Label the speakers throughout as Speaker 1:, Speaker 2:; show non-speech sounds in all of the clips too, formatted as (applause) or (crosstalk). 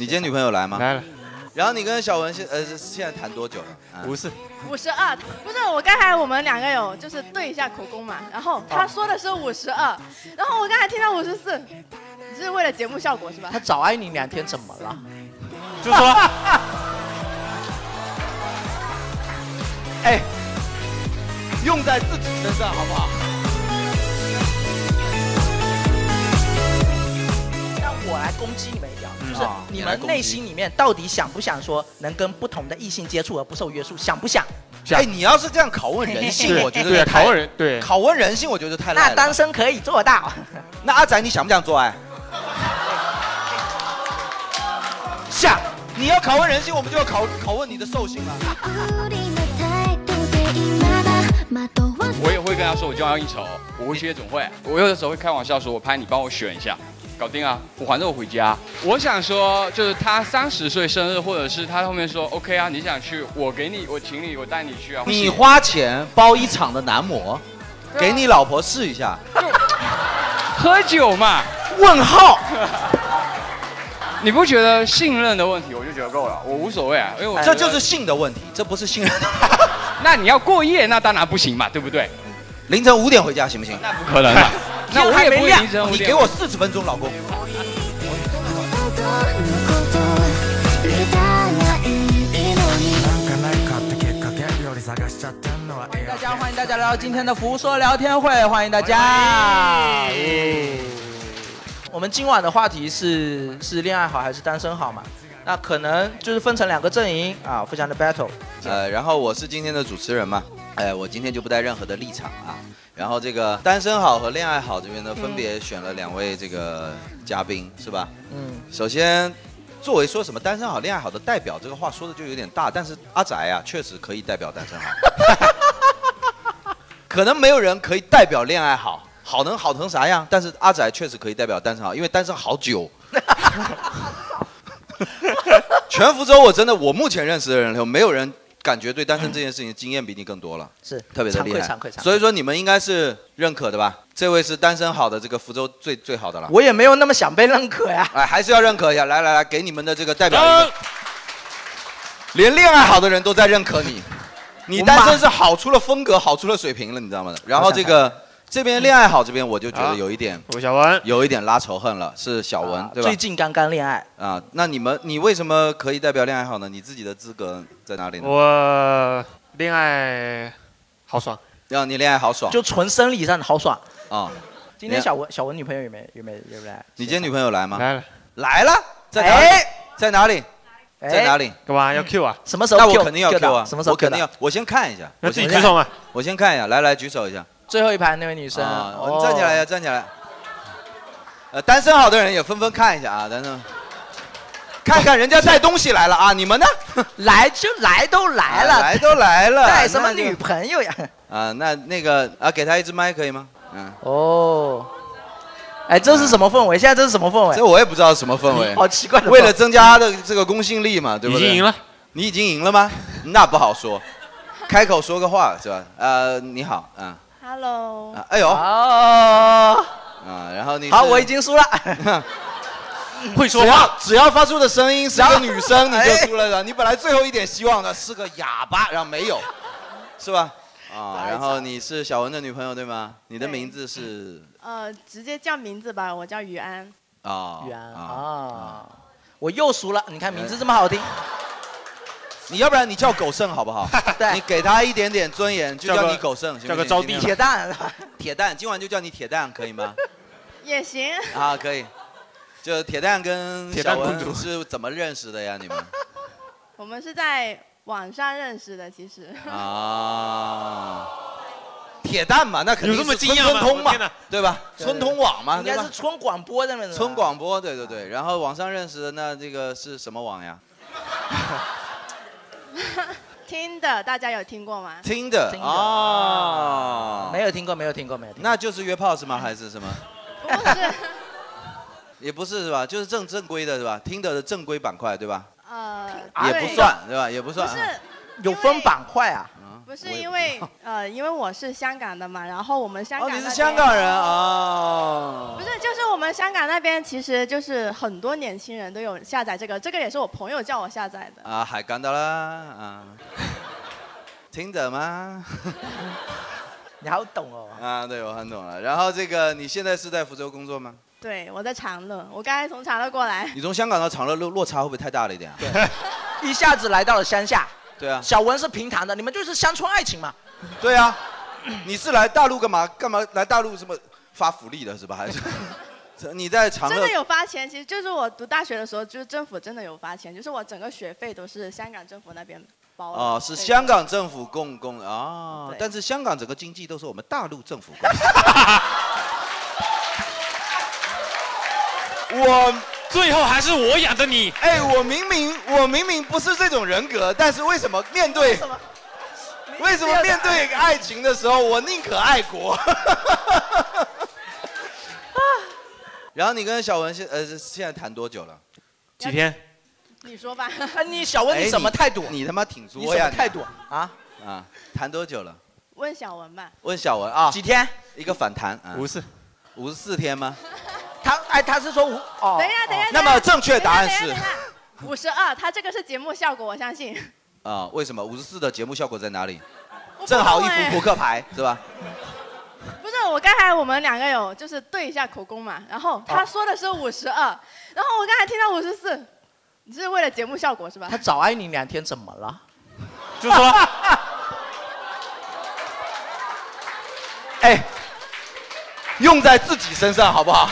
Speaker 1: 你今天女朋友来吗？
Speaker 2: 来了。
Speaker 1: 然后你跟小文现呃现在谈多久了？啊
Speaker 2: 不是，
Speaker 3: 五十二，不是我刚才我们两个有就是对一下口供嘛，然后他说的是五十二，然后我刚才听到五十四，你是为了节目效果是吧
Speaker 4: 他？早爱你两天怎么了？
Speaker 2: (laughs)
Speaker 4: (laughs)
Speaker 2: 就说，
Speaker 1: 哎，用在自己身上好不好？
Speaker 4: 让我来攻击你们一条，
Speaker 2: 嗯
Speaker 4: 就是
Speaker 1: 好
Speaker 4: 你
Speaker 1: 你来
Speaker 4: 们
Speaker 1: 攻击
Speaker 4: 内心里面到底想不想说能跟不同的异性接触而不受约束？想不想？
Speaker 2: 想
Speaker 1: 哎，你要是这样拷问人性，
Speaker 2: 对
Speaker 1: 我觉得
Speaker 2: 对
Speaker 1: 就
Speaker 2: 啊
Speaker 1: 太
Speaker 2: 拷问人对
Speaker 1: 拷问人性，我觉得太烂
Speaker 4: 那
Speaker 1: 了。
Speaker 4: 单身可以做到。
Speaker 1: (laughs) 那阿仔，你想不想
Speaker 4: (laughs)
Speaker 1: 做爱？啊想。你要拷问人性，我们就要拷拷问你的兽性啊！
Speaker 5: 我也会跟他说我就要应酬，我会去夜总会，我有的时候会开玩笑说，我拍你帮我选一下，搞定啊，我还着我回家。我想说，就是他三十岁生日，或者是他后面说 OK 啊，你想去，我给你，我请你，我带你去啊。
Speaker 1: 你花钱包一场的男模，给你老婆试一下。
Speaker 5: (laughs) 喝酒嘛，
Speaker 1: 问号，
Speaker 5: 你不觉得信任的问题，我就觉得够了，我无所谓啊，因为我
Speaker 1: 这就
Speaker 5: 觉得
Speaker 1: 是性的问题，这不是信任。
Speaker 5: 那你要过夜，那当然不行嘛，对不对？
Speaker 1: 凌晨五点回家行不行？
Speaker 5: 那不可能嘛，那我也不会凌晨五
Speaker 1: 你
Speaker 5: 点
Speaker 1: 给我四十分钟，老公。
Speaker 4: 欢迎大家，欢迎大家来到今天的福说聊天会，欢迎大家。我们今晚的话题是是恋爱好还是单身好嘛？那可能就是分成两个阵营啊，互相的 battle。
Speaker 1: 呃，然后我是今天的主持人嘛，哎，我今天就不带任何的立场啊。然后这个单身好和恋爱好这边呢，分别选了两位这个嘉宾，是吧？
Speaker 4: 嗯，
Speaker 1: 首先，作为说什么单身好、恋爱好的代表，这个话说的就有点大，但是阿宅啊，确实可以代表单身好。 (laughs) 可能没有人可以代表恋爱好，好能好成啥样？但是阿宅确实可以代表单身好，因为单身好久。 (laughs) 全福州，我真的，我目前认识的人里头，没有人感觉对单身这件事情经验比你更多了，
Speaker 4: 是
Speaker 1: 特别的厉害
Speaker 4: 惭愧惭愧惭愧。
Speaker 1: 所以说你们应该是认可的吧？这位是单身好的这个福州最最好的了。
Speaker 4: 我也没有那么想被认可呀。
Speaker 1: 哎，还是要认可一下，来来来，给你们的这个代表一个，连恋爱好的人都在认可你，你单身是好出了风格，好出了水平了，你知道吗？然后这个这边恋爱好这边，我就觉得有一点
Speaker 2: 我小文，
Speaker 1: 有一点拉仇恨了，是小文、
Speaker 4: 啊
Speaker 1: 对吧
Speaker 4: 最？近刚刚恋爱，
Speaker 1: 啊，那你们你为什么可以代表恋爱好呢？你自己的资格在哪里呢？
Speaker 2: 我恋爱好爽，
Speaker 1: 让你恋爱好爽
Speaker 4: 就纯生理上的好爽。
Speaker 1: 啊！
Speaker 4: 今天小文小文女朋友有没有有没有有没有来？
Speaker 1: 你今天女朋友来吗？
Speaker 2: 来了，
Speaker 1: 来了，在哪里？
Speaker 4: 哎
Speaker 1: 在哪里？
Speaker 4: 哎
Speaker 1: 在哪里？
Speaker 2: 干嘛要 Q 啊？
Speaker 4: 什么时候
Speaker 1: 那
Speaker 4: Q？
Speaker 1: 我肯定要 Q 啊！
Speaker 4: 到什么时候
Speaker 1: 我
Speaker 4: Q
Speaker 1: 肯定
Speaker 4: 的？
Speaker 1: 要，我先看一下，
Speaker 2: 那
Speaker 1: 我
Speaker 2: 自
Speaker 1: 先
Speaker 2: 己啊举
Speaker 1: 看
Speaker 2: 手嘛。
Speaker 1: 我先看一下，来来举手一下。
Speaker 4: 最后一排那位女生，
Speaker 1: 啊，
Speaker 4: 哦
Speaker 1: 站起来呀，！站起来。呃，单身好的人也纷纷看一下啊，单身，看看人家带东西来了啊，你们呢？
Speaker 4: 来就来都来
Speaker 1: 啊
Speaker 4: 了，
Speaker 1: 来都来了，
Speaker 4: 带什么
Speaker 1: 那就
Speaker 4: 女朋友呀？
Speaker 1: 啊？那那个啊，给他一支麦可以吗？嗯，
Speaker 4: 哦，哎，这是什么氛围？现在这是什么氛
Speaker 1: 啊这
Speaker 4: 围？
Speaker 1: 我也不知道什么氛围，
Speaker 4: (laughs) 好奇怪的氛围。
Speaker 1: 为了增加他的这个公信力嘛，对
Speaker 2: 已
Speaker 1: 不对？
Speaker 2: 经赢，了，
Speaker 1: 你已经赢了吗？ (laughs) 那不好说，开口说个话是吧？呃，你好，嗯
Speaker 3: ，Hello，
Speaker 1: 啊，哎呦，啊，
Speaker 4: 哦，
Speaker 1: 然后你
Speaker 4: 好，
Speaker 1: 是
Speaker 4: 我已经输了。
Speaker 2: 会说
Speaker 1: 只
Speaker 2: 话。
Speaker 1: 要只要发出的声音是个女生，你就输了的。你本来最后一点希望的是个哑巴，然后没有， (laughs) 是
Speaker 4: (laughs)
Speaker 1: 吧？啊，然后你是小文的女朋友对吗？你的
Speaker 3: 对
Speaker 1: 名字是
Speaker 3: 呃，直接叫名字吧，我叫于安。
Speaker 1: 啊
Speaker 4: 远啊，我又输了。你看名字这么好听，
Speaker 1: 你要不然你叫狗剩好不好？
Speaker 4: (laughs) 对
Speaker 1: 你给他一点点尊严，就
Speaker 2: 叫
Speaker 1: 叫
Speaker 2: 个
Speaker 1: 你狗剩，行
Speaker 2: 叫
Speaker 1: 不行
Speaker 2: 个招
Speaker 1: 今
Speaker 2: 娣
Speaker 1: 天
Speaker 4: 铁蛋。
Speaker 1: 铁蛋，今晚就叫你铁蛋，可以吗？
Speaker 3: 也行，
Speaker 1: 啊，可以。就铁蛋跟
Speaker 2: 铁蛋
Speaker 1: 小
Speaker 2: 公
Speaker 1: 文
Speaker 2: 主
Speaker 1: 是怎么认识的呀？你们
Speaker 2: (laughs)
Speaker 3: 我们是在网上认识的，其实。 (laughs)
Speaker 1: 啊，铁蛋嘛，那肯定
Speaker 2: 有这么
Speaker 1: 是
Speaker 2: 惊讶
Speaker 1: 村
Speaker 2: 吗
Speaker 1: 通
Speaker 2: 我
Speaker 1: 嘛
Speaker 2: 的天哪，
Speaker 1: 对吧？村通网嘛，
Speaker 4: 应
Speaker 1: 对
Speaker 4: 该
Speaker 1: 吧
Speaker 4: 是？村广播的那种。
Speaker 1: 村广播，对对对。然后网上认识的，那这个是什么网呀
Speaker 3: 听的，大家有听过吗？
Speaker 1: ？Tinder
Speaker 4: Tinder，
Speaker 1: 哦，
Speaker 4: 没有听过，没有听过，没有听过。
Speaker 1: 那就是约炮是吗？还是什么？
Speaker 3: 不是，
Speaker 1: (laughs) 也不是是吧？就是正正规的是吧？Tinder 的正规板块对吧？
Speaker 3: 呃，
Speaker 1: 也
Speaker 4: 啊
Speaker 3: 对
Speaker 1: 不，算对吧？也不
Speaker 3: 不
Speaker 1: 啊算。
Speaker 3: 是，
Speaker 4: 有分板块啊，
Speaker 3: 不是因为呃，因为我是香港的嘛，然后我们香港
Speaker 1: 哦，你是
Speaker 3: 那边
Speaker 1: 香港人啊？
Speaker 3: 不是，就是我们香港那边，其实就是很多年轻人都有下载这个，这个也是我朋友叫我下载的。
Speaker 1: 啊，海干的啦啊， (laughs) 听着吗？
Speaker 4: 你好懂哦。
Speaker 1: 啊，对，我很懂了。然后这个，你现在是在福州工作吗？
Speaker 3: 对，我在长乐，我刚才从长乐过来。
Speaker 1: 你从香港到长乐落落差会不会太大了一点啊？
Speaker 4: 一下子来到了乡下。
Speaker 1: 对啊，
Speaker 4: 小文是平潭的，你们就是乡村爱情嘛。
Speaker 1: 对啊，你是来大陆干嘛？干嘛来大陆什么发福利的是吧？还是 (laughs) 这你在长
Speaker 3: 真
Speaker 1: 乐
Speaker 3: 的？有发钱，其实就是我读大学的时候，就是政府真的有发钱，就是我整个学费都是香港政府那边包的。
Speaker 1: 哦，是香港政府供供的啊，但是香港整个经济都是我们大陆政府供的。我
Speaker 6: 最后还是我养着你。
Speaker 1: 哎，我明明我明明不是这种人格，但是为什么面对 (laughs) 为什么面对爱情的时候，我宁可爱国？然后你跟小文现呃现在谈多久了？
Speaker 2: 几天？
Speaker 3: 你说吧。
Speaker 4: 啊，你小文你什么态度？
Speaker 1: 你他妈挺
Speaker 4: 你
Speaker 1: 作
Speaker 4: 什
Speaker 1: 呀！
Speaker 4: 么态度啊？
Speaker 1: 你啊？谈多久了？
Speaker 3: 问小文吧。
Speaker 1: 问小文啊？
Speaker 4: 几天？
Speaker 1: 一个反弹啊？
Speaker 2: 五十四，
Speaker 1: 五十四天吗？
Speaker 4: 他哎，他是说无哦。
Speaker 3: 等一下，等一下。
Speaker 1: 那么正确答案是
Speaker 3: 五十二，他这个是节目效果，我相信。
Speaker 1: 啊？为什么五十四的节目效果在哪里？
Speaker 3: 我不
Speaker 1: 正好一
Speaker 3: 懂哎
Speaker 1: 副扑克牌是吧？
Speaker 3: 不是，我刚才我们两个有就是对一下口供嘛，然后他说的是五十二，然后我刚才听到五十四，你是为了节目效果是吧
Speaker 4: 他？早爱你两天怎么了？
Speaker 2: 就说
Speaker 1: 哎，用在自己身上好不好？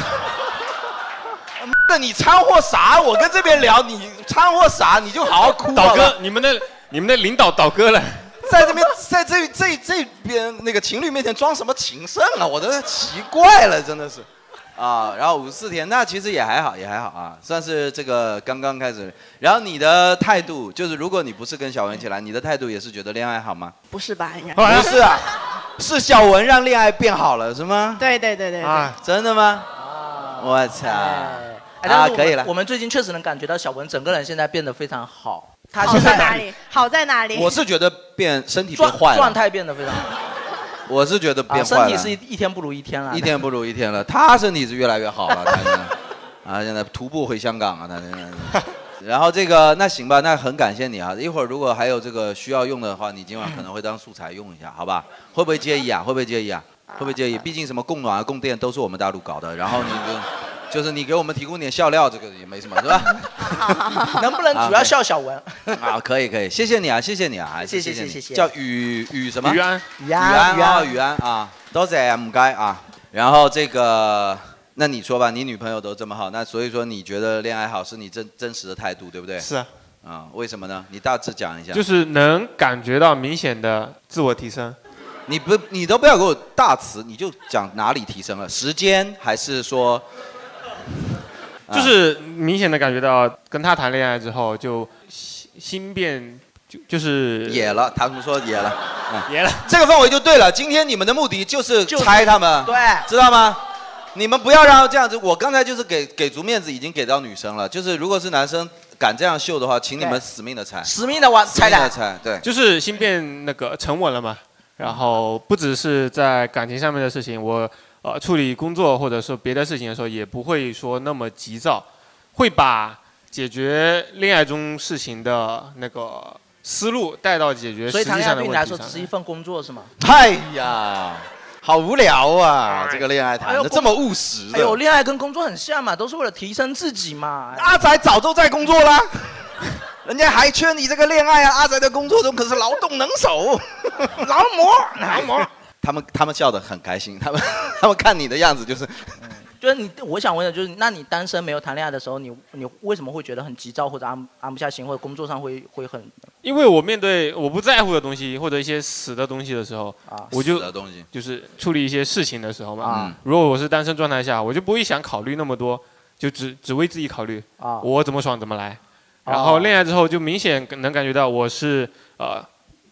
Speaker 1: 那你掺和啥？我跟这边聊，你掺和啥？你就好好哭。
Speaker 6: 倒
Speaker 1: 好吧
Speaker 6: 戈，你们的你们的领导倒戈了。
Speaker 1: 在这边，在这这这边那个情侣面前装什么情圣啊？我真的奇怪了，真的是。啊，然后五十四天，那其实也还好，也还好啊，算是这个刚刚开始。然后你的态度就是，如果你不是跟小文一起来，你的态度也是觉得恋爱好吗？
Speaker 3: (laughs) 不是吧？应该。
Speaker 1: 不是啊，是小文让恋爱变好了是吗？
Speaker 3: 对对对对对，
Speaker 2: 啊，
Speaker 1: 真的吗？我操！
Speaker 4: 哎，哎但
Speaker 1: 啊，
Speaker 4: 是我
Speaker 1: 可
Speaker 4: 们
Speaker 1: 以了
Speaker 4: 我。们最近确实能感觉到小文整个人现在变得非常好，他
Speaker 3: 好
Speaker 4: 现
Speaker 3: 在哪
Speaker 4: 在
Speaker 3: 里？好在哪里？ (laughs)
Speaker 1: 我是觉得变身体变
Speaker 4: 状
Speaker 1: 坏
Speaker 4: 状
Speaker 1: 了，
Speaker 4: 态变得非常好，
Speaker 1: 我是觉得
Speaker 4: 啊
Speaker 1: 变坏了，
Speaker 4: 身体是一一啊天不如一天了。
Speaker 1: 一天不如一天了。他身体是越来越好了，他现在啊，现在徒步回香港啊，他现在。 (laughs) 然后这个那行吧，那很感谢你啊。一会儿如果还有这个需要用的话，你今晚可能会当素材用一下，好吧？会不会介意啊？会不会介意啊？会不会介意？毕竟什么供暖啊、供电都是我们大陆搞的，然后你就就是你给我们提供点笑料，这个也没什么，是吧？
Speaker 4: (laughs) 能不能主要笑小文？
Speaker 1: (laughs) 啊，可以可以，谢谢你啊，谢谢你啊，
Speaker 4: 谢谢
Speaker 1: 谢你
Speaker 4: 谢谢
Speaker 1: 叫雨雨什么？
Speaker 2: 于安，
Speaker 4: 雨
Speaker 1: 雨安啊，雨安啊，多谢啊，唔该啊。然后这个，那你说吧，你女朋友都这么好，那所以说你觉得恋爱好是你真真实的态度，对不对？
Speaker 2: 是啊，
Speaker 1: 啊、为什么呢？你大致讲一下。
Speaker 2: 就是能感觉到明显的自我提升。
Speaker 1: 你不，你都不要给我大词，你就讲哪里提升了，时间还是说啊
Speaker 2: 就是明显的感觉到跟他谈恋爱之后就心心变，就就是
Speaker 1: 野了？他们说野了，嗯
Speaker 2: 野了，
Speaker 1: 这个氛围就对了。今天你们的目的就是
Speaker 4: 就是
Speaker 1: 拆他们，
Speaker 4: 对，
Speaker 1: 知道吗？你们不要让这样子，我刚才就是给给足面子，已经给到女生了。就是如果是男生敢这样秀的话，请你们
Speaker 4: 对
Speaker 1: 死命的拆。
Speaker 4: 死命的往
Speaker 1: 猜
Speaker 4: 猜
Speaker 1: 的
Speaker 4: 的。
Speaker 1: 猜，对，
Speaker 2: 就是心变那个沉稳了嘛。然后不只是在感情上面的事情，我呃处理工作或者说别的事情的时候，也不会说那么急躁，会把解决恋爱中事情的那个思路带到解决
Speaker 4: 所以
Speaker 2: 实
Speaker 4: 谈
Speaker 2: 际
Speaker 4: 恋爱
Speaker 2: 上
Speaker 4: 对
Speaker 2: 的
Speaker 4: 你
Speaker 2: 问
Speaker 4: 来
Speaker 2: 题
Speaker 4: 说只
Speaker 2: 上
Speaker 4: 是。一份工作是吗？
Speaker 1: 哎呀，好无聊啊！
Speaker 2: 哎
Speaker 1: 这个恋爱谈
Speaker 4: 哎
Speaker 1: 的
Speaker 4: 呦
Speaker 1: 这么务实
Speaker 4: 哎呦，
Speaker 1: 的。
Speaker 4: 恋爱跟工作很像嘛，都是为了提升自己嘛。
Speaker 1: 阿宅早就在工作啦，人家还缺你这个恋爱啊！阿宅在工作中可是劳动能手， (laughs) 劳模， (laughs) 劳模。他们他们笑得很开心，他们 (laughs) 他们看你的样子就是
Speaker 4: 就是你，我想问的就是，那你单身没有谈恋爱的时候，你你为什么会觉得很急躁，或者安安不下心，或者工作上会会很
Speaker 2: 因为我面对我不在乎的东西或者一些死的东西的时嗯候，
Speaker 4: 啊？
Speaker 2: 我就
Speaker 1: 死的东西。
Speaker 2: 就是处理一些事情的时候嘛。
Speaker 4: 啊
Speaker 2: 如果我是单身状态下，我就不会想考虑那么多，就只只为自己考虑，
Speaker 4: 啊，
Speaker 2: 我怎么爽怎么来。
Speaker 4: 哦
Speaker 2: 然后恋爱之后，就明显能感觉到我是呃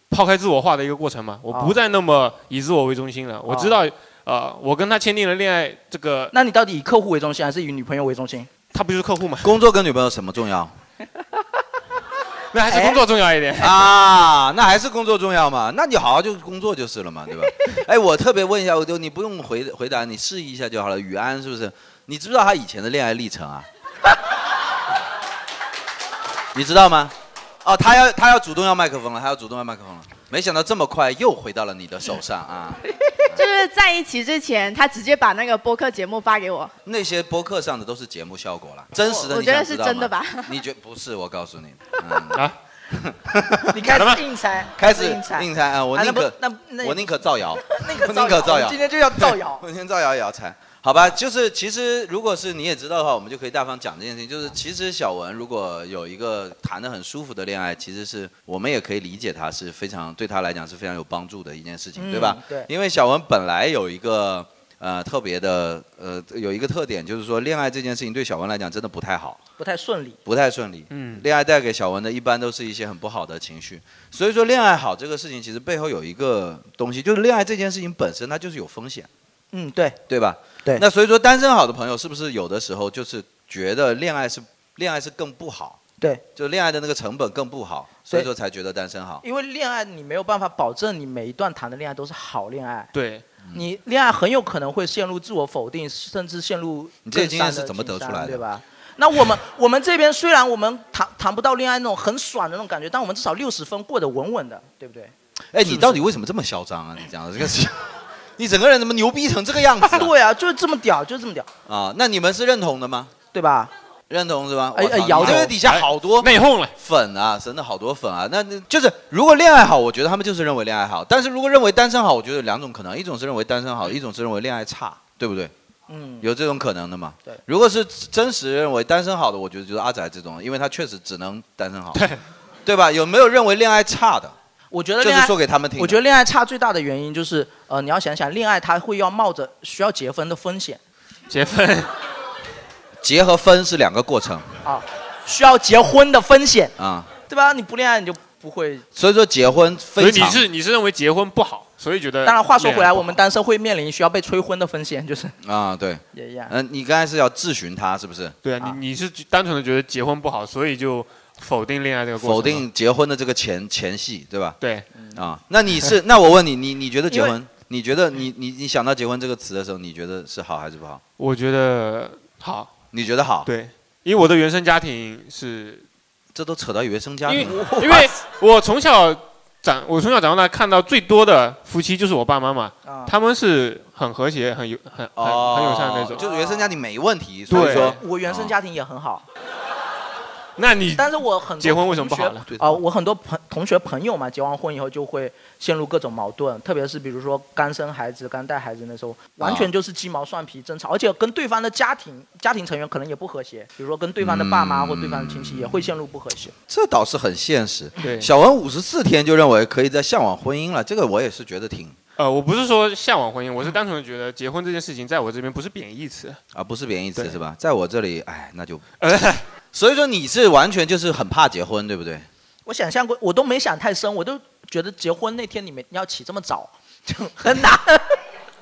Speaker 2: 抛开自我化的一个过程嘛，我
Speaker 4: 哦
Speaker 2: 不再那么以自我为中
Speaker 4: 啊
Speaker 2: 心了。我知道，呃，我跟他签订了恋爱，这个
Speaker 4: 那你到底以客户为中心，还是以女朋友为中心？
Speaker 2: 他不就是客户嘛？
Speaker 1: 工作跟女朋友什么重要？
Speaker 2: (laughs) 那还是工作重要一点
Speaker 1: 啊，那还是工作重要嘛？那你好好就工作就是了
Speaker 2: (laughs)
Speaker 1: 嘛，对吧？哎，我特别问一下，我就你不用回回答，你示意一下就好了。雨安是不是？你知不知道她以前的恋爱历程啊？ (laughs) 你知道吗？哦，她要她要主动要麦克风了，她要主动要麦克风了。没想到这么快又回到了你的手上啊！
Speaker 3: 就是在一起之前，他直接把那个播客节目发给我，
Speaker 1: 那些播客上的都是节目效果啦，真实的
Speaker 3: 我
Speaker 1: 你想
Speaker 3: 觉得是
Speaker 1: 知道吗
Speaker 3: 真的吧
Speaker 1: 你觉不是？我告诉你，嗯、啊，
Speaker 4: (laughs) 你开始硬猜，
Speaker 1: 开始
Speaker 4: 硬猜，
Speaker 1: 硬猜啊！我
Speaker 4: 啊
Speaker 1: 宁可、
Speaker 4: 那不那那
Speaker 1: 我宁可造谣，
Speaker 4: (laughs) 那
Speaker 1: 我
Speaker 4: 个
Speaker 1: 宁可造谣。
Speaker 4: 我们今天就要造谣
Speaker 1: 我先造谣也要猜，好吧？就是其实如果是你也知道的话，我们就可以大方讲这件事情。就是其实小文如果有一个谈得很舒服的恋爱，其实是我们也可以理解他是非常对他来讲是非常有帮助的一件事情，
Speaker 7: 嗯
Speaker 1: 对吧？
Speaker 7: 对
Speaker 1: 因为小文本来有一个呃特别的呃有一个特点，就是说恋爱这件事情对小文来讲真的不太好。
Speaker 4: 不太顺利。
Speaker 1: 不太顺利。嗯，恋爱带给小文的一般都是一些很不好的情绪，所以说恋爱好这个事情其实背后有一个东西，就是恋爱这件事情本身它就是有风险，
Speaker 4: 嗯，对，
Speaker 1: 对吧？
Speaker 4: 对
Speaker 1: 那所以说单身好的朋友是不是有的时候就是觉得恋爱是恋爱是更不好，
Speaker 4: 对，
Speaker 1: 就恋爱的那个成本更不好，所以说才觉得单身好。
Speaker 4: 因为恋爱你没有办法保证你每一段谈的恋爱都是好恋爱，
Speaker 2: 对，
Speaker 1: 嗯
Speaker 4: 你恋爱很有可能会陷入自我否定，甚至陷入
Speaker 1: 你这个经验
Speaker 4: 更
Speaker 1: 是
Speaker 4: 深的
Speaker 1: 怎么得
Speaker 4: 情
Speaker 1: 出来
Speaker 4: 伤
Speaker 1: 的
Speaker 4: 对吧？那我们 (laughs) 我们这边虽然我们谈谈不到恋爱那种很爽的那种感觉，但我们至少六十分过得稳稳的，对不对？
Speaker 1: 哎，你到底为什么这么嚣张啊？你讲的这个 (laughs) 事情，你整个人怎么牛逼成这个样子 (laughs) 啊
Speaker 4: 对啊，就是这么屌，就是这么屌，
Speaker 1: 啊？那你们是认同的吗？
Speaker 4: 对吧？
Speaker 1: 认同是吧？
Speaker 4: 哎
Speaker 1: 我操
Speaker 4: 哎摇
Speaker 1: 你
Speaker 4: 头
Speaker 1: 这个底下好多哎内讧了粉啊，真的好多粉啊。那那就是如果恋爱好，我觉得他们就是认为恋爱好；但是如果认为单身好，我觉得有两种可能，一种是认为单身好，一种是认为恋爱差，对不对？
Speaker 4: 嗯，
Speaker 1: 有这种可能的嘛？
Speaker 4: 对
Speaker 1: 如果是真实认为单身好的，我觉得就是阿宅这种，因为他确实只能单身好，对吧？有没有认为恋爱差的？
Speaker 4: 我觉得
Speaker 1: 就
Speaker 4: 恋
Speaker 1: 是
Speaker 4: 爱
Speaker 1: 说给他们听的
Speaker 4: 我觉得恋爱差最大的原因就是，呃，你要想想，恋爱它会要冒着需要结婚的风险
Speaker 2: 结婚，
Speaker 1: 结和分是两个过程
Speaker 4: 啊，需要结婚的风险，
Speaker 1: 啊、
Speaker 4: 对吧？你不恋爱你就不会。
Speaker 1: 所以说结婚
Speaker 2: 所以
Speaker 1: 非
Speaker 2: 你
Speaker 1: 常
Speaker 2: 是你是认为结婚不好，所以觉
Speaker 1: 呃
Speaker 2: 得
Speaker 4: 当然，话说回
Speaker 2: 恋
Speaker 4: 来，
Speaker 2: 爱不好
Speaker 4: 我们单身会面临需要被催婚的风险，就是
Speaker 1: 啊，对，
Speaker 4: 也一样
Speaker 1: 嗯、。你刚才是要质询他是不是？
Speaker 2: 对啊，你你是单纯的觉得结婚不好，所以就否定恋爱这个过程吗，
Speaker 1: 否定结婚的这个前前戏，对吧？
Speaker 2: 对
Speaker 1: 啊，那你是 (laughs) 那我问你，你你觉得结婚？你觉得你你你想到结婚这个词的时候，你觉得是好还是不好？
Speaker 2: 我觉得好，
Speaker 1: 你觉得好？
Speaker 2: 对，因为我的原生家庭是，
Speaker 1: 这都扯到原生家
Speaker 2: 因
Speaker 1: 庭
Speaker 2: 为，因为我从小长我从小长到大看到最多的夫妻就是我爸妈嘛，
Speaker 1: 啊
Speaker 2: 他们是很和谐、很友、很很很友善的那种，
Speaker 1: 哦就是原生家庭没问题，所以
Speaker 2: 对
Speaker 1: 说啊
Speaker 4: 我原生家庭也很好，
Speaker 2: 那你
Speaker 4: 但是我很多
Speaker 2: 结婚为什么
Speaker 4: 同学
Speaker 2: 不好呢对
Speaker 4: 啊、我很多朋同学朋友嘛，结完婚以后就会陷入各种矛盾，特别是比如说刚生孩子、刚带孩子那时候，完
Speaker 1: 啊
Speaker 4: 全就是鸡毛蒜皮争吵，而且跟对方的家庭家庭成员可能也不和谐，比如说跟对方的爸妈或对方的亲戚也会陷入不和谐。
Speaker 1: 这倒是很现实。
Speaker 2: 对
Speaker 1: 小文五十四天就认为可以在向往婚姻了，这个我也是觉得挺
Speaker 2: 呃，我不是说向往婚姻，我是单纯的觉得结婚这件事情在我这边不是贬义词，
Speaker 1: 啊，不是贬义词是吧？在我这里，哎，那就， (laughs) 所以说你是完全就是很怕结婚，对不对？
Speaker 4: 我想象过，我都没想太深，我都觉得结婚那天你们要起这么早，就很难。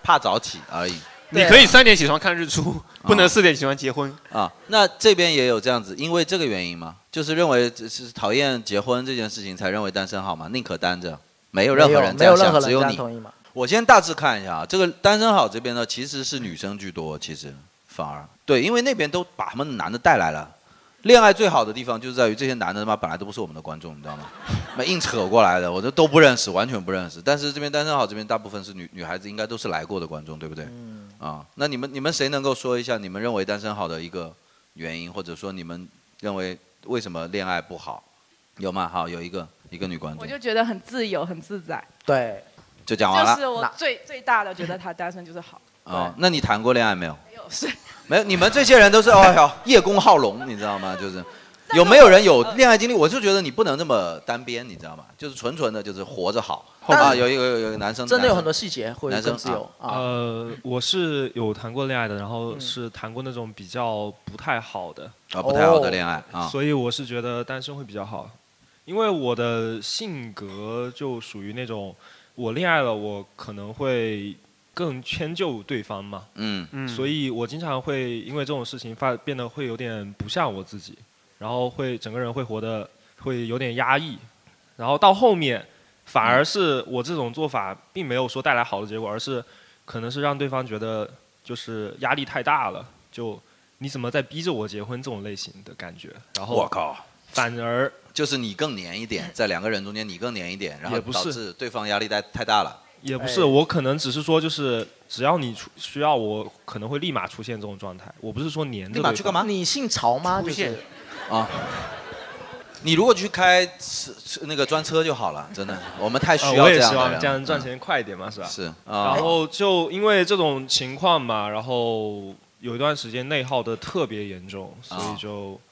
Speaker 1: 怕早起而已。
Speaker 2: 你可以三点起床看日出，不能四点起床结婚。
Speaker 1: 啊，那这边也有这样子，因为这个原因吗？就是认为只是讨厌结婚这件事情，才认为单身好吗？宁可单着，没有任何人这
Speaker 4: 没有
Speaker 1: 样
Speaker 4: 任何
Speaker 1: 想，
Speaker 4: 人
Speaker 1: 只
Speaker 4: 这
Speaker 1: 有
Speaker 4: 样
Speaker 1: 你。
Speaker 4: 同意吗？
Speaker 1: 我先大致看一下啊，这个单身好这边呢，其实是女生居多，其实反而对，因为那边都把他们男的带来了。恋爱最好的地方就是在于这些男的他妈本来都不是我们的观众，你知道吗？那硬扯过来的，我都都不认识，完全不认识。但是这边单身好这边大部分是女女孩子，应该都是来过的观众，对不对？嗯。啊，那你们你们谁能够说一下你们认为单身好的一个原因，或者说你们认为为什么恋爱不好？有吗？好，有一个一个女观
Speaker 8: 我
Speaker 1: 众，
Speaker 8: 就觉得很自由，很自在，
Speaker 4: 对，
Speaker 1: 就讲完了。
Speaker 8: 就是我最最大的觉得他单身就
Speaker 9: (laughs)
Speaker 8: 是好。
Speaker 1: 啊，那你谈过恋爱没有？
Speaker 8: 没有是，
Speaker 1: 没有，你们这些人都是 (laughs) 哦哟，叶公好龙，你知道吗？就是有没有人有恋爱经历？我就觉得你不能这么单边，你知道吗？就是纯纯的，就是活着好。
Speaker 4: 但
Speaker 1: 啊，有一个有有一个男生
Speaker 4: 真的有
Speaker 1: 男生
Speaker 4: 很多细节会
Speaker 1: 男生
Speaker 4: 更自由啊。嗯
Speaker 10: 呃，我是有谈过恋爱的，然后是谈过那种比较不太好的
Speaker 1: 啊不太好的恋爱
Speaker 4: 哦
Speaker 1: 啊
Speaker 10: 所以我是觉得单身会比较好，因为我的性格就属于那种我恋爱了，我可能会更迁就对方嘛，
Speaker 1: 嗯嗯
Speaker 10: 所以我经常会因为这种事情发变得会有点不像我自己，然后会整个人会活得会有点压抑，然后到后面
Speaker 1: 嗯
Speaker 10: 反而是我这种做法并没有说带来好的结果，而是可能是让对方觉得就是压力太大了，就你怎么在逼着我结婚这种类型的感觉，然后
Speaker 1: 我靠，
Speaker 10: 反而
Speaker 1: 就是你更黏一点，在两个人中间你更黏一点，然后
Speaker 10: 也不
Speaker 1: 导
Speaker 10: 是
Speaker 1: 致对方压力太太大了。
Speaker 10: 也不
Speaker 4: 哎
Speaker 1: 哎
Speaker 10: 是，我可能只是说，就是只要你出需要，我可能会立马出现这种状态。我不是说黏着。
Speaker 1: 立马去干嘛？
Speaker 4: 你姓曹吗？
Speaker 10: 出现就是
Speaker 1: 啊。你如果去开吃吃那个专车就好了，真的，我们太需
Speaker 10: 呃
Speaker 1: 要
Speaker 10: 我也
Speaker 1: 这样
Speaker 10: 希
Speaker 1: 的
Speaker 10: 望
Speaker 1: 人了。嗯
Speaker 10: 这样赚钱快一点嘛，是吧？
Speaker 1: 是啊
Speaker 10: 然后就因为这种情况嘛，然后有一段时间内耗的特别严重，所以就。
Speaker 1: 啊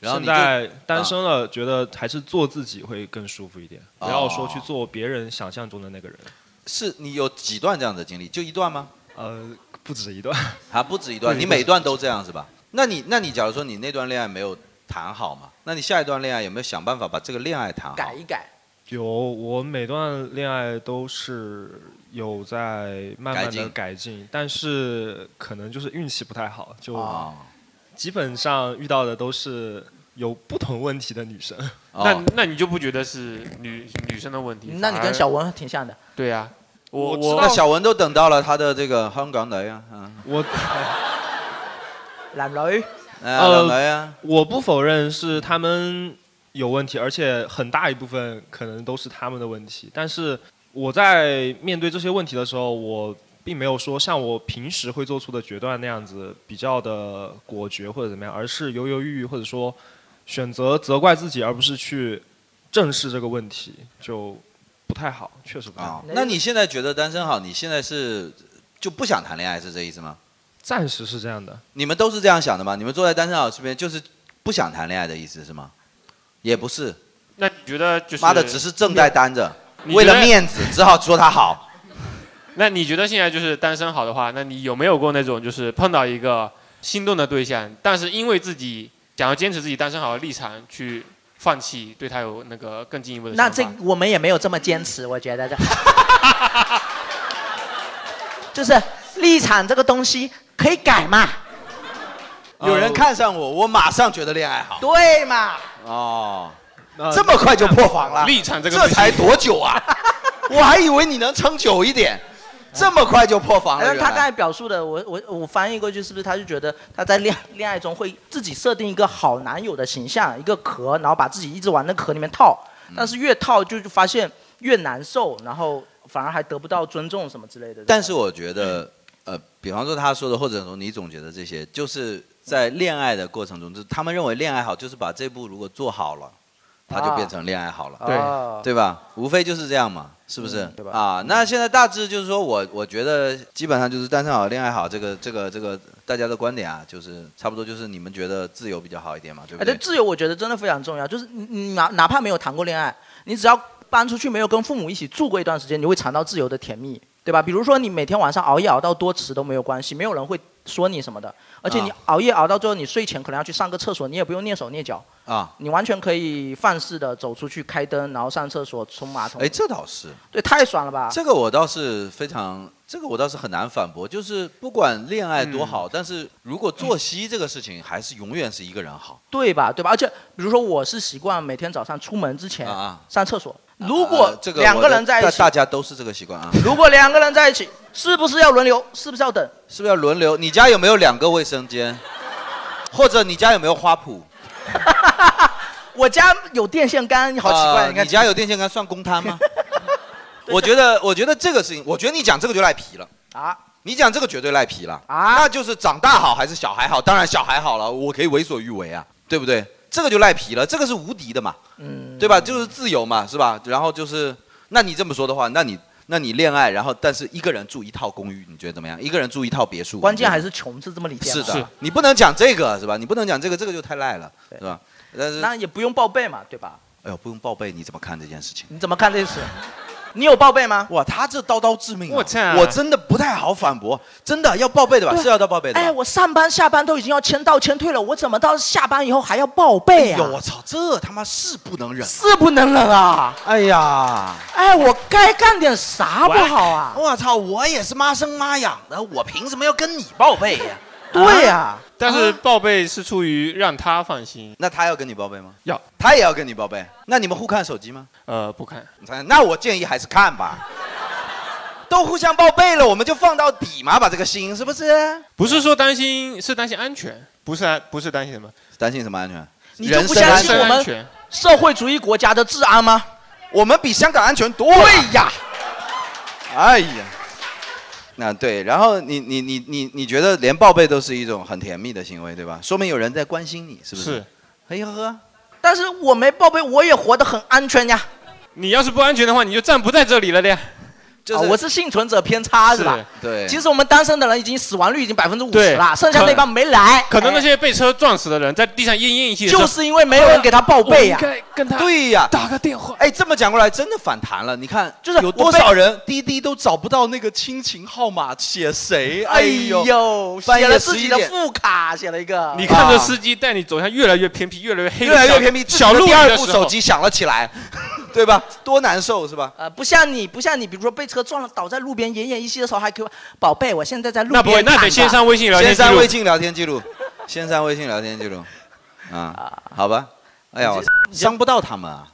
Speaker 1: 然后你
Speaker 10: 现
Speaker 1: 就啊
Speaker 10: 在单身了，觉得还是做自己会更舒服一点，不要说去
Speaker 1: 哦
Speaker 10: 做别人想象中的那个人。
Speaker 1: 是你有几段这样的经历？就一段吗？
Speaker 10: 呃，不止一段。
Speaker 1: 还不止一段，
Speaker 10: 对
Speaker 1: 你每段都这样是吧？那你那你假如说你那段恋爱没有谈好嘛，那你下一段恋爱有没有想办法把这个恋爱谈好？
Speaker 4: 改一改。
Speaker 10: 有，我每段恋爱都是有在慢慢
Speaker 1: 改
Speaker 10: 的改
Speaker 1: 进
Speaker 10: 进，但是可能就是运气不太好，就
Speaker 1: 啊
Speaker 10: 基本上遇到的都是有不同问题的女生。
Speaker 1: 哦
Speaker 2: 那那你就不觉得是女女生的问题？
Speaker 4: 那你
Speaker 2: 反
Speaker 4: 跟
Speaker 2: 而
Speaker 4: 小文挺像的。
Speaker 2: 对呀、我
Speaker 1: 知道小文都等到了他的这个香港女啊，嗯， (laughs)
Speaker 10: 我
Speaker 4: 男女，
Speaker 1: 呃，来呀，
Speaker 10: 我不否认是他们有问题，而且很大一部分可能都是他们的问题。但是我在面对这些问题的时候，我并没有说像我平时会做出的决断那样子比较的果决或者怎么样，而是犹犹豫豫，或者说选择责怪自己，而不是去正视这个问题，就不太好，确实不太
Speaker 1: 哦
Speaker 10: 好。
Speaker 1: 那你现在觉得单身好？你现在是就不想谈恋爱是这意思吗？
Speaker 10: 暂时是这样的，
Speaker 1: 你们都是这样想的吗？你们坐在单身好这边就是不想谈恋爱的意思是吗？也不是，
Speaker 2: 那你觉得就是
Speaker 1: 妈的，只是正在单着，
Speaker 2: 你
Speaker 1: 为
Speaker 2: 觉得
Speaker 1: 了面子只好说他好。
Speaker 2: (laughs) 那你觉得现在就是单身好的话，那你有没有过那种就是碰到一个心动的对象，但是因为自己想要坚持自己单身好的立场去放弃，对他有那个更进一步的
Speaker 4: 那
Speaker 2: 想
Speaker 4: 这
Speaker 2: 法？
Speaker 4: 我们也没有这么坚持，我觉得这， (laughs) 就是立场这个东西可以改嘛，
Speaker 1: (laughs) 有人看上我，我马上觉得恋爱好。
Speaker 4: 对嘛？
Speaker 1: 哦，
Speaker 10: 呃
Speaker 1: 这么快就破防了？
Speaker 2: 立场这个
Speaker 1: 这
Speaker 2: 东西
Speaker 1: 才多久啊？ (laughs) 我还以为你能撑久一点，这么快就破防了。
Speaker 4: 然后哎他
Speaker 1: 原
Speaker 4: 刚
Speaker 1: 来
Speaker 4: 才表述的，我我我翻译过去，是不是他就觉得他在恋恋爱中会自己设定一个好男友的形象，一个壳，然后把自己一直往那壳里面套，但是越套就就发现越难受，然后反而还得不到尊重什么之类的。
Speaker 1: 但是我觉得，呃，比方说他说的，或者说你总结的这些，就是在恋爱的过程中，就是他们认为恋爱好，就是把这步如果做好了，他就变成恋爱好了，
Speaker 4: 对啊
Speaker 1: 对吧？无非就是这样嘛，是不是？
Speaker 4: 嗯对吧
Speaker 1: 啊，那现在大致就是说我我觉得基本上就是单身好、恋爱好，这个这个这个大家的观点啊，就是差不多就是你们觉得自由比较好一点嘛，对不
Speaker 4: 哎，这
Speaker 1: 对？
Speaker 4: 自由我觉得真的非常重要，就是你你哪哪怕没有谈过恋爱，你只要搬出去没有跟父母一起住过一段时间，你会尝到自由的甜蜜，对吧？比如说你每天晚上熬夜熬到多迟都没有关系，没有人会说你什么的，而且你
Speaker 1: 啊
Speaker 4: 熬夜熬到最后，你睡前可能要去上个厕所，你也不用蹑手蹑脚，
Speaker 1: 啊，
Speaker 4: 你完全可以放肆的走出去开灯，然后上厕所冲马桶。
Speaker 1: 哎，这倒是。
Speaker 4: 对，太爽了吧？
Speaker 1: 这个我倒是非常，这个我倒是很难反驳。就是不管恋爱多
Speaker 4: 嗯
Speaker 1: 好，但是如果作息这个事情，还是永远是一个人好。
Speaker 4: 对吧？对吧？而且比如说我是习惯每天早上出门之前
Speaker 1: 啊啊
Speaker 4: 上厕所，如果
Speaker 1: 呃这个
Speaker 4: 两
Speaker 1: 我
Speaker 4: 个
Speaker 1: 的
Speaker 4: 人在一
Speaker 1: 大
Speaker 4: 起，
Speaker 1: 大家都是这个习惯啊，
Speaker 4: (laughs) 如果两个人在一起，是不是要轮流？是不是要等？
Speaker 1: 是不是要轮流？你家有没有两个卫生间？或者你家有没有花圃？
Speaker 4: 我家有电线杆，好奇怪，
Speaker 1: 呃
Speaker 4: 看
Speaker 1: 你家有电线杆算公摊
Speaker 4: (laughs)
Speaker 1: 吗？我觉得，我觉得这个事情，我觉得你讲这个就赖皮了。
Speaker 4: 啊
Speaker 1: 你讲这个绝对赖皮了
Speaker 4: 啊
Speaker 1: 那就是长大好还是小孩好？当然小孩好了，我可以为所欲为啊，对不对？这个就赖皮了，这个是无敌的嘛，
Speaker 4: 嗯，
Speaker 1: 对吧？就是自由嘛，是吧？然后就是，那你这么说的话，那你那你恋爱，然后但是一个人住一套公寓，你觉得怎么样？一个人住一套别墅，
Speaker 4: 关键
Speaker 1: 你觉
Speaker 4: 还
Speaker 1: 得
Speaker 4: 是穷是这么理解
Speaker 1: 是
Speaker 4: 吗？
Speaker 1: 的，你不能讲这个是吧？你不能讲这个，这个就太赖了，
Speaker 4: 对
Speaker 1: 是吧？但是，哎
Speaker 4: 那也不用报备嘛，对吧？
Speaker 1: 哎呦，不用报备，你怎么看这件事情？
Speaker 4: 你怎么看这事？你有报备吗？
Speaker 1: 哇，他这刀刀致命、啊，
Speaker 2: 我操
Speaker 1: 我真的不太好反驳，真的要报备的吧？
Speaker 4: 对
Speaker 1: 是要到报备的吧。
Speaker 4: 哎，我上班下班都已经要签到签退了，我怎么到下班以后还要报备
Speaker 1: 哎
Speaker 4: 啊？
Speaker 1: 呦，我操，这他妈是不能忍！
Speaker 4: 是不能忍啊！
Speaker 1: 哎呀，
Speaker 4: 哎，我该干点啥不好啊？
Speaker 1: 我操，我也是妈生妈养的，我凭什么要跟你报备呀、
Speaker 4: 对呀、
Speaker 2: 但是报备是出于让他放心。
Speaker 1: 那他要跟你报备吗？
Speaker 2: 要，
Speaker 1: 他也要跟你报备。那你们互看手机吗？
Speaker 2: 呃，不看。
Speaker 1: 那我建议还是看吧。 (laughs) 都互相报备了，我们就放到底嘛，把这个心是不是？
Speaker 2: 不是说担心，是担心安全，不是安不是担心什么，
Speaker 1: 担心什么安全？
Speaker 4: 你就不相信我
Speaker 2: 人身安全
Speaker 4: 们社会主义国家的治安吗？
Speaker 1: 我们比香港安全多了。对呀。哎呀，那对，然后你你你你你觉得连报备都是一种很甜蜜的行为，对吧？说明有人在关心你，是不是？
Speaker 2: 是。
Speaker 1: 哎呀呵，
Speaker 4: 但是我没报备，我也活得很安全呀。
Speaker 2: 你要是不安全的话，你就站不在这里了的呀。
Speaker 1: 就是
Speaker 4: 啊、我是幸存者偏差是吧？
Speaker 2: 是对
Speaker 4: 其实我们单身的人已经死亡率已经百分之五十
Speaker 2: 对
Speaker 4: 了，剩下那帮没来。
Speaker 2: 可能那
Speaker 4: 哎
Speaker 2: 些被车撞死的人在地上奄奄一息的时候，哦
Speaker 4: 就是因为没有人给他报备呀、
Speaker 2: 跟他
Speaker 1: 啊对呀、
Speaker 2: 打个电话。
Speaker 1: 哎，这么讲过来，真的反弹了。你看，
Speaker 4: 就是
Speaker 1: 有
Speaker 4: 我
Speaker 1: 多
Speaker 4: 被
Speaker 1: 少人滴滴都找不到那个亲情号码，写谁？哎
Speaker 4: 哎
Speaker 1: 呦，
Speaker 4: 呦，
Speaker 1: 半
Speaker 4: 写
Speaker 1: 夜
Speaker 4: 了自
Speaker 1: 十一
Speaker 4: 己的
Speaker 1: 点，
Speaker 4: 副卡，写了一个。
Speaker 2: 你看
Speaker 1: 啊
Speaker 2: 着司机带你走向越来越偏僻、越来越黑的
Speaker 1: 越来
Speaker 2: 小
Speaker 1: 越偏僻。
Speaker 2: 小
Speaker 1: 自
Speaker 2: 路
Speaker 1: 己
Speaker 2: 里
Speaker 1: 的第二
Speaker 2: 的
Speaker 1: 部
Speaker 2: 时候
Speaker 1: 手机响了起来，对吧？多难受是吧？
Speaker 4: 啊呃，不像你，不像你，比如说被车撞了，倒在路边奄奄一息的时候，还可以问宝贝，我现在在路
Speaker 2: 那
Speaker 4: 边
Speaker 2: 不会，那
Speaker 4: 躺
Speaker 2: 得
Speaker 4: 着
Speaker 2: 先上微信聊
Speaker 1: 先
Speaker 2: 天记
Speaker 1: 删微
Speaker 2: 录。
Speaker 1: 信聊天记录，先删微信聊天记录，啊，好吧。哎呀，我伤不到他们啊。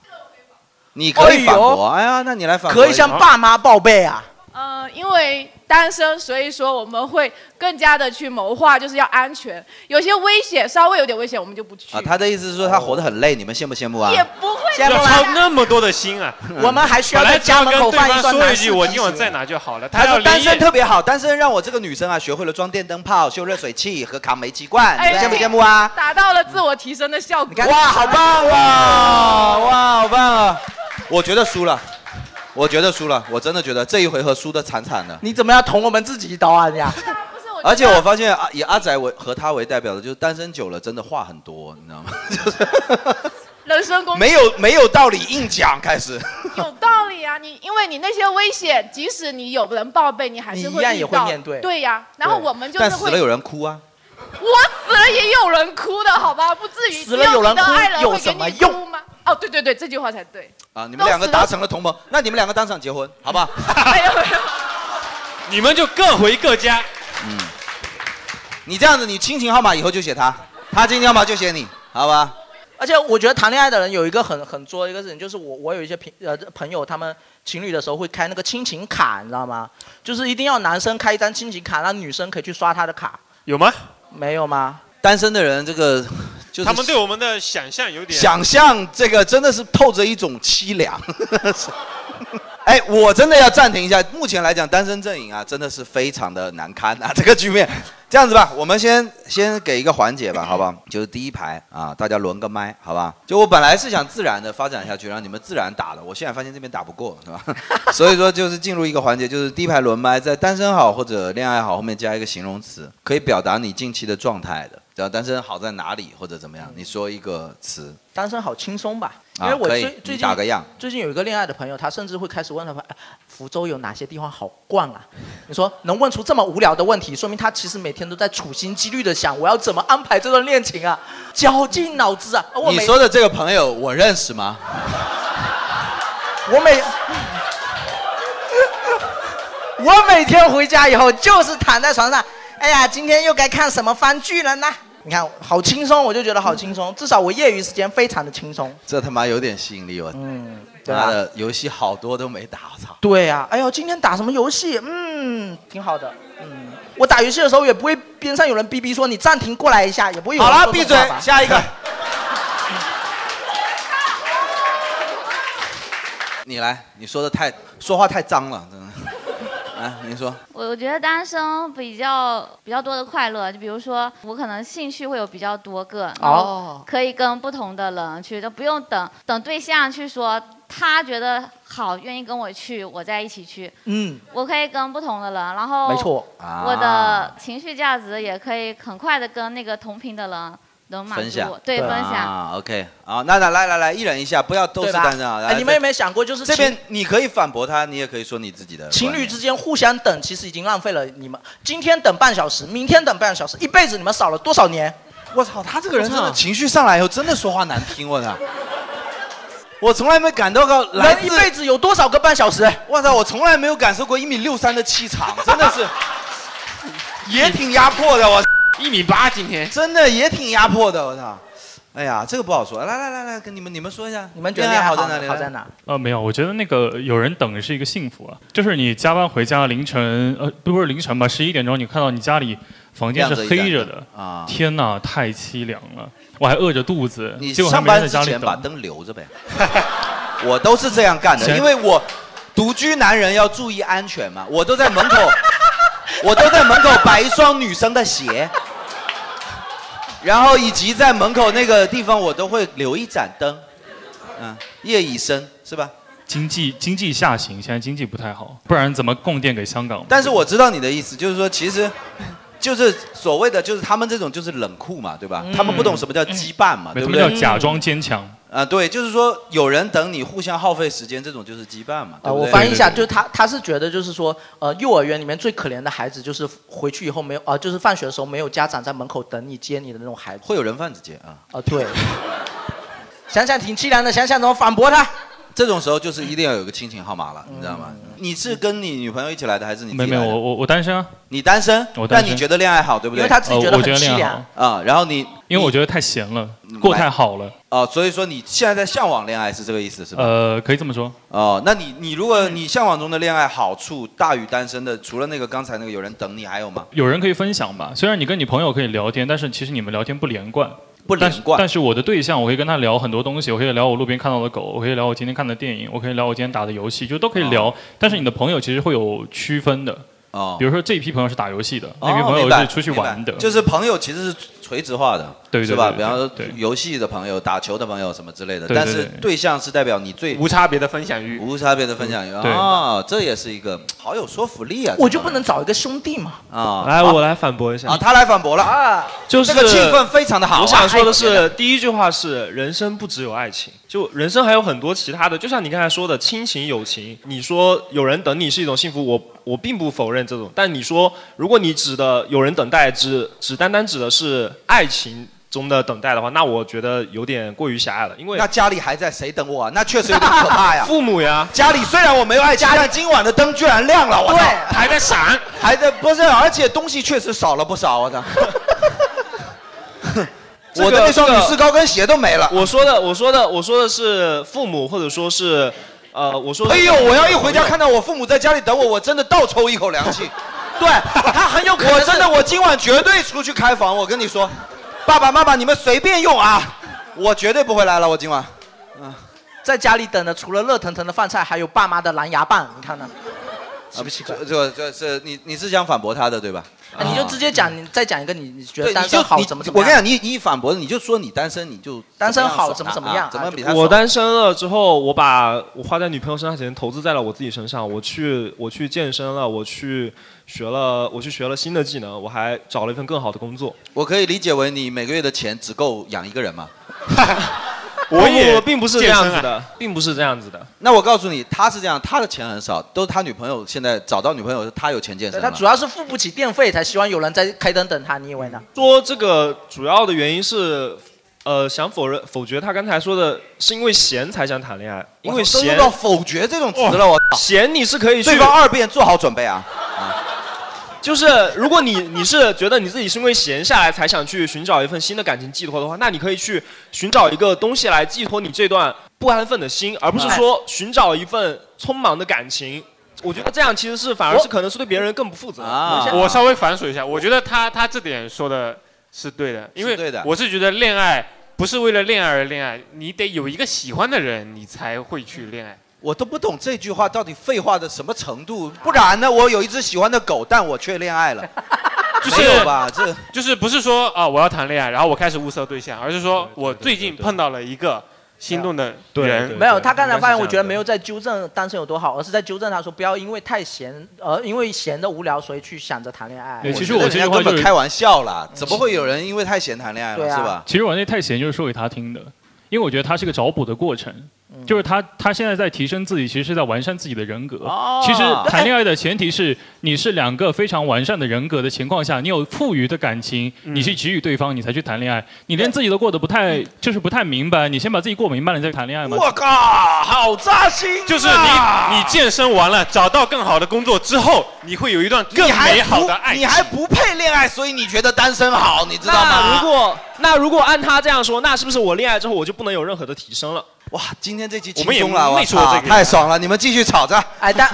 Speaker 1: 你可以反驳，哎呀，那你来反驳
Speaker 4: 可
Speaker 1: 一
Speaker 4: 以
Speaker 1: 下。
Speaker 4: 向爸妈报备啊。
Speaker 7: 呃，因为单身，所以说我们会更加的去谋划，就是要安全。有些危险，稍微有点危险，我们就不去。
Speaker 1: 啊，他的意思是说他活得很累，你们羡不羡慕啊？
Speaker 7: 也不会
Speaker 4: 羡慕
Speaker 2: 要
Speaker 4: 吗
Speaker 2: 操那么多的心啊！
Speaker 1: 嗯
Speaker 4: 我们还需
Speaker 2: 本
Speaker 4: 要
Speaker 2: 来
Speaker 4: 在
Speaker 2: 只要
Speaker 4: 家
Speaker 2: 跟
Speaker 4: 门口
Speaker 2: 对
Speaker 4: 放
Speaker 2: 方
Speaker 4: 一段
Speaker 2: 说
Speaker 4: 男
Speaker 2: 一
Speaker 4: 士
Speaker 2: 句我
Speaker 4: 提
Speaker 2: 今晚
Speaker 4: 醒
Speaker 2: 在哪就好了，
Speaker 1: 他
Speaker 2: 呃他要
Speaker 1: 说单
Speaker 2: 连
Speaker 1: 身
Speaker 2: 夜
Speaker 1: 特别好，单身让我这个女生啊学会了装电灯泡、修热水器和扛煤气罐，你
Speaker 7: 哎
Speaker 1: 们羡不羡慕啊？
Speaker 7: 达到了自我提升的效果。
Speaker 1: 哇，好棒啊哇！哇，好棒啊！我觉得输了，我觉得输了，我真的觉得这一回合输的惨惨的。
Speaker 4: 你怎么要捅我们自己一刀啊？你啊，
Speaker 7: (laughs) 不是我觉得
Speaker 1: 而且我发现啊，以阿仔为和他为代表的，就是单身久了真的话很多，你知道吗？
Speaker 7: 人身攻
Speaker 1: (laughs)
Speaker 7: 击
Speaker 1: 没有没有道理硬讲，开始。
Speaker 7: 有道理啊！你因为你那些危险，即使你有人报备，你还是
Speaker 4: 你
Speaker 7: 会
Speaker 4: 一
Speaker 7: 遇到。
Speaker 4: 样也会面对
Speaker 7: 对呀、然后我们就是
Speaker 1: 但
Speaker 7: 会
Speaker 1: 死了有人哭啊，
Speaker 7: 我死了也有人哭的好吧？不至于
Speaker 4: 死了
Speaker 7: 只
Speaker 4: 有人
Speaker 7: 你的
Speaker 4: 哭
Speaker 7: 爱人
Speaker 4: 有
Speaker 7: 会
Speaker 4: 什
Speaker 7: 给
Speaker 4: 么
Speaker 7: 你
Speaker 4: 用
Speaker 7: 哭吗？哦，对对对，这句话才对。
Speaker 1: 啊，你们两个达成了同盟，那你们两个当场结婚，好不好？
Speaker 7: 没有没有，
Speaker 2: (laughs) 你们就各回各家。
Speaker 1: 你这样子，你亲情号码以后就写他，他亲情号码就写你，好吧？
Speaker 4: 而且我觉得谈恋爱的人有一个很很作的一个事情，就是我我有一些朋呃朋友，他们情侣的时候会开那个亲情卡，你知道吗？就是一定要男生开一张亲情卡，让女生可以去刷他的卡，
Speaker 2: 有吗？
Speaker 4: 没有吗？
Speaker 1: 嗯单身的人这个就是
Speaker 2: 他们对我们的想象有点
Speaker 1: 想象这个真的是透着一种凄凉。 (laughs) 是哎，我真的要暂停一下。目前来讲，单身阵营啊，真的是非常的难堪啊，这个局面。这样子吧，我们先先给一个缓解吧，好不好？就是第一排啊，大家轮个麦，好吧？就我本来是想自然的发展下 (laughs) 去，让你们自然打的，我现在发现这边打不过，是吧？所以说就是进入一个环节，就是第一排轮麦，在单身好或者恋爱好后面加一个形容词，可以表达你近期的状态的。只要单身好在哪里或者怎么样，你说一个词，
Speaker 4: 单身好轻松吧？因
Speaker 1: 啊，
Speaker 4: 为我
Speaker 1: 可
Speaker 4: 最、
Speaker 1: 以，
Speaker 4: 最
Speaker 1: 你
Speaker 4: 近
Speaker 1: 打个样。
Speaker 4: 最近有一个恋爱的朋友，他甚至会开始问他们、哎福州有哪些地方好逛啊？你说能问出这么无聊的问题，说明他其实每天都在处心积虑的想我要怎么安排这段恋情啊，绞尽脑汁啊！而我
Speaker 1: 你
Speaker 4: 每
Speaker 1: 说的这个朋友，我认识吗？
Speaker 4: 我每 (laughs) 我每天回家以后就是躺在床上，哎呀，今天又该看什么番剧了呢？你看，好轻松，我就觉得好轻松，至少我业余时间非常的轻松。
Speaker 1: 这他妈有点吸引力，我
Speaker 4: 嗯，对
Speaker 1: 妈
Speaker 4: 吧？
Speaker 1: 的游戏好多都没打，我
Speaker 4: (laughs)
Speaker 1: 操！
Speaker 4: 对呀、哎呦，今天打什么游戏？嗯，挺好的。嗯，我打游戏的时候也不会边上有人逼逼说你暂停过来一下，也不会有
Speaker 1: 好
Speaker 4: 人
Speaker 1: 了，
Speaker 4: 说这
Speaker 1: 闭
Speaker 4: 种
Speaker 1: 嘴
Speaker 4: 话吧，
Speaker 1: 下一个。 (laughs) 你来，你说的太说话太脏了，真的。来，您说，
Speaker 11: 我我觉得单身比较比较多的快乐，就比如说我可能兴趣会有比较多个，然后可以跟不同的人去，就不用等等对象去说他觉得好愿意跟我去，我再一起去，
Speaker 4: 嗯，
Speaker 11: 我可以跟不同的人，然后
Speaker 4: 没错。
Speaker 1: 啊
Speaker 11: 我的情绪价值也可以很快的跟那个同频的人能满足，
Speaker 1: 分享
Speaker 11: 对分享。
Speaker 1: 啊，OK，啊，那那来来来，一人一下，不要都
Speaker 4: (laughs)
Speaker 1: 是
Speaker 4: 对吧？
Speaker 1: 单身啊。来
Speaker 4: 哎，你们有没有想过，就是
Speaker 1: 这
Speaker 4: 情
Speaker 1: 边你可以反驳他，你也可以说你自己的
Speaker 4: 情
Speaker 1: 观
Speaker 4: 侣
Speaker 1: 点
Speaker 4: 之间互相等，其实已经浪费了你们今天等半小时，明天等半小时，一辈子你们少了多少年？
Speaker 1: 我操，他这个人真的情绪上来以后，真的说话难听，我操！ (laughs) 我从来没感到过来
Speaker 4: 人一
Speaker 1: 自，
Speaker 4: 辈子有多少个半小时？
Speaker 1: 我操，我从来 (laughs) 没有感受过一米六三的气场，真的是也挺压迫的，我
Speaker 2: 一米八今天
Speaker 1: 真的也挺压迫的，我操！哎呀，这个不好说。来来来来，跟你们你们说一下，你们
Speaker 4: 觉得
Speaker 1: 恋爱
Speaker 4: 恋爱
Speaker 1: 在
Speaker 4: 好
Speaker 1: 哪里？啊
Speaker 4: 好在哪？
Speaker 12: 呃，没有，我觉得那个有人等是一个幸福啊，就是你加班回家凌晨，呃，不是凌晨吧，十一点钟，你看到你家里房间是
Speaker 1: 亮着一盏
Speaker 12: 黑着
Speaker 1: 灯
Speaker 12: 的
Speaker 1: 啊
Speaker 12: 天哪，太凄凉了，我还饿着肚子，
Speaker 1: 你
Speaker 12: 结果还
Speaker 1: 上
Speaker 12: 没人
Speaker 1: 班
Speaker 12: 在
Speaker 1: 之
Speaker 12: 家里
Speaker 1: 前把
Speaker 12: 等。
Speaker 1: 灯留着呗。我都是这样干的，
Speaker 12: 行
Speaker 1: 因为我独居男人要注意安全嘛，我都在门 (laughs) 口，我都在门口摆一双女生的鞋，然后以及在门口那个地方我都会留一盏灯，嗯，夜已深是吧？
Speaker 12: 经济经济下行，现在经济不太好，不然怎么供电给香港？
Speaker 1: 但是我知道你的意思，就是说其实。就是所谓的，就是他们这种就是冷酷嘛，对吧？他们不懂什么叫羁绊嘛，
Speaker 12: 嗯没
Speaker 1: 对
Speaker 12: 他
Speaker 1: 不
Speaker 12: 们
Speaker 1: 对？
Speaker 12: 叫假装坚强。
Speaker 1: 啊，对，就是说有人等你，互相耗费时间，这种就是羁绊嘛。对
Speaker 4: 呃，
Speaker 12: 啊
Speaker 1: 不对
Speaker 4: 我翻译一下，就是他他是觉得就是说，呃，幼儿园里面最可怜的孩子就是回去以后没有，呃，就是放学的时候没有家长在门口等你接你的那种孩子。
Speaker 1: 会有人贩子接啊？
Speaker 4: 啊，对。 (laughs) 想想挺凄凉的，想想怎么反驳他。
Speaker 1: 这种时候就是一定要有一个亲情号码了，你知道吗？
Speaker 12: 嗯
Speaker 1: 你是跟你女朋友一起来的，还是嗯你自己
Speaker 12: 没没有，
Speaker 1: 来的
Speaker 12: 我我我单身啊。
Speaker 1: 你单身？
Speaker 12: 我单
Speaker 1: 但
Speaker 12: 身
Speaker 1: 你觉得恋爱好，对不对？
Speaker 12: 因为他自己觉得很凄凉
Speaker 1: 啊。然后你嗯
Speaker 12: 因为我觉得太闲了，过太好了。
Speaker 1: 哦，所以说你现在在向往恋爱是这个意思是吧？
Speaker 12: 呃，可以这么说。
Speaker 1: 哦，那你你如果你向往中的恋爱好处大于单身的，除了那个刚才那个有人等你，还有吗？
Speaker 12: 有人可以分享吧。虽然你跟你朋友可以聊天，但是其实你们聊天不连贯。
Speaker 1: 不连贯
Speaker 12: 但是。但是我的对象，我可以跟他聊很多东西，我可以聊我路边看到的狗，我可以聊我今天看的电影，我可以聊我今天打的游戏，就都可以聊。但是你的朋友其实会有区分的。
Speaker 1: 哦。
Speaker 12: 比如说这批朋友是打游戏的，那批
Speaker 1: 哦
Speaker 12: 朋
Speaker 1: 明
Speaker 12: 友
Speaker 1: 白
Speaker 12: 是出去
Speaker 1: 明白
Speaker 12: 玩的。
Speaker 1: 就是朋友其实是垂直化的，
Speaker 12: 对对
Speaker 1: 是吧？
Speaker 12: 对对
Speaker 1: 比方说游戏的朋友、打球的朋友什么之类的，
Speaker 12: 对对
Speaker 1: 但是
Speaker 12: 对
Speaker 1: 对象是代表你最无
Speaker 2: 差别的分享欲，
Speaker 1: 无差别的分享欲
Speaker 10: 对
Speaker 1: 啊，这也是一个好有说服力啊！
Speaker 4: 我就不能找一个兄弟嘛？
Speaker 1: 啊，
Speaker 10: 来，我来反驳一下
Speaker 1: 啊，他来反驳了啊，
Speaker 10: 就是
Speaker 1: 这个气氛非常的好啊。
Speaker 10: 我想说的
Speaker 1: 哎
Speaker 10: 是，第一句话是人生不只有爱情，就人生还有很多其他的，就像你刚才说的亲情、友情。你说有人等你是一种幸福，我我并不否认这种，但你说如果你指的有人等待只只单单指的是爱情中的等待的话，那我觉得有点过于狭隘了，因为
Speaker 1: 那家里还在谁等我啊？那确实有点可 (laughs) 怕呀。
Speaker 10: 父母呀，
Speaker 1: 家里虽然我没有爱情，但今晚的灯居然亮了，我操，
Speaker 2: 还在闪，
Speaker 1: 还在不是， (laughs) 而且东西确实少了不少， (laughs) 我操。
Speaker 10: 这个
Speaker 1: 我的那双
Speaker 10: 这个
Speaker 1: 女士高跟鞋都没了。
Speaker 10: 我说的，我说的，我说的是父母，或者说是，呃，我说的
Speaker 1: 哎
Speaker 10: 是
Speaker 1: 呦，我要一回家看到我父母在家里等我，我真的倒抽一口凉气。 (laughs) 对他很有可能，我真的我今晚绝对出去开房，我跟你说，爸爸妈妈你们随便用啊，我绝对不会来了，我今晚。
Speaker 4: 在家里等的除了热腾腾的饭菜，还有爸妈的狼牙棒，你看呢？
Speaker 1: 啊，不奇怪，这这这，你你是想反驳他的对吧？
Speaker 4: 啊你就直接讲，你再讲一个你你觉
Speaker 1: 对，
Speaker 4: 得
Speaker 1: 你
Speaker 4: 单
Speaker 1: 就
Speaker 4: 身好
Speaker 1: 你
Speaker 4: 怎么怎么
Speaker 1: 我
Speaker 4: 样？
Speaker 1: 跟你讲，你你一反驳，你就说你单身，你就
Speaker 4: 单身好
Speaker 1: 怎
Speaker 4: 怎
Speaker 1: 么
Speaker 4: 么
Speaker 1: 样爽啊啊
Speaker 4: 怎么样
Speaker 1: 怎么比他
Speaker 10: 我
Speaker 1: 爽
Speaker 10: 单身了之后，我把我花在女朋友身上的钱投资在了我自己身上。我去，我去健身了，我去学了，我去学了新的技能，我还找了一份更好的工作。
Speaker 1: 我可以理解为你每个月的钱只够养一个人吗？
Speaker 10: 我也啊并不是这样子 (laughs) 的，并不是这样子的。
Speaker 1: 那我告诉你，他是这样，他的钱很少，都是他女朋友现在找到女朋友，他有钱健
Speaker 4: 对
Speaker 1: 身
Speaker 4: 他
Speaker 1: 了。
Speaker 4: 主要是付不起电费，才希望有人在开灯等他。你以为
Speaker 1: 嗯
Speaker 4: 呢？
Speaker 10: 说这个主要的原因是，呃，想否认否决他刚才说的，是因为闲才想谈恋爱，因为
Speaker 1: 都用
Speaker 10: 闲
Speaker 1: 到否决这种词了，我操
Speaker 10: 闲你是可以去
Speaker 1: 对方二辩做好准备啊。
Speaker 10: 就是如果你你是觉得你自己是因为闲下来才想去寻找一份新的感情寄托的话，那你可以去寻找一个东西来寄托你这段不安分的心，而不
Speaker 2: 哎
Speaker 10: 是说寻找一份匆忙的感情。我觉得这样其实是反而是可能是对别人更不负责
Speaker 1: 啊
Speaker 2: 我稍微反水一下，我觉得他他这点说的是对的，因为
Speaker 1: 是对的
Speaker 2: 我是觉得恋爱不是为了恋爱而恋爱，你得有一个喜欢的人，你才会去恋爱。
Speaker 1: 我都不懂这句话到底废话的什么程度，不然呢？我有一只喜欢的狗，但我却恋爱了，
Speaker 2: 就是
Speaker 1: 没有吧？这
Speaker 2: 就是不是说啊我要谈恋爱，然后我开始物色对象，而是说我最近碰到了一个心动的人，
Speaker 4: 没有，他刚才发言，我觉得没有在纠正单身有多好，而是在纠正他说不要因为太闲，呃，因为闲的无聊，所以去想着谈恋爱。
Speaker 10: 哎
Speaker 12: 对其实我这句
Speaker 1: 人家
Speaker 12: 话
Speaker 1: 根
Speaker 12: 就
Speaker 1: 本
Speaker 12: 是
Speaker 1: 开玩笑啦，怎么会有人因为太闲谈恋爱了，
Speaker 4: 对啊
Speaker 1: 是吧？
Speaker 12: 其实我那太闲就是说给他听的，因为我觉得他是个找补的过程。
Speaker 1: 嗯
Speaker 12: 就是他，他现在在提升自己，其实是在完善自己的人格。
Speaker 1: 哦 (laughs)
Speaker 12: 其实谈恋爱的前提是你是两个非常完善的人格的情况下，你有富余的感情，
Speaker 1: 嗯
Speaker 12: 你去给予对方，你才去谈恋爱。你连自己都过得不太，就是不太明白，你先把自己过明白了，你再谈恋爱嘛。
Speaker 1: (laughs) 我靠，好扎心、啊
Speaker 6: 就是你，你健身完了，找到更好的工作之后，你会有一段更
Speaker 1: 你还
Speaker 6: 美好
Speaker 1: 不
Speaker 6: 的爱情。
Speaker 1: 你还不配恋爱，所以你觉得单身好，你知道
Speaker 10: 那
Speaker 1: 吗？
Speaker 10: 如果那如果按他这样说，那是不是我恋爱之后我就不能有任何的提升了？
Speaker 1: 哇，今天这期
Speaker 10: 我
Speaker 1: 轻
Speaker 10: 们也
Speaker 1: 松了，
Speaker 10: 没
Speaker 1: 我
Speaker 10: 说
Speaker 1: 操
Speaker 10: 这个，
Speaker 1: 太爽了！你们继续吵着。
Speaker 4: 哎，但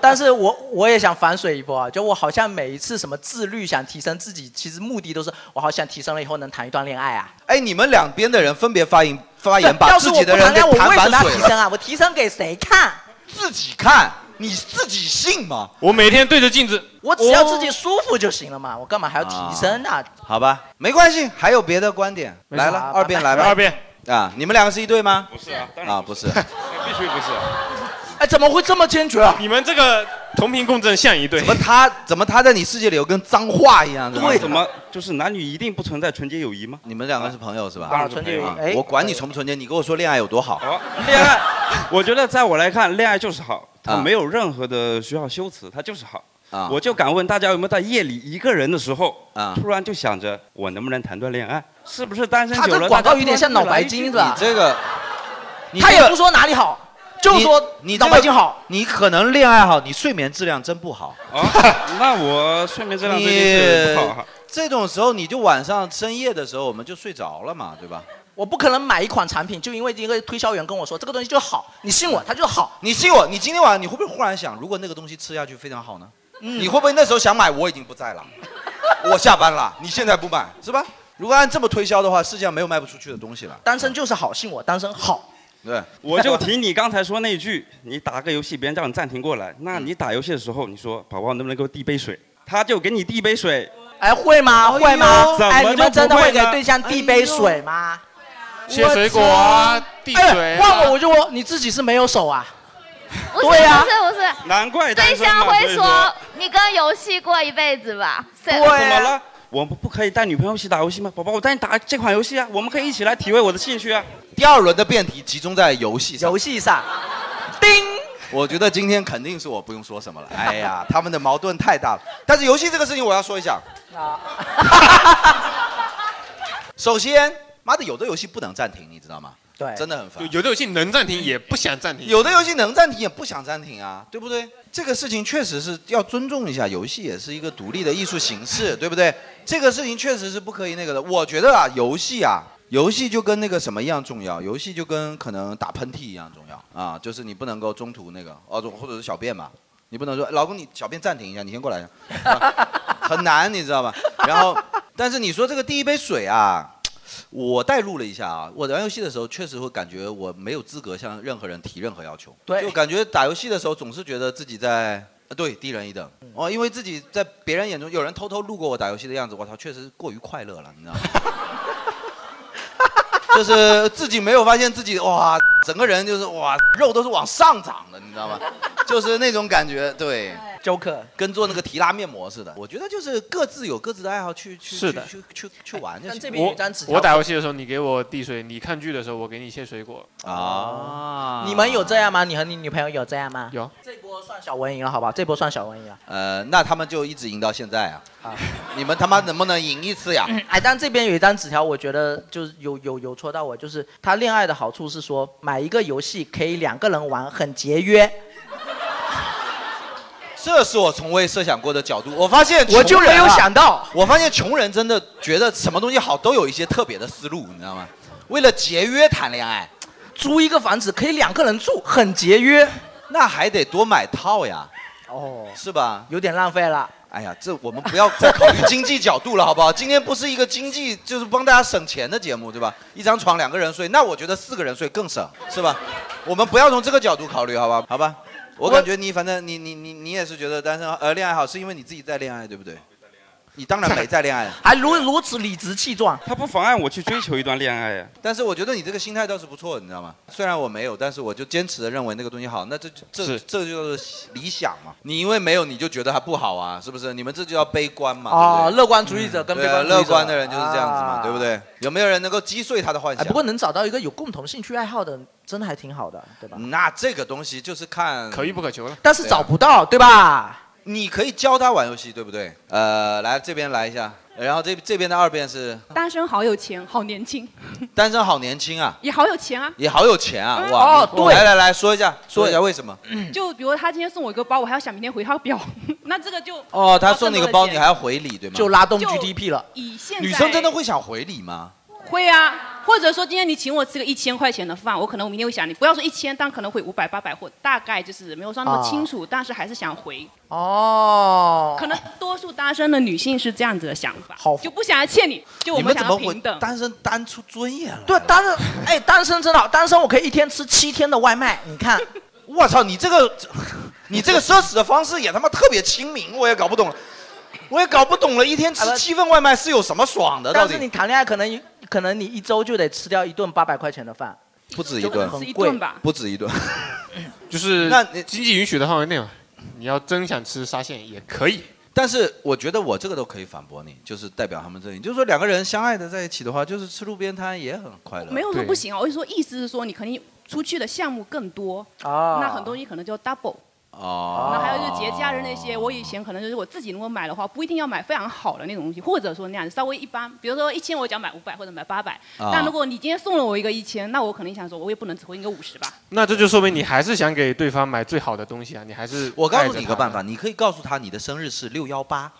Speaker 4: 但是我我也想反水一波啊，就我好像每一次什么自律想提升自己，其实目的都是我好想提升了以后能谈一段恋爱啊。
Speaker 1: 哎，你们两边的人分别发言发言，
Speaker 4: 对
Speaker 1: 把
Speaker 4: 要是
Speaker 1: 自
Speaker 4: 我
Speaker 1: 己
Speaker 4: 不
Speaker 1: 的人
Speaker 4: 谈
Speaker 1: 给
Speaker 4: 恋爱，我为什
Speaker 1: 谈
Speaker 4: 么
Speaker 1: 反
Speaker 4: 要
Speaker 1: 水
Speaker 4: 提升
Speaker 1: 了。
Speaker 4: 啊？我提升给谁看？
Speaker 1: 自己看，你自己信吗？
Speaker 6: 我每天对着镜子，
Speaker 4: 我只要自己舒服就行了嘛，我干嘛还要提升啊呢、
Speaker 1: 啊好吧，没关系，还有别的观点
Speaker 4: 没事啊
Speaker 1: 来了，
Speaker 4: 拜拜
Speaker 1: 二辩来吧，
Speaker 4: 二辩
Speaker 1: 啊，你们两个是一对吗？
Speaker 6: 不是啊，
Speaker 1: 啊，不是，
Speaker 6: 必须不是。
Speaker 4: 哎，怎么会这么坚决啊？
Speaker 6: 你们这个同频共振像一对。
Speaker 1: 怎么他怎么他在你世界里有跟脏话一样？
Speaker 13: 对，怎啊
Speaker 1: 么
Speaker 13: 么就是男女一定不存在纯洁友谊吗？
Speaker 1: 你们两个是朋友是吧？
Speaker 13: 当然是纯洁友谊
Speaker 1: 啊
Speaker 13: 哎
Speaker 1: 我管你纯不纯洁，你跟我说恋爱有多好。
Speaker 13: 恋爱，我觉得在我来看，恋爱就是好，它
Speaker 1: 啊
Speaker 13: 没有任何的需要修辞，它就是好。
Speaker 1: 啊
Speaker 13: 我就敢问大家有没有在夜里一个人的时候，突然就想着我能不能谈段恋爱？是不是单身
Speaker 4: 他
Speaker 13: 久
Speaker 4: 这
Speaker 13: 了？
Speaker 4: 广告
Speaker 13: 大家
Speaker 4: 有点像脑白金是
Speaker 13: 突然
Speaker 4: 吧
Speaker 13: 来？一句
Speaker 1: 这个，
Speaker 4: 他也不说哪里好，就说
Speaker 1: 你
Speaker 4: 脑白金好。
Speaker 1: 你可能恋爱好，你睡眠质量真不好。
Speaker 6: 啊
Speaker 13: 那我睡眠质量最近是
Speaker 1: 你
Speaker 13: 不好哈。
Speaker 1: 这种时候，你就晚上深夜的时候，我们就睡着了嘛，对吧？
Speaker 4: 我不可能买一款产品，就因为一个推销员跟我说这个东西就好，你信我，它就好。
Speaker 1: 你信我，你今天晚上你会不会忽然想，如果那个东西吃下去非常好呢？你会不会那时候想买？我已经不在了，我下班了，你现在不买是吧？如果按这么推销的话，世界上没有卖不出去的东西了。
Speaker 4: 单身就是好，信我，单身好。
Speaker 1: 对，
Speaker 13: 我就提你刚才说那句，你打个游戏，别人叫你暂停过来，那你打游戏的时候，你说宝宝能不能给我递杯水，他就给你递杯水，
Speaker 4: 哎，会吗？会吗？
Speaker 13: 怎么
Speaker 4: 哎，
Speaker 13: 就
Speaker 4: 你们真的
Speaker 13: 不
Speaker 4: 会
Speaker 13: 会
Speaker 4: 给
Speaker 13: 呢
Speaker 4: 对象递杯水吗？
Speaker 13: 切水果啊递水啊
Speaker 4: 哎换我我就问你自己是没有手啊？
Speaker 11: 不是
Speaker 4: 对啊呀
Speaker 11: 不是不是，
Speaker 13: 难怪单
Speaker 11: 对
Speaker 13: 身嘛
Speaker 11: 象会
Speaker 13: 所以
Speaker 11: 说你跟游戏过一辈子吧？对
Speaker 13: 怎么了？我们不可以带女朋友一起打游戏吗？宝宝，我带你打这款游戏啊，我们可以一起来体会我的兴趣啊。
Speaker 1: 第二轮的辩题集
Speaker 13: (laughs)
Speaker 1: 中在游戏上。游
Speaker 4: 戏上，
Speaker 1: 叮！我觉得今天肯定是我不用说什么了。 (laughs) 哎呀，他们的矛盾太大了。但是游戏这个事情，我要说一下。 (laughs) 首先，妈的，有的游戏不能暂停，你知道吗？
Speaker 4: 对
Speaker 1: 真的很烦。
Speaker 6: 有的游戏能暂停，也不想暂停。
Speaker 1: 有的游戏能暂停，也不想暂停啊，对不对？这个事情确实是要尊重一下，游戏也是一个独立的艺术形
Speaker 6: (laughs)
Speaker 1: 式，对不对？这个事情确实是不可以那个的。我觉得啊，游戏啊，游戏就跟那个什么一样重要，游戏就跟可能打喷嚏一样重要啊，就是你不能够中途那个，哦，或者是小便嘛，你不能说哎老公你小便暂停一下，你先过来一下， (laughs) 啊很难，你知道吧？然后，但是你说这个第一杯水啊。我代入了一下啊，我玩游戏的时候确实会感觉我没有资格向任何人提任何要求，对，就感觉打游戏的时候总是觉得自己在呃对低人一等哦，因为自己在别人眼中有人偷偷路过我打游戏的样子，我操，确实过于快乐了，你知道吗？ (laughs) 就是自己没有发现自己哇，整个人就是哇，肉都是往上涨的，你知道吗？就是那种感觉，对
Speaker 4: ，Joker
Speaker 1: 跟做那个提拉面膜似的。我觉得就是各自有各自的爱好，去去去去去去玩就行。
Speaker 6: 我我打游戏的时候，你给我递水；你看剧的时候，我给你切水果。
Speaker 1: 啊
Speaker 4: 你们有这样吗？你和你女朋友有这样吗？
Speaker 6: 有。
Speaker 4: 这波算小文赢了，好吧？这波算小文赢了。
Speaker 1: 呃，那他们就一直赢到现在啊！ (laughs) 你们他妈能不能赢一次呀？
Speaker 4: (laughs) 哎，但这边有一张纸条，我觉得就是有有有戳到我，就是他恋爱的好处是说买一个游戏可以两个人玩，很节约。
Speaker 1: 这是我从未设想过的角度。我发现穷人啊
Speaker 4: 我就没有想到，
Speaker 1: 我发现穷人真的觉得什么东西好都有一些特别的思路，你知道吗？为了节约谈恋爱，
Speaker 4: 租一个房子可以两个人住，很节约。
Speaker 1: 那还得多买套呀，
Speaker 4: 哦，
Speaker 1: 是吧？
Speaker 4: 有点浪费了。
Speaker 1: 哎呀，这我们不要再考虑经济角度了，好不好？今天不是一个经济，就是帮大家省钱的节目，对吧？一张床两个人睡，那我觉得四个人睡更省，是吧？我们不要从这个角度考虑，好吧？好吧？我感觉你反正你你你你也是觉得单身呃恋爱好，是因为你自己在恋爱，对不对？你当然没在恋爱啊。
Speaker 4: 还如如此理直气壮，
Speaker 13: 他不妨碍我去追求一段恋爱呀、啊
Speaker 1: 但是我觉得你这个心态倒是不错的，你知道吗？虽然我没有，但是我就坚持的认为那个东西好，那这这这就叫做理想嘛。你因为没有，你就觉得它不好啊，是不是？你们这就叫悲观嘛。
Speaker 4: 哦
Speaker 1: 对不对嗯
Speaker 4: 乐观主义者跟悲观主义者
Speaker 1: 对乐观的人就是这样子嘛，
Speaker 4: 啊
Speaker 1: 对不对？有没有人能够击碎他的幻
Speaker 4: 哎，
Speaker 1: 想？
Speaker 4: 不过能找到一个有共同兴趣爱好的，真的还挺好的，对吧？
Speaker 1: 那这个东西就是看可遇不可求了。
Speaker 4: 但是找不到，对吧？
Speaker 1: 你可以教他玩游戏，对不对？呃，来这边来一下，然后这这边的二遍
Speaker 4: (laughs)
Speaker 1: 是
Speaker 14: 单身好有钱，好
Speaker 1: (laughs)
Speaker 14: 年轻，
Speaker 1: 单身好年轻啊，
Speaker 14: 也好有钱啊。
Speaker 1: 也好有钱啊，
Speaker 14: 嗯
Speaker 1: 哇！
Speaker 14: 哦对
Speaker 1: 来来来说一下，说一下为什么？
Speaker 14: 就比如他今天送我一个包，我还要想明天回他
Speaker 1: (laughs)
Speaker 14: 个表，那这个就
Speaker 1: 哦，他送你一个包，
Speaker 14: 挣
Speaker 1: 你
Speaker 14: 多
Speaker 1: 还
Speaker 14: 了
Speaker 1: 要回礼，对吗？
Speaker 14: 就拉动就
Speaker 1: GDP 了。
Speaker 14: 以现在
Speaker 1: 女生真的会想回礼吗？
Speaker 14: 会啊，或者说今天你请我吃个一千块钱的饭，我可能我明天会想你，不要说一千，但可能会五百、八百或大概就是没有算那么清楚，但是还是想回。
Speaker 4: 哦，
Speaker 14: 可能多数单身的女性是这样子的想法，就不想要欠你，就我
Speaker 4: 你们
Speaker 14: 想
Speaker 4: 怎
Speaker 14: 要
Speaker 4: 么会
Speaker 14: 平等。
Speaker 1: 单身单出尊严了。
Speaker 4: 对，单身，哎，单身真的好，单身我可以一天吃七天的外卖，你看，
Speaker 1: (laughs) 我操，你这个，你这个奢侈的方式也他妈特别亲民，我也搞不懂了，我也搞不懂了，一天吃七份外卖是有什么爽的？到
Speaker 4: 但是你
Speaker 1: 底
Speaker 4: 谈恋爱可能可能你一周就得吃掉一顿八百块钱的饭，
Speaker 1: 不止一顿
Speaker 4: 就，很贵一顿吧
Speaker 1: 不止一顿。
Speaker 2: 就是
Speaker 1: 那
Speaker 2: 经济允许的范围内嘛。啊你要真想吃沙县也可以，
Speaker 1: 但是我觉得我这个都可以反驳你，就是代表他们阵营，就是说两个人相爱的在一起的话，就是吃路边摊也很快乐。
Speaker 14: 没有说不行啊，我就说意思是说你肯定出去的项目更多，
Speaker 1: 啊
Speaker 14: 那很多东西可能就 double。
Speaker 1: 哦。
Speaker 14: 那还有就是节假日那些，我以前可能就是我自己如果买的话，不一定要买非常好的那种东西，或者说那样子稍微一般，比如说一千，我只要买五百或者买八百。
Speaker 2: 啊
Speaker 14: 但如果你今天送了我一个一千，那我肯定想说，我也不能只回你个五十吧。
Speaker 2: 那这就说明你还是想给对方买最好的东西啊，你还是
Speaker 1: 我告
Speaker 2: 爱
Speaker 1: 诉
Speaker 2: 着
Speaker 1: 你
Speaker 2: 他
Speaker 1: 个办法，你可以告诉他你的生日是六幺八。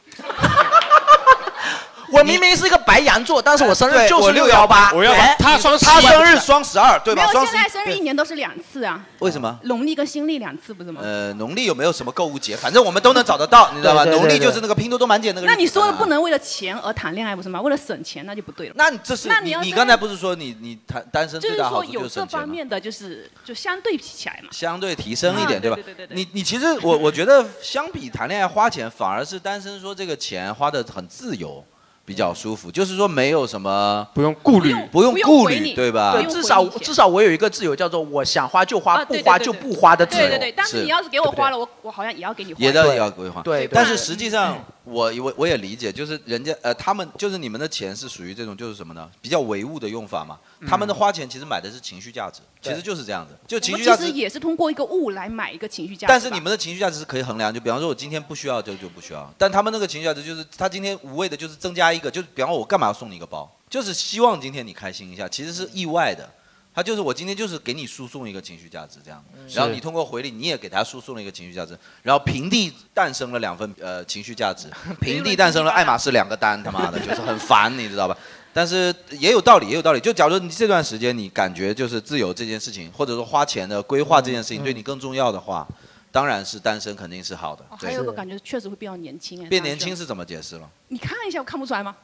Speaker 4: 我明明是一个白羊座，但是我生日就是
Speaker 1: 六
Speaker 4: 幺八，
Speaker 1: 我要
Speaker 4: 哎
Speaker 1: 他双他生日双十二对
Speaker 14: 没
Speaker 1: 吧？
Speaker 14: 有，
Speaker 1: 双十
Speaker 14: 现在生日一年都是两次啊，
Speaker 1: 为什么？
Speaker 14: 农历跟新历两次不是吗？
Speaker 1: 呃，农历有没有什么购物节？反正我们都能找得到，你知道吧？
Speaker 4: 对对对
Speaker 1: 农历
Speaker 4: 对
Speaker 1: 就是那个拼多多满减那个日子。
Speaker 14: 那你说的不能为了钱而谈恋爱不是吗？为了省钱那就不对了。
Speaker 1: 那你这是
Speaker 14: 那
Speaker 1: 你
Speaker 14: 要
Speaker 1: 你
Speaker 14: 真
Speaker 1: 刚
Speaker 14: 的
Speaker 1: 才不是说你你谈单身
Speaker 14: 就
Speaker 1: 最
Speaker 14: 是
Speaker 1: 大好
Speaker 14: 说
Speaker 1: 处就
Speaker 14: 有
Speaker 1: 是
Speaker 14: 这
Speaker 1: 省钱
Speaker 14: 方
Speaker 1: 吗？
Speaker 14: 面的，就是就相对比起来嘛。
Speaker 1: 相对提升一点，
Speaker 14: 啊
Speaker 1: 吧？
Speaker 14: 对对对对对
Speaker 1: 你你其实我我觉得相比谈恋爱花钱，反而是单身说这个钱花的很自由，比较舒服，就是说没有什么
Speaker 2: 不用顾虑，
Speaker 1: 不用
Speaker 4: 不用
Speaker 1: 顾
Speaker 4: 回
Speaker 1: 虑，
Speaker 4: 你
Speaker 1: 对吧？
Speaker 4: 对，至少至少我有一个自由，叫做我想花就花，不花就不花的自由。
Speaker 14: 啊对对对，但是
Speaker 1: 是
Speaker 14: 你要是给我花了，我我好像也要给你花。
Speaker 1: 也要也要规划，
Speaker 4: 对对
Speaker 1: 但是实际上，我我我也理解，就是人家呃，他们就是你们的钱是属于这种，就是什么呢？比较唯物的用法嘛。
Speaker 4: 嗯
Speaker 1: 他们的花钱其实买的是情绪价值，其实就是这样子，就
Speaker 14: 我
Speaker 1: 情
Speaker 14: 们
Speaker 1: 绪价
Speaker 14: 其实
Speaker 1: 值。
Speaker 14: 也是通过一个物来买一个情绪价值吧。
Speaker 1: 但是你们的情绪价值是可以衡量，就比方说，我今天不需要就就不需要。但他们那个情绪价值就是，他今天无谓的就是增加一个，就是比方说我干嘛送你一个包，就是希望今天你开心一下，其实是意外的。他就是我今天就是给你输送一个情绪价值，这样，
Speaker 14: 嗯
Speaker 1: 然后
Speaker 2: 是
Speaker 1: 你通过回礼，你也给他输送了一个情绪价值，然后平地诞生了两份呃情绪
Speaker 14: (laughs)
Speaker 1: 价值，平地诞生了爱马仕两个单，他妈的就是很烦，你知道吧？ (laughs) 但是也有道理，也有道理。就假如你这段时间你感觉就是自由这件事情，或者说花钱的规划这件事情
Speaker 14: 嗯
Speaker 1: 对你更重要的话，当然是单身肯定是好的。
Speaker 14: 哦还
Speaker 1: 对
Speaker 14: 有一个感觉确实会变到年轻哎。
Speaker 1: 变
Speaker 14: 当时
Speaker 1: 年轻是怎么解
Speaker 2: (laughs)
Speaker 1: 释了？
Speaker 14: 你看一下，我看不出来吗？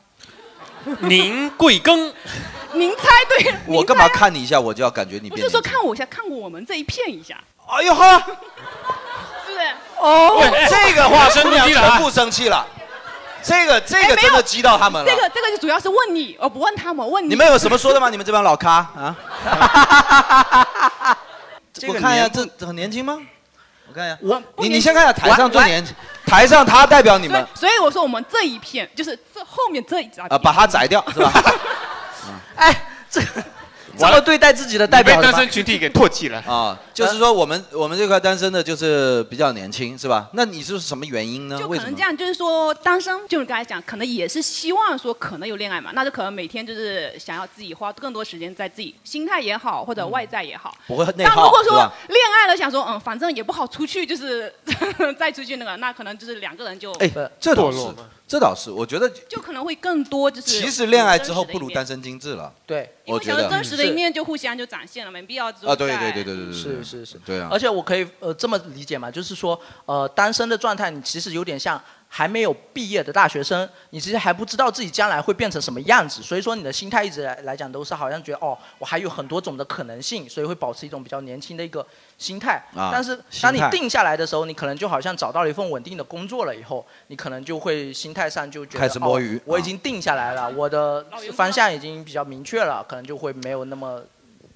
Speaker 2: 您贵庚？
Speaker 14: 您猜对了。
Speaker 1: (laughs) 我干嘛看你一下我就要感觉你
Speaker 14: 不
Speaker 1: 变
Speaker 14: 是
Speaker 1: 年
Speaker 14: 说
Speaker 1: 轻？
Speaker 14: 看我一下，看我们这一片一下。
Speaker 1: 哎呦呵，
Speaker 14: 是不是？
Speaker 1: 哦
Speaker 14: 对哎
Speaker 1: 这个话姑娘
Speaker 14: 生气了啊
Speaker 1: 全部生气了，这个这个
Speaker 14: 哎没有
Speaker 1: 真的激到他们了。
Speaker 14: 这个这个就主要是问你，哦我不问他们，
Speaker 4: (laughs)
Speaker 14: 问你。
Speaker 1: 你们有什么说的吗？你们这帮老咖啊？
Speaker 14: 这
Speaker 1: 我
Speaker 14: 个
Speaker 1: 看一下，
Speaker 14: 年
Speaker 1: 这这很年轻吗？我看一下，
Speaker 4: 啊
Speaker 14: 我
Speaker 1: 你你先看一下台上最年轻，台上他代表你们
Speaker 14: 所以我说我们这一片就是这后面这一张
Speaker 1: 啊，把他宰掉
Speaker 4: (laughs)
Speaker 1: 是吧？嗯
Speaker 4: 这
Speaker 14: 哦
Speaker 4: 么对待自己的代表
Speaker 1: 你
Speaker 4: 了
Speaker 1: 被
Speaker 4: 吗
Speaker 1: 单身？
Speaker 2: 群体给唾弃了
Speaker 1: 啊！就是说我们我们这块单身的，就是比较年轻是吧？那你是什么原因呢？
Speaker 14: 就
Speaker 1: 为
Speaker 14: 可
Speaker 1: 什
Speaker 14: 能
Speaker 1: 么
Speaker 14: 这？样，就是说单身，就是刚才讲，可能也是希望说可能有恋爱嘛，那就可能每天就是想要自己花更多时间在自己心态也好，或者外在也好。
Speaker 1: 不会内
Speaker 14: 但如
Speaker 1: 耗
Speaker 14: 果
Speaker 1: 是
Speaker 14: 说
Speaker 1: 吧？
Speaker 14: 恋爱了，想说嗯，反正也不好出去，就是 (laughs) 再出去那个，那可能就是两个人就
Speaker 1: 哎，这倒是，这倒是，我觉得
Speaker 14: 就可能会更多就是
Speaker 1: 其实恋爱之后
Speaker 14: 真实的
Speaker 1: 不如
Speaker 14: 一面
Speaker 1: 单身精致了。
Speaker 4: 对，
Speaker 1: 我觉
Speaker 14: 想
Speaker 1: 得
Speaker 14: 说真实的一面就互相就展现了，没必要只有
Speaker 1: 啊，对
Speaker 14: 在
Speaker 1: 对对对对对，
Speaker 4: 是是是，
Speaker 1: 对啊。
Speaker 4: 而且我可以呃这么理解嘛，就是说呃单身的状态，你其实有点像还没有毕业的大学生，你其实还不知道自己将来会变成什么样子，所以说你的心态一直来来讲都是好像觉得哦，我还有很多种的可能性，所以会保持一种比较年轻的一个心态。
Speaker 1: 啊
Speaker 4: 但是
Speaker 1: 心
Speaker 4: 当你
Speaker 1: 态
Speaker 4: 定下来的时候，你可能就好像找到了一份稳定的工作了以后，你可能就会心态上就觉得
Speaker 1: 开始摸鱼啊
Speaker 4: 哦，我已经定下来了，我的方向已经比较明确了，可能就会没有那么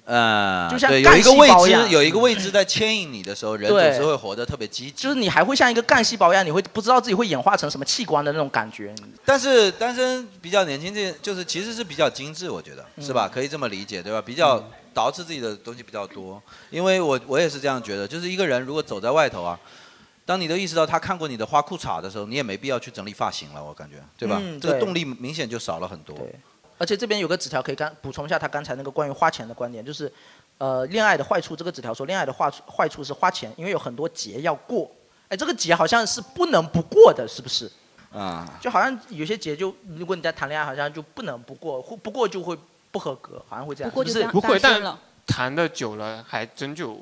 Speaker 1: 呃，
Speaker 4: 就像
Speaker 1: 对，有
Speaker 4: 干
Speaker 1: 一个
Speaker 4: 细
Speaker 1: 未
Speaker 4: 胞一
Speaker 1: 知，
Speaker 4: 样
Speaker 1: 有一个未知在牵引你的时候，人
Speaker 4: 对
Speaker 1: 总是会活得特别积极。
Speaker 4: 就是你还会像一个干细胞一样，你会不知道自己会演化成什么器官的那种感觉。
Speaker 1: 但是单身比较年轻，这就是其实是比较精致，我觉得
Speaker 4: 嗯
Speaker 1: 是吧？可以这么理解，对吧？比较捯饬自己的东西比较多，因为我我也是这样觉得，就是一个人如果走在外头啊。当你都意识到他看过你的花裤衩的时候，你也没必要去整理发型了，我感觉，对吧？
Speaker 4: 嗯
Speaker 1: 这个
Speaker 4: 对
Speaker 1: 动力明显就少了很多。
Speaker 4: 而且这边有个纸条可以刚补充一下他刚才那个关于花钱的观点，就是，呃，恋爱的坏处这个纸条说恋爱的坏处坏处是花钱，因为有很多节要过。哎，这个节好像是不能不过的，是不是？
Speaker 1: 啊、
Speaker 4: 就好像有些节就如果你在谈恋爱，好像就不能不过，或不过就会不合格，好像会这样。是
Speaker 2: 不会，但谈的久了还真就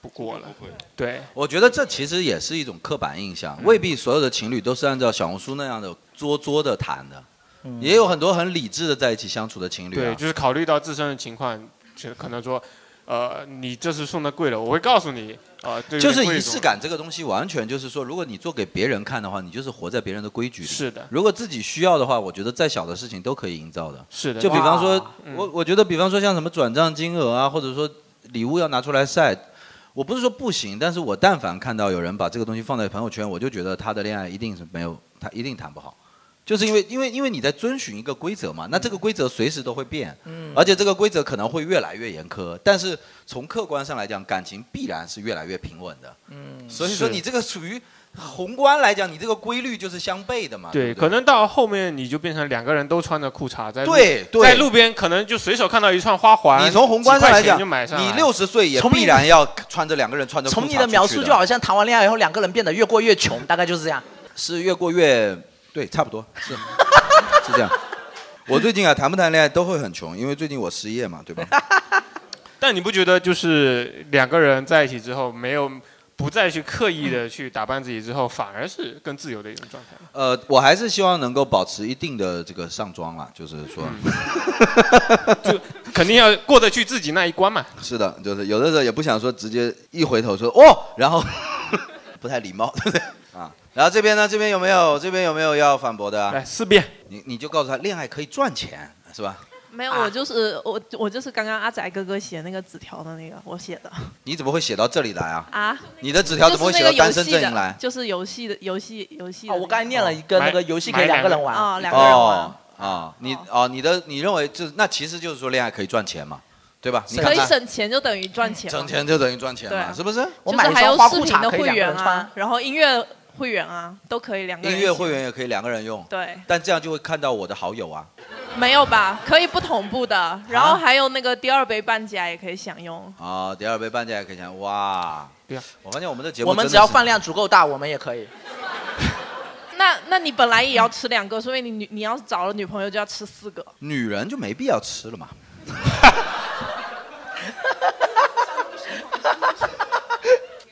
Speaker 2: 不过了。对，
Speaker 1: 我觉得这其实也是一种刻板印
Speaker 4: 嗯
Speaker 1: 象，未必所有的情侣都是按照小红书那样的作作的谈的，
Speaker 4: 嗯
Speaker 1: 也有很多很理智的在一起相处的情侣、啊。
Speaker 2: 对，就是考虑到自身的情况，就可能说，呃，你这次送的贵了，我会告诉你，呃，对于
Speaker 1: 就是
Speaker 2: 你贵
Speaker 1: 仪
Speaker 2: 重
Speaker 1: 式感这个东西，完全就是说，如果你做给别人看的话，你就是活在别人的规矩里。
Speaker 2: 是的
Speaker 1: 如果自己需要的话，我觉得再小的事情都可以营造的。
Speaker 2: 是的
Speaker 1: 就比方说
Speaker 2: 哇，嗯
Speaker 1: 我我觉得，比方说像什么转账金额啊，或者说礼物要拿出来晒，我不是说不行，但是我但凡看到有人把这个东西放在朋友圈，我就觉得他的恋爱一定是没有，他一定谈不好。就是因为因为因为你在遵循一个规则嘛，那这个规则随时都会变，
Speaker 4: 嗯
Speaker 1: 而且这个规则可能会越来越严苛，但是从客观上来讲，感情必然是越来越平稳的。
Speaker 4: 嗯
Speaker 1: 所以说你这个属于宏观来讲，你这个规律就是相悖的嘛。
Speaker 2: 对，
Speaker 1: 不
Speaker 2: 可能到后面你就变成两个人都穿着裤衩在路
Speaker 1: 对对
Speaker 2: 在路边，可能就随手看到一串花环，
Speaker 1: 你从宏观上来讲
Speaker 2: 几块钱就买上来
Speaker 1: 你六十岁也
Speaker 4: 从你
Speaker 1: 必然要穿着两个人穿着裤衩
Speaker 4: 从你的描述
Speaker 1: 出去
Speaker 4: 就好像谈完恋爱以后两个人变得越过越穷，大概就是这样。
Speaker 1: 是越过越对，差不多是是这样。我最近啊，谈不谈恋爱都会很穷，因为最近我失业嘛，对吧？
Speaker 2: 但你不觉得就是两个人在一起之后，没有不再去刻意的去打扮自己之后，反而是更自由的一种状态？
Speaker 1: 呃，我还是希望能够保持一定的这个上妆啦，就是说，
Speaker 2: 嗯 (laughs) 就肯定要过得去自己那一关嘛。
Speaker 1: 是的，就是有的时候也不想说直接一回头说哦，然后 (laughs) 不太礼貌，对不对？啊，然后这边呢，这边有没有这边有没有要反驳的、啊
Speaker 2: 来四遍，
Speaker 1: 你你就告诉他，恋爱可以赚钱，是吧？
Speaker 9: 没有，
Speaker 1: 啊
Speaker 9: 我就是我，我就是刚刚阿仔哥哥写那个纸条的那个，我
Speaker 8: (laughs)
Speaker 9: 写的
Speaker 1: 你怎么会写到这里来啊？
Speaker 9: 啊。
Speaker 1: 你的纸条怎么会写到单身阵营来？啊
Speaker 9: 就是游戏的游戏游戏。哦，我
Speaker 4: 刚才念了一个
Speaker 1: 买那个游戏可以买两个人玩
Speaker 9: 啊，两个人玩。
Speaker 1: 哦啊，你哦，你的你认为就是那其实就是说恋爱可以赚钱嘛，对吧？你
Speaker 9: 可
Speaker 1: 看
Speaker 9: 以
Speaker 1: 看
Speaker 9: 省钱就等于赚钱嘛。
Speaker 1: 省钱就等于赚钱
Speaker 9: 对
Speaker 1: 嘛，
Speaker 9: 啊
Speaker 1: 是不是？
Speaker 4: 我
Speaker 9: 就
Speaker 4: 买
Speaker 9: 是
Speaker 4: 一
Speaker 9: 还
Speaker 4: 双
Speaker 9: 有
Speaker 4: 花
Speaker 9: 视
Speaker 4: 裤
Speaker 9: 频
Speaker 4: 衩
Speaker 9: 的
Speaker 4: 可以
Speaker 9: 会
Speaker 4: 两个
Speaker 9: 员
Speaker 4: 人穿
Speaker 9: 啊，然后音乐会员啊，都可以两个人
Speaker 1: 音
Speaker 9: 一起。
Speaker 1: 乐会员也可以两个人用，
Speaker 9: 对，
Speaker 1: 但这样就会看到我的好友啊。
Speaker 9: 没有吧？可以不同步的，然后还有那个第二杯半价也可以享用。
Speaker 1: 啊，第二杯半价也可以想，哇！
Speaker 2: 对
Speaker 1: 我发现我们的节目
Speaker 4: 我们
Speaker 1: 真的
Speaker 4: 只要
Speaker 1: 是
Speaker 4: 饭量足够大，我们也可以。
Speaker 9: 那那你本来也要吃两个，所以你女你要是找了女朋友就要吃四个。
Speaker 1: 女人就没必要吃了嘛。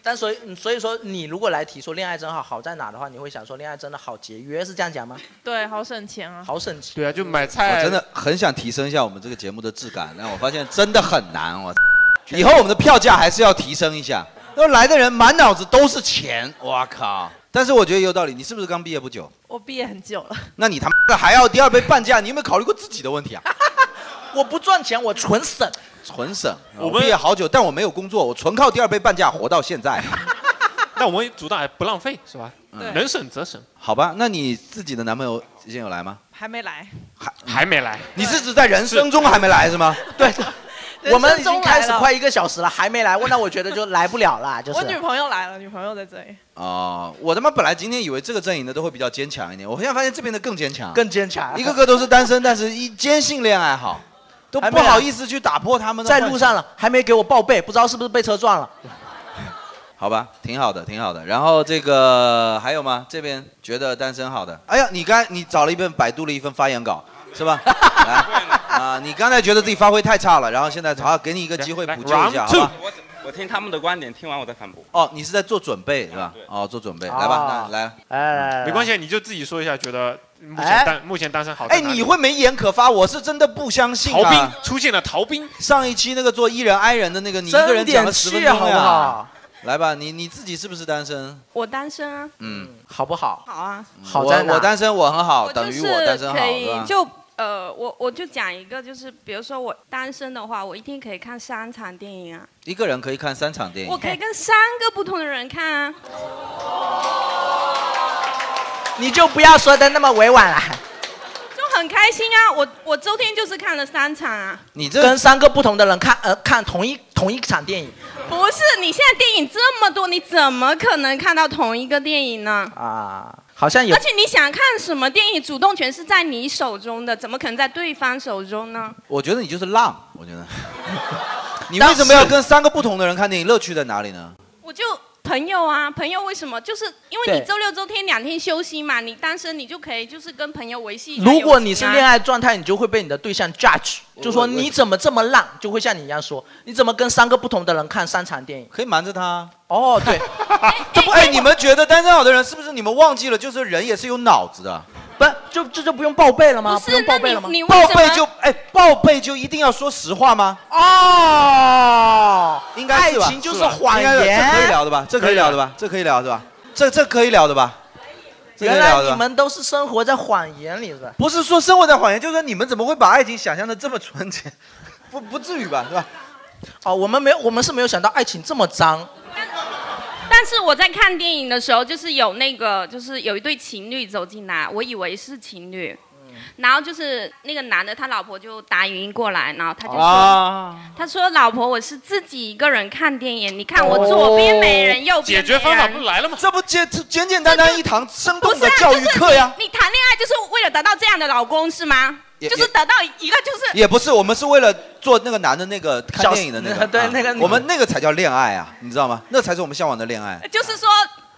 Speaker 4: 但所以嗯所以说，你如果来提说恋爱真好好在哪的话，你会想说恋爱真的好节约，是这样讲吗？
Speaker 9: 对，好省钱啊。
Speaker 4: 好省钱。
Speaker 2: 对啊，就买
Speaker 1: 我
Speaker 2: 菜。
Speaker 1: 真的很想提升一下我们这个节目的质感，但我发现真的很难。我以后我们的票价还是要提升一下。要来的人满脑子都是钱，我靠！但是我觉得也有道理。你是不是刚毕业不久？
Speaker 9: 我毕业很久了， (laughs)
Speaker 1: 那你他妈的还要第二杯半价？你有没有考虑过自己的问题啊？
Speaker 4: (laughs) 我不赚钱，我纯省。
Speaker 1: 纯省，啊
Speaker 2: 我
Speaker 1: 我
Speaker 2: 们
Speaker 1: 毕业好久，但我没有工作，我纯靠第二杯半价活到现在。嗯
Speaker 2: 那我们主打不浪费是吧？能省则省。
Speaker 1: 好吧，那你自己的男朋友现在有来吗？嗯
Speaker 9: 还没来。
Speaker 2: 还没来，
Speaker 1: 你是指在人生中还没来是吗？
Speaker 4: 对，
Speaker 9: 人
Speaker 4: 我们已
Speaker 9: 生中
Speaker 4: 经开始
Speaker 9: 来了
Speaker 4: 快一个小时了，还没来，那我觉得就来不了
Speaker 9: (laughs)
Speaker 4: 啦，就
Speaker 9: 我女
Speaker 4: 是。
Speaker 9: 朋友来了，女朋友在这里。
Speaker 1: 哦，我他妈本来今天以为这个阵营的都会比较坚强一点，我现在发现这边的更坚强，
Speaker 4: 更坚强
Speaker 1: 一个个都是单身，但是一坚信恋爱好，都
Speaker 4: 还
Speaker 1: 不
Speaker 4: 没来
Speaker 1: 好意思去打破他们的
Speaker 4: 在
Speaker 1: 幻
Speaker 4: 路
Speaker 1: 想
Speaker 4: 上了，还没给我报备，不知道是不是被车撞了。
Speaker 1: 好吧，挺好的，挺好的。然后这个还有吗？这边觉得单身
Speaker 4: (laughs)
Speaker 1: 好的，哎呀，你刚你找了一份百度了一份发言稿是吧？来啊，你刚才觉得自己发挥太差了，然后现在好给你一个机会补救一下，好吧？
Speaker 13: 我听他们的观点，听完我再反驳。
Speaker 1: 哦，你是在做准备是吧？哦，做准备，来吧，那来，
Speaker 4: 哎
Speaker 2: 来来
Speaker 1: 来
Speaker 2: 没关系，你就自己说一下，觉得目
Speaker 1: 哎
Speaker 2: 前单目前单身好在
Speaker 1: 哎，
Speaker 2: 哪里。
Speaker 1: 你会没言可发，我是真的不相信、啊。
Speaker 2: 逃兵出现了，逃兵。
Speaker 1: 上一期那个做艺人 i 人的那个，你一个人讲了十分钟
Speaker 2: 啊
Speaker 1: 呀
Speaker 4: 争点气好不好？
Speaker 1: 来吧，你你自己是不是单身？
Speaker 8: 我单身啊，
Speaker 1: 嗯，
Speaker 4: 好不好？
Speaker 8: 好啊，
Speaker 4: 好在哪
Speaker 1: 我我单身，我很好，
Speaker 8: 我
Speaker 1: 等
Speaker 8: 就
Speaker 1: 于
Speaker 8: 是
Speaker 1: 我单身好，
Speaker 8: 可
Speaker 1: 是
Speaker 8: 以
Speaker 1: 吧？
Speaker 8: 就呃，我我就讲一个，就是比如说我单身的话，我一天可以看三场电影啊，
Speaker 1: 一个人可以看三场电
Speaker 8: 我
Speaker 1: 影，
Speaker 8: 可以跟三个不同的人看啊。
Speaker 4: 你就不要说的那么委婉啦。
Speaker 8: 就很开心啊！我我周天就是看了三场啊，
Speaker 1: (laughs) 你
Speaker 4: 这跟三个不同的人看呃看同一同一场电影
Speaker 8: 不是你现在电影这么多，你怎么可能看到同一个电影呢？
Speaker 4: 啊，好像有
Speaker 8: 而。且你想看什么电影，主动权是在你手中的，怎么可能在对方手中呢？
Speaker 1: 我觉得你就是浪，我
Speaker 4: (laughs)
Speaker 1: 觉得。你为什么要跟三个不同的人看电影？乐趣在哪里呢？
Speaker 8: 我就朋友啊，朋友为什么？就是因为
Speaker 1: 对
Speaker 8: 你周六周天两天休息嘛，你单身你就可以就是跟朋友维系一下友情啊、
Speaker 4: 如果你是恋爱状态，你就会被你的对象 judge，就说你怎么这么浪，就会像你一样说，你怎么跟三个不同的人看三场电影？
Speaker 1: 可以瞒着他。啊
Speaker 4: 哦，对，
Speaker 1: 这不哎，你们觉得单身好的人是不是你们忘记了？就是人也是有脑子的。
Speaker 4: 不，就这就不用报备了吗？
Speaker 1: 不用报备了吗
Speaker 8: 你
Speaker 1: 报备就哎，报备就一定要说实话吗？
Speaker 4: 哦，
Speaker 1: 应该是吧
Speaker 4: 爱情就是谎
Speaker 1: 应该是这可以
Speaker 4: 言。啊
Speaker 1: 聊的吧？这可以聊的吧？这可以聊的吧？这这可以聊的吧？这可以
Speaker 4: 原
Speaker 1: 聊的
Speaker 4: 来你
Speaker 1: 吧？
Speaker 4: 们都是生活在谎言里，是吧？
Speaker 1: 不是说生活在谎言，就是说你们怎么会把爱情想象的这么纯洁？不不至于吧，是吧？
Speaker 4: 哦，我们没有，我们是没有想到爱情这么脏。
Speaker 8: 但是我在看电影的时候，就是有那个，就是有一对情侣走进来，我以为是情侣，
Speaker 4: 嗯
Speaker 8: 然后就是那个男的他老婆就打语音过来，然后他就说，
Speaker 4: 哦
Speaker 2: 啊
Speaker 8: 他说老婆我是自己一个人看电影，你看我左边没人，右边没人。
Speaker 2: 来了吗？
Speaker 1: 这不简简简单单一堂生动的
Speaker 8: 是啊
Speaker 1: 教育课呀
Speaker 8: 就。是你、你谈恋爱就是为了得到这样的老公是吗？
Speaker 1: 也
Speaker 8: 就是得到一个就是
Speaker 1: 也不是，我们是为了做那个男的那个看
Speaker 4: 小
Speaker 1: 电影的那个，
Speaker 4: (laughs) 对
Speaker 1: 啊
Speaker 4: 那个
Speaker 1: 我们那个才叫恋爱啊，你知道吗？那才是我们向往的恋爱。
Speaker 8: 就是说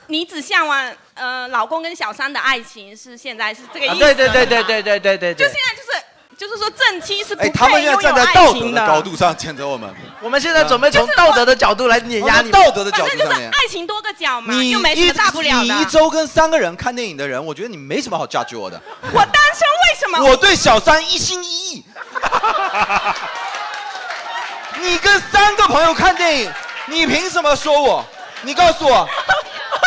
Speaker 8: 你只向往呃老公跟小三的爱情是现在是这个意思、
Speaker 4: 啊对对对对对对对对
Speaker 8: 就
Speaker 4: 对
Speaker 8: 现。在就是就是说正妻是不
Speaker 1: 哎，他们
Speaker 8: 配
Speaker 1: 现
Speaker 8: 拥
Speaker 1: 在
Speaker 8: 有
Speaker 1: 站在
Speaker 8: 爱
Speaker 1: 道德
Speaker 8: 情
Speaker 1: 的高度上哦谴责我们，
Speaker 4: 我们现在准备从道德的角度来碾压你们。
Speaker 1: 从道德的角度
Speaker 8: 那就是
Speaker 1: 上面。
Speaker 8: 爱情多个角嘛，
Speaker 1: 你
Speaker 8: 又没什
Speaker 1: 一
Speaker 8: 么大不了
Speaker 1: 你
Speaker 8: 的。
Speaker 1: 一周跟三个人看电影的人，我觉得你没什么好 judge 我的。
Speaker 8: 我单身为什么？
Speaker 1: 嗯我对小三一心一意。你跟三个朋友看电影，你凭什么说我？你告诉我，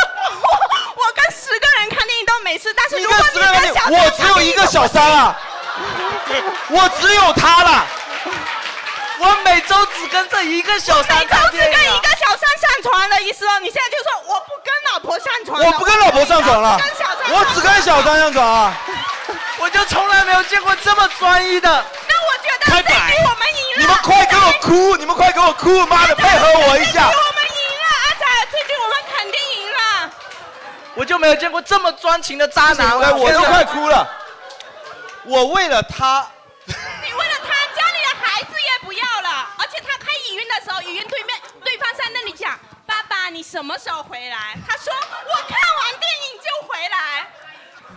Speaker 8: 我跟十个人看电影都没事，但是
Speaker 1: 你
Speaker 8: 如
Speaker 1: 跟
Speaker 8: 果
Speaker 1: 十
Speaker 8: 你
Speaker 1: 个人
Speaker 8: 跟
Speaker 1: 看电影，
Speaker 8: 小三
Speaker 1: 我只有一个小三啊，我只有他了。
Speaker 4: 我每周只跟这一个小三
Speaker 8: 每周
Speaker 4: 看
Speaker 8: 只
Speaker 4: 电
Speaker 1: 啊
Speaker 8: 跟
Speaker 4: 影
Speaker 8: 一个小三上床的意思哦。你现在就说我不跟老婆上床了，
Speaker 1: 我不跟老婆上床了
Speaker 8: 我只跟小，三
Speaker 1: 我只跟小三上床啊。
Speaker 4: 我就从来没有见过这么专一的。
Speaker 8: 那我觉得这局我们赢了，
Speaker 1: 你们快给我哭！你们快给我哭！妈的，配合我一下
Speaker 8: 这局。我们赢了，阿仔，这局我们肯定赢了。
Speaker 4: 我就没有见过这么专情的渣男
Speaker 1: 哎，
Speaker 4: 了。
Speaker 1: 我都快哭了。我为了他，
Speaker 8: (laughs) 你为了他，家里的孩子也不要了，而且他开语音的时候，语音对面对方在那里讲：“爸爸，你什么时候回来？”他说：“我看完电影就回来。”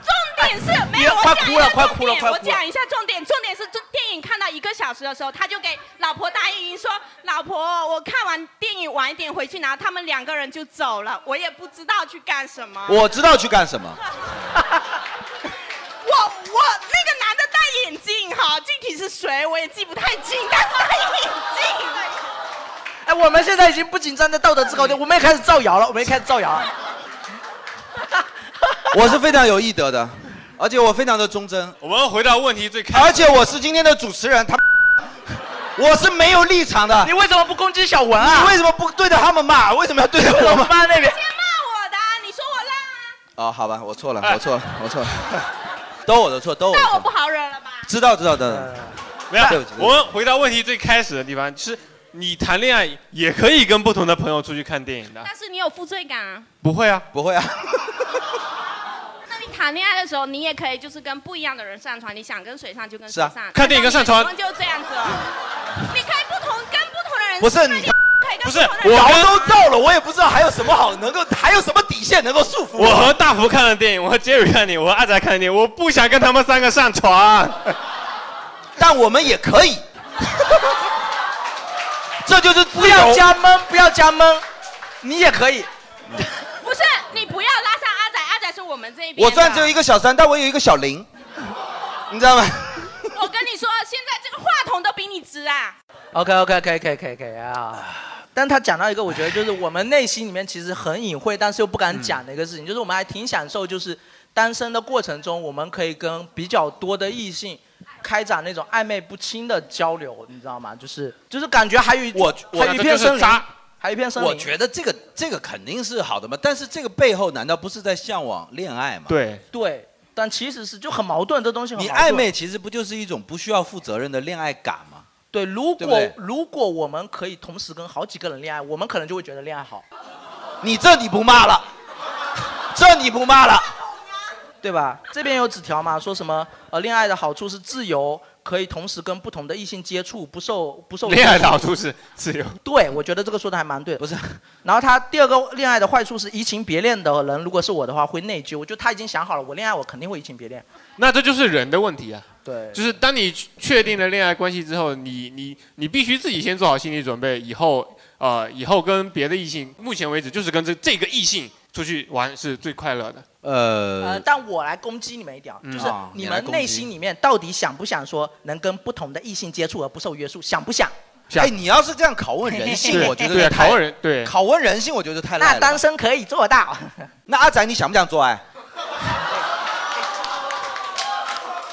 Speaker 8: 重点是没有，
Speaker 4: 你
Speaker 8: 我
Speaker 4: 快
Speaker 8: 讲
Speaker 4: 哭
Speaker 8: 一
Speaker 4: 了
Speaker 8: 下
Speaker 4: 哎快
Speaker 8: 重
Speaker 4: 哭了
Speaker 8: 点，
Speaker 4: 快
Speaker 8: 我
Speaker 4: 哭了
Speaker 8: 讲一下重点，重点是这电影看到一个小时的时候，他就给老婆打语音说：“老婆，我看完电影晚一点回去。”然后他们两个人就走了，我也不知道去干什么。
Speaker 1: 我知道去干什么。
Speaker 8: 我我那个男的戴眼镜哈，具体是谁我也记不太清，但是戴眼镜。
Speaker 4: 哎，我们现在已经不仅站在道德制高点，我们也开始造谣了，我们也开始造谣。
Speaker 1: 我是非常有艺德的，而且我非常的忠贞。
Speaker 2: 我们回到问题最开始，
Speaker 1: 而且我是今天的主持人，他， (laughs) 我是没有立场的。
Speaker 4: 你为什么不攻击小文啊？
Speaker 1: 你为什么不对着他们骂？为什么要对着我
Speaker 4: 我
Speaker 1: 骂
Speaker 4: 妈那边？
Speaker 8: 你说我烂，
Speaker 1: 哦，好吧，我错了，我错了，我错了，都我的错，
Speaker 4: 哦
Speaker 1: 都我的
Speaker 8: 那
Speaker 1: 错。
Speaker 8: 我不好惹了吧？
Speaker 1: 知道，知道，知道。
Speaker 2: 没有
Speaker 1: 呃对不起，
Speaker 2: 我们回到问题最开始的地方，就是你谈恋爱也可以跟不同的朋友出去看电影的，
Speaker 8: (laughs) 但是你有负罪感啊。
Speaker 2: 不会啊，
Speaker 1: 不会啊。
Speaker 8: 那你谈恋爱的时候，你也可以就是跟不一样的人上床，你想跟谁上就跟谁
Speaker 1: 是啊
Speaker 8: 上。
Speaker 2: 看电影跟上床
Speaker 8: 就这样子哦。你可以不同跟不同的人。
Speaker 1: 不是你
Speaker 8: 可以跟同的人
Speaker 1: 我都到了，我也不知道还有什么好能够，还有什么底线能够束缚
Speaker 2: 我和大福看的电
Speaker 1: (laughs)
Speaker 2: 影，我和 (laughs) Jerry 看的电影，我和阿仔看的电影，我不想跟他们三个上床。
Speaker 1: (laughs) 但我们也可以。这就是
Speaker 4: 不要加闷，不要加闷，你也可以。
Speaker 8: 不是，你不要拉上阿仔，阿仔是我们这一边的。
Speaker 1: 我虽然只有一个小三，但我有一个小零，你知道 (laughs) 吗？
Speaker 8: 我跟你说，现在这个话筒都比你直啊！
Speaker 4: OK OK 可以可以可以可以啊！但他讲到一个，我觉得就是我们内心里面其实很隐晦，但是又不敢讲的一个
Speaker 1: 嗯
Speaker 4: 事情，就是我们还挺享受，就是单身的过程中，我们可以跟比较多的异性开展那种暧昧不清的交流，你知道吗？就是就是感觉还有一
Speaker 1: 我我
Speaker 4: 还有一片森林，还有一片森林。
Speaker 1: 我觉得这个这个肯定是好的嘛，但是这个背后难道不是在向往恋爱吗？
Speaker 2: 对，
Speaker 4: 对，但其实是就很矛盾，这东西很
Speaker 1: 你
Speaker 4: 矛盾
Speaker 1: 暧昧其实不就是一种不需要负责任的恋爱感吗？
Speaker 4: 对，如
Speaker 1: 对不
Speaker 4: 果
Speaker 1: 对
Speaker 4: 如果我们可以同时跟好几个人恋爱，我们可能就会觉得恋爱好，
Speaker 1: 你这你不骂
Speaker 4: (laughs)
Speaker 1: 了，这你不骂了，
Speaker 4: 对吧？这边有纸条嘛，说什么呃，恋爱的好处是自由，可以同时跟不同的异性接触，不受不受
Speaker 2: 恋爱的
Speaker 4: 约束
Speaker 2: 好处
Speaker 4: (laughs)
Speaker 2: 是自由。
Speaker 4: 对，我觉得这个说的还蛮对的。不是，然后他第二个恋爱的坏处是移情别恋的人，如果是我的话会内疚，就他已经想好了，我恋爱我肯定会移情别恋。
Speaker 2: 那这就是人的问题啊。
Speaker 4: 对
Speaker 2: 就是当你确定了恋爱关系之后，你你你必须自己先做好心理准备，以后呃以后跟别的异性，目前为止就是跟这这个异性出去玩是最快乐的。
Speaker 1: 呃
Speaker 4: 呃，但我来攻击你们一点，
Speaker 2: 嗯
Speaker 4: 就是
Speaker 2: 啊
Speaker 4: 你
Speaker 2: 你来
Speaker 4: 们
Speaker 2: 攻击
Speaker 4: 内心里面到底想不想说能跟不同的异性接触而不受约束？想不想？
Speaker 1: 哎，你要是这样拷问人性，
Speaker 4: 对
Speaker 1: 我觉得
Speaker 4: 对啊
Speaker 1: 太
Speaker 4: 拷问人对
Speaker 1: 拷问人性，我觉得太烂
Speaker 4: 那
Speaker 1: 了。
Speaker 4: 单身可以做到。
Speaker 1: (laughs) 那阿仔，你想不想做爱？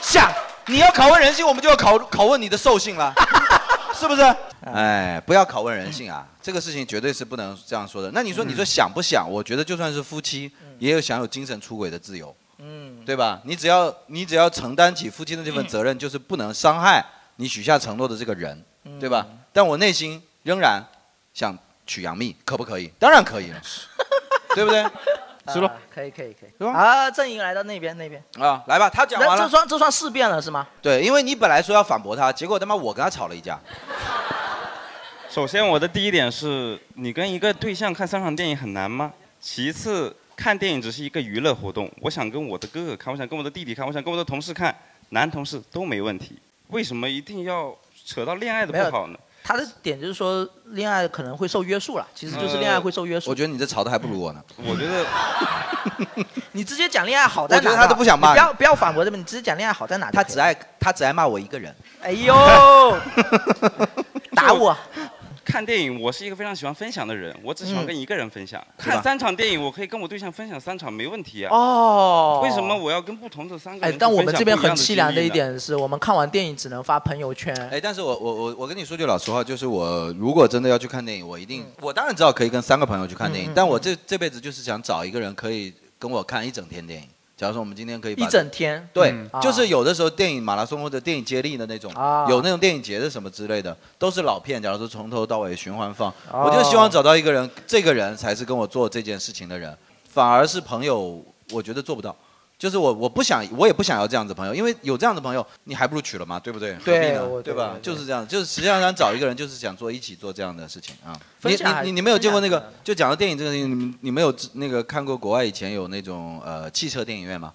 Speaker 1: 想。你要拷问人性，我们就要拷拷问你的兽性
Speaker 4: (laughs)
Speaker 1: 了，是不是？哎，不要拷问人性啊，这个事情绝对是不能这样说的。那你说，你说想不想？我觉得就算是夫妻，也有享有精神出轨的自由，
Speaker 4: 嗯，
Speaker 1: 对吧？你只要你只要承担起夫妻的这份责任，就是不能伤害你许下承诺的这个人，对吧？但我内心仍然想娶杨幂，可不可以？当然可以了，对不对？是吧？
Speaker 4: 可以可以可以。
Speaker 1: 是吧
Speaker 4: 啊，阵营来到那边那边。
Speaker 1: 啊，来吧，他讲
Speaker 4: 那
Speaker 1: 完
Speaker 4: 这
Speaker 1: 了。
Speaker 4: 算这算事变了是吗？
Speaker 1: 对，因为你本来说要反驳他，结果他妈我跟他吵了一架。
Speaker 13: 首先，我的第一点是你跟一个对象看三场电影很难吗？其次，看电影只是一个娱乐活动，我想跟我的哥哥看，我想跟我的弟弟看，我想跟我的同事看，男同事都没问题，为什么一定要扯到恋爱的
Speaker 4: 没有
Speaker 13: 不好呢？
Speaker 4: 他的点就是说恋爱可能会受约束了，其实
Speaker 1: 呃
Speaker 4: 就是恋爱会受约束。
Speaker 1: 我觉得你这吵的还不如我呢。
Speaker 13: 我觉得
Speaker 4: (laughs) 你直接讲恋爱好在哪吧？
Speaker 1: 我觉得他都不想骂
Speaker 4: 你
Speaker 1: 你
Speaker 4: 不要不要反驳这边，你直接讲恋爱好在哪就可以
Speaker 1: 他
Speaker 4: 了？
Speaker 1: 只爱他只爱骂我一个人。(laughs)
Speaker 4: 哎呦，打我！
Speaker 13: 看电影，我是一个非常喜欢分享的人，我只喜欢跟一个人分享。
Speaker 4: 嗯
Speaker 1: 是吧
Speaker 13: 看三场电影，我可以跟我对象分享三场，没问题啊。
Speaker 4: 哦
Speaker 13: 为什么我要跟不同的三个人
Speaker 4: 哎
Speaker 13: 去分享不一样的经历呢？，
Speaker 4: 但我们这边很凄凉的一点是，我们看完电影只能发朋友圈。
Speaker 1: 哎，但是我我我我跟你说句老实话，就是我如果真的要去看电影，我一定、我当然知道可以跟三个朋友去看电影，
Speaker 4: 嗯嗯嗯
Speaker 1: 但我这这辈子就是想找一个人可以跟我看一整天电影。假如说我们今天可以把
Speaker 4: 一整天
Speaker 1: 对，
Speaker 4: 嗯
Speaker 1: 就是有的时候电影马拉松或者电影接力的那种，
Speaker 4: 啊
Speaker 1: 有那种电影节的什么之类的，都是老片，假如说从头到尾循环放，我
Speaker 4: 哦
Speaker 1: 就希望找到一个人，这个人才是跟我做这件事情的人，反而是朋友，我觉得做不到。就是我，我不想，我也不想要这样子朋友，因为有这样的朋友，你还不如娶了嘛，对不对？
Speaker 4: 对
Speaker 1: 何必呢
Speaker 4: 我
Speaker 1: 对吧？
Speaker 4: 对对
Speaker 1: 就是这样，就是实际上想找一个人，就是想做一起做这样的事情啊。
Speaker 4: 分
Speaker 1: 你
Speaker 4: 享还
Speaker 1: 你你
Speaker 4: 是
Speaker 1: 你没有见过那
Speaker 4: 分
Speaker 1: 个？就讲到电影这个事情，你们你们有那个看过国外以前有那种呃汽车电影院吗？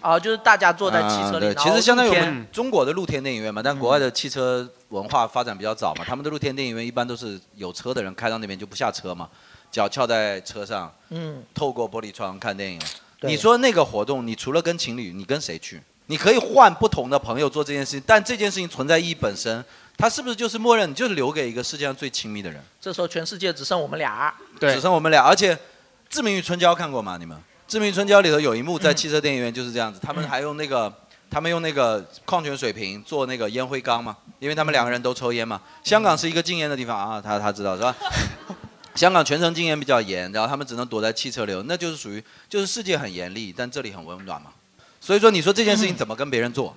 Speaker 4: 啊，就是大家坐在汽
Speaker 1: 啊
Speaker 4: 车里，
Speaker 1: 对，
Speaker 4: 然
Speaker 1: 其
Speaker 4: 后
Speaker 1: 实相当于我
Speaker 4: 露
Speaker 1: 们
Speaker 4: 天嗯
Speaker 1: 中国的露天电影院嘛，但国外的汽车文化发展比较早嘛，他们的露天电影院一般都是有车的人开到那边就不下车嘛，脚翘在车上，
Speaker 4: 嗯，
Speaker 1: 透过玻璃窗看电影。
Speaker 4: 对
Speaker 1: 你说那个活动，你除了跟情侣，你跟谁去？你可以换不同的朋友做这件事情，但这件事情存在意义本身，它是不是就是默认你就是留给一个世界上最亲密的人？
Speaker 4: 这时候全世界只剩我们俩。 (laughs)
Speaker 1: 对，只剩我们俩。而且《志明与春娇》看过吗？你们《志明与春娇》里头有一幕在汽车电影院就是这样子，他们还用那个。他们用那个矿泉水瓶做那个烟灰缸嘛，因为他们两个人都抽烟嘛。香港是一个禁烟的地方啊，他他知道是吧？ (laughs) 香港全城禁烟比较严，然后他们只能躲在汽车里头，那就是属于就是世界很严厉，但这里很温暖嘛。所以说，你说这件事情怎么跟别人做，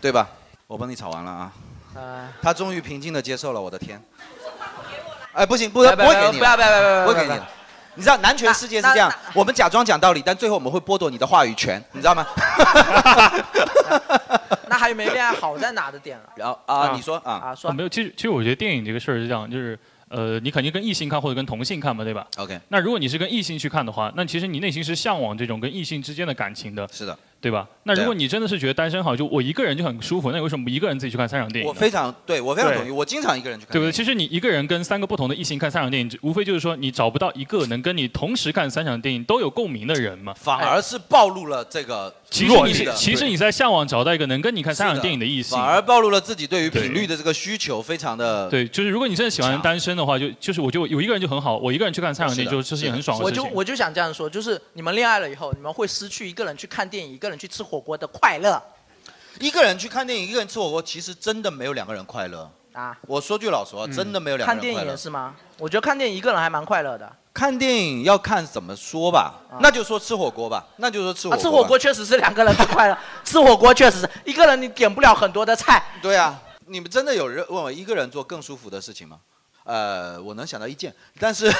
Speaker 1: 对吧？我帮你吵完了啊。
Speaker 4: 啊，
Speaker 1: 他终于平静的接受了，我的天！哎，不行，不
Speaker 4: 不
Speaker 1: 不会
Speaker 4: 要
Speaker 1: 给你，
Speaker 4: 不要不要不要不要
Speaker 1: 不会给你
Speaker 4: 不要
Speaker 1: 的。你知道男权世界是这样，我们假装讲道理，但最后我们会剥夺你的话语权，你知道吗？
Speaker 4: 那还有没恋爱好在哪的点了？
Speaker 1: 然后啊，你说啊
Speaker 4: 啊，
Speaker 12: 哦，没有，其实其实我觉得电影这个事儿是这样，就是呃，你肯定跟异性看或者跟同性看嘛，对吧
Speaker 1: OK
Speaker 12: 那如果你是跟异性去看的话，那其实你内心是向往这种跟异性之间的感情的。
Speaker 1: 是的。
Speaker 12: 对吧？那
Speaker 1: 对啊
Speaker 12: 如果你真的是觉得单身好，就我一个人就很舒服，那为什么不一个人自己去看三场电影
Speaker 1: 我
Speaker 12: 呢？
Speaker 1: 非常对我非常
Speaker 12: 对
Speaker 1: 同意，我经常一个人去看电
Speaker 12: 对不
Speaker 1: 影。
Speaker 12: 对？其实你一个人跟三个不同的异性看三场电影，无非就是说你找不到一个能跟你同时看三场电影都有共鸣的人嘛。哎
Speaker 1: 反而是暴露了这个
Speaker 4: 哎
Speaker 12: 其实
Speaker 1: 弱
Speaker 12: 你
Speaker 1: 势
Speaker 12: 是
Speaker 1: 的
Speaker 12: 其实你在向往找到一个能跟你看三场电影的异性
Speaker 1: 反。而暴露了自己对于频率的这个需求非常的
Speaker 12: 对，就是如果你真的喜欢单身的话，就就是我就有一个人就很好，我一个人去看三场电
Speaker 1: 是
Speaker 12: 影就
Speaker 1: 的
Speaker 12: 这是一件很爽的
Speaker 4: 我
Speaker 12: 事
Speaker 4: 就
Speaker 12: 情。
Speaker 4: 我就想这样说，就是你们恋爱了以后，你们会失去一个人去看电影、一个人去吃火锅的快乐
Speaker 1: 一个人去看电影，一个人吃火锅，其实真的没有两个人快乐。
Speaker 4: 啊。
Speaker 1: 我说句老实话，哦真的没有两
Speaker 4: 看
Speaker 1: 个人
Speaker 4: 电
Speaker 1: 快
Speaker 4: 影
Speaker 1: 乐
Speaker 4: 也。是吗？我觉得看电影一个人还蛮快乐的。
Speaker 1: 看电影要看怎么说吧，那就说吃火锅吧，那就说吃火
Speaker 4: 啊，
Speaker 1: 锅吧。
Speaker 4: 吃火锅确实是两个人不快乐， (laughs) 吃火锅确实是一个人你点不了很多的菜。
Speaker 1: 对啊，你们真的有人问我一个人做更舒服的事情吗？呃，我能想到一件，但
Speaker 4: (laughs)
Speaker 1: 是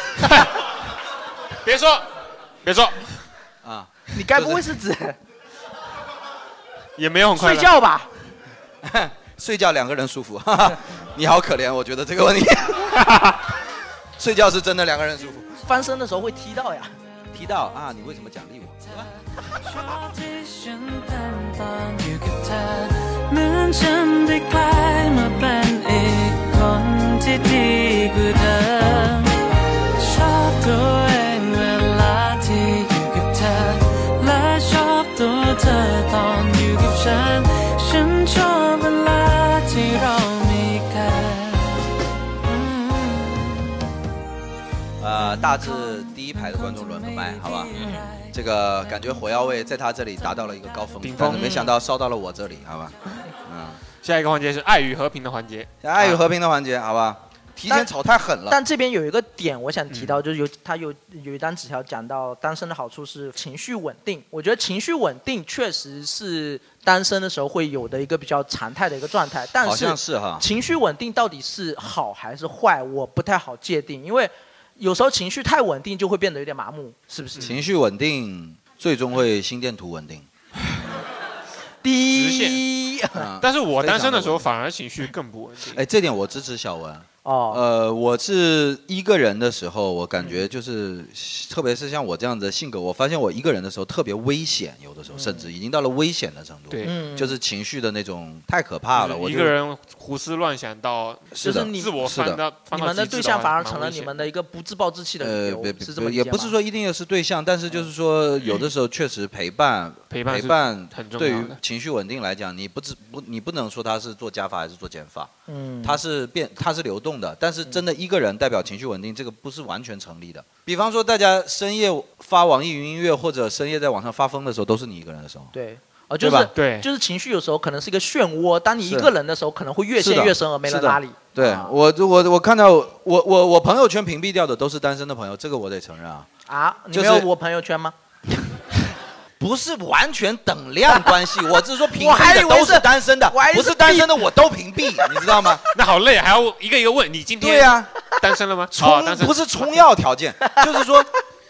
Speaker 6: 别说，别说，
Speaker 1: 啊，
Speaker 4: 你该不会是指
Speaker 6: 也没有很快
Speaker 4: 睡
Speaker 6: 乐
Speaker 4: 觉吧？
Speaker 1: (laughs) 睡觉两个人舒服，哈哈，你好可怜，我觉得这个
Speaker 4: (laughs)
Speaker 1: 问题， (laughs) 睡觉是真的两个人舒服。
Speaker 4: 翻身的时候会踢到呀。
Speaker 1: 提到啊，你为什么奖励我？
Speaker 15: เหมือนฉันได้กลายมาเป็นอีกคนที่ดีกว่าเดิม ชอบตัวเองเวลาที่อยู่กับเธอ และชอบตัวเธอตอนอยู่กับฉัน ฉันชอบเวลาที่เรามีกัน
Speaker 1: 呃，大致第一排的观众轮个麦，好吧？
Speaker 4: 嗯
Speaker 1: 这个感觉火药味在他这里达到了一个高峰，
Speaker 6: 顶峰
Speaker 1: 但是没想到烧到了我这里，好吧？嗯，
Speaker 6: 下一个环节是爱与和平的环节，
Speaker 1: 爱与和平的环节，好吧？提前炒太狠了。嗯
Speaker 4: 但这边有一个点，我想提到，就是有他有有一张纸条讲到单身的好处是情绪稳定。我觉得情绪稳定确实是单身的时候会有的一个比较常态的一个状态，但
Speaker 1: 好像是哈
Speaker 4: 情绪稳定到底是好还是坏，我不太好界定，因为有时候情绪太稳定就会变得有点麻木，是不是？
Speaker 1: 情绪稳定，最终会心电图稳定。
Speaker 6: 直线
Speaker 1: 啊。
Speaker 6: 但是我
Speaker 1: 非常
Speaker 6: 单身的
Speaker 1: 地
Speaker 6: 时候反而情绪更不稳定。
Speaker 1: 哎，这点我支持小文。
Speaker 4: 哦，
Speaker 1: 呃，我是一个人的时候，我感觉就是，特别是像我这样的性格，我发现我一个人的时候特别危险，有的时候甚至已经到了危险的程度。
Speaker 6: 嗯对嗯
Speaker 1: 就是情绪的那种太可怕了。
Speaker 6: 就是
Speaker 1: 我
Speaker 6: 一
Speaker 1: 就
Speaker 6: 个人胡思乱想到，
Speaker 1: 是的就是你
Speaker 6: 自我
Speaker 1: 是的
Speaker 6: 翻到翻呃到
Speaker 4: 你们的
Speaker 6: 极致
Speaker 4: 对象
Speaker 6: 话
Speaker 4: 反而
Speaker 6: 蛮
Speaker 4: 成
Speaker 6: 危
Speaker 4: 了你
Speaker 6: 险
Speaker 4: 们的一个不自暴自弃的理
Speaker 1: 呃，
Speaker 4: 由
Speaker 1: 别，
Speaker 4: 是这
Speaker 1: 别
Speaker 4: 么理
Speaker 1: 也
Speaker 4: 解
Speaker 1: 不
Speaker 4: 吗
Speaker 1: 是说一定要是对象，但是就是说，有的时候确实陪
Speaker 6: (clears throat)
Speaker 1: 伴陪
Speaker 6: 嗯伴
Speaker 1: 陪
Speaker 6: 是
Speaker 1: 伴
Speaker 6: 很重
Speaker 1: 对
Speaker 6: 要
Speaker 1: 于
Speaker 6: 的
Speaker 1: 情绪稳定来讲，你不知不你不能说它是做加法还是做减法，
Speaker 4: 嗯
Speaker 1: 它是变它是流动的，但是真的一个人代表情绪稳定，这个不是完全成立的。比方说大家深夜发网易云音乐或者深夜在网上发疯的时候，都是你一个人的时候。
Speaker 4: 对，哦，就
Speaker 1: 对
Speaker 4: 是
Speaker 1: 吧对
Speaker 4: 就是情绪有时候可能是一个漩涡，当你一
Speaker 1: 是
Speaker 4: 个人的时候，可能会越
Speaker 1: 是
Speaker 4: 陷
Speaker 1: 的
Speaker 4: 越深而没人拉你
Speaker 1: 是的。对
Speaker 4: 啊
Speaker 1: 我，我我看到我我我朋友圈屏蔽掉的都是单身的朋友，这个我得承认啊。
Speaker 4: 啊，你
Speaker 1: 就
Speaker 4: 没
Speaker 1: 是
Speaker 4: 有我朋友圈吗？
Speaker 1: 不是完全等量关 (laughs) 系，我是说屏
Speaker 4: 我还
Speaker 1: 蔽的
Speaker 4: 以为
Speaker 1: 都
Speaker 4: 是
Speaker 1: 单身的
Speaker 4: 我还以，为
Speaker 1: 不
Speaker 4: 是
Speaker 1: 是单身的我都屏蔽，你知道吗？
Speaker 6: (laughs) 那好累，还要一个一个问你今天
Speaker 1: 对呀，
Speaker 6: 单身了吗？哦
Speaker 1: 充
Speaker 6: 单身
Speaker 1: 不是充要条件，就是说，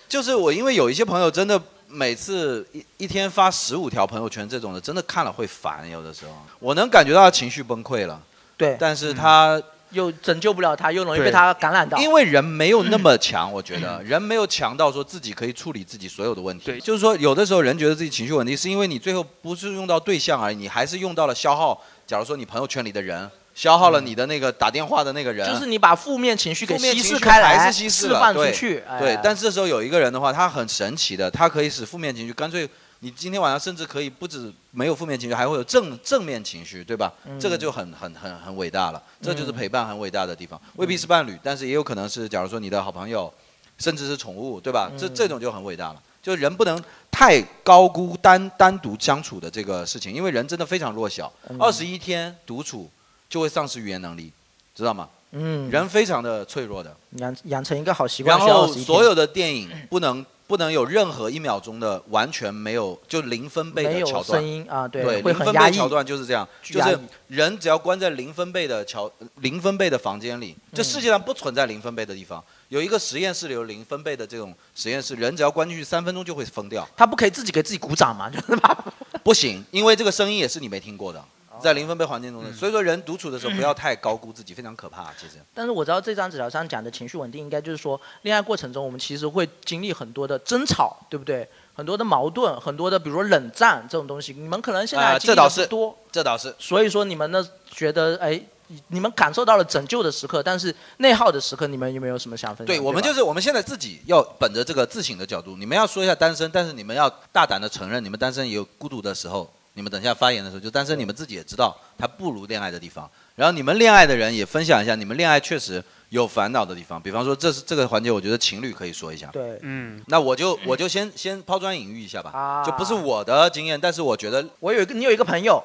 Speaker 1: 就是我因为有一些朋友真的每次一一天发十五条朋友圈这种的，真的看了会烦，有的时候我能感觉到他情绪崩溃了。
Speaker 4: 对，嗯
Speaker 1: 但是他
Speaker 4: 又拯救不了他，又容易被
Speaker 1: 对
Speaker 4: 他感染到。
Speaker 1: 因为人没有那么强，我觉得人没有强到说自己可以处理自己所有的问题。就是说有的时候人觉得自己情绪稳定，是因为你最后不是用到对象而已，你还是用到了消耗。假如说你朋友圈里的人，消耗了你的那个打电话的那个人，
Speaker 4: 就是你把负面情绪给
Speaker 1: 负面
Speaker 4: 稀
Speaker 1: 情
Speaker 4: 释
Speaker 1: 绪
Speaker 4: 开来，
Speaker 1: 还是稀释
Speaker 4: 释
Speaker 1: 了
Speaker 4: 放出
Speaker 1: 对
Speaker 4: 去。哎
Speaker 1: 对，但是这时候有一个人的话，他很神奇的，他可以使负面情绪干脆。你今天晚上甚至可以不止没有负面情绪，还会有正正面情绪，对吧？
Speaker 6: 嗯
Speaker 1: 这个就很很很很伟大了，这就是
Speaker 6: 嗯
Speaker 1: 陪伴很伟大的地方。未必是伴侣，但是也有可能是，假如说你的好朋友，甚至是宠物，对吧？这
Speaker 6: 嗯
Speaker 1: 这种就很伟大了。就人不能太高估单单独相处的这个事情，因为人真的非常弱小，二十一天独处就会丧失语言能力，知道吗？
Speaker 4: 嗯，
Speaker 1: 人非常的脆弱的。
Speaker 4: 养养成一个好习惯
Speaker 1: 然
Speaker 4: 需要
Speaker 1: 后
Speaker 4: 21天，
Speaker 1: 所有的电
Speaker 4: (clears throat)
Speaker 1: 影不能不能有任何一秒钟的完全没有就零分贝
Speaker 4: 没
Speaker 1: 的
Speaker 4: 有
Speaker 1: 桥段
Speaker 4: 声音啊对
Speaker 1: 对，
Speaker 4: 会
Speaker 1: 零
Speaker 4: 很
Speaker 1: 分
Speaker 4: 压
Speaker 1: 贝
Speaker 4: 抑
Speaker 1: 桥段就是这样，
Speaker 4: 巨
Speaker 1: 就
Speaker 4: 压抑
Speaker 1: 是人只要关在零分贝的桥零分贝的房间里，
Speaker 4: 嗯
Speaker 1: 这世界上不存在零分贝的地方。有一个实验室里有零分贝的这种实验室，人只要关进去三分钟就会疯掉。
Speaker 4: 他不可以自己给自己鼓掌嘛？就是哦
Speaker 1: 不行，因为这个声音也是你没听过的。在零分贝环境
Speaker 4: 嗯
Speaker 1: 中的，所以说人独处的时候不要太高估自己，非常可怕。其实，
Speaker 4: 但是我知道这张纸条上讲的情绪稳定，应该就是说，恋爱过程中我们其实会经历很多的争吵，对不对？很多的矛盾，很多的比如说冷战这种东西，你们可能现在
Speaker 1: 啊、
Speaker 4: 还经
Speaker 1: 这
Speaker 4: 历的
Speaker 1: 倒
Speaker 4: 不
Speaker 1: 是
Speaker 4: 多，，
Speaker 1: 这倒是，
Speaker 4: 所以说你们呢觉得哎，你们感受到了拯救的时刻，但是内耗的时刻，你们有没有什么想分享？
Speaker 1: 对我们
Speaker 4: 吧
Speaker 1: 就是我们现在自己要本着这个自省的角度，你们要说一下单身，但是你们要大胆的承认，你们单身也有孤独的时候。你们等一下发言的时候，就单身，你们自己也知道它不如恋爱的地方。然后你们恋爱的人也分享一下，你们恋爱确实有烦恼的地方。比方说，这是这个环节，我觉得情侣可以说一下。
Speaker 4: 对，
Speaker 1: 嗯，那我
Speaker 4: (laughs)
Speaker 1: 就我就先先抛砖引玉一下吧，
Speaker 4: 啊
Speaker 1: 就不是我的经验，但是我觉得
Speaker 4: 我有一个你有一个朋友，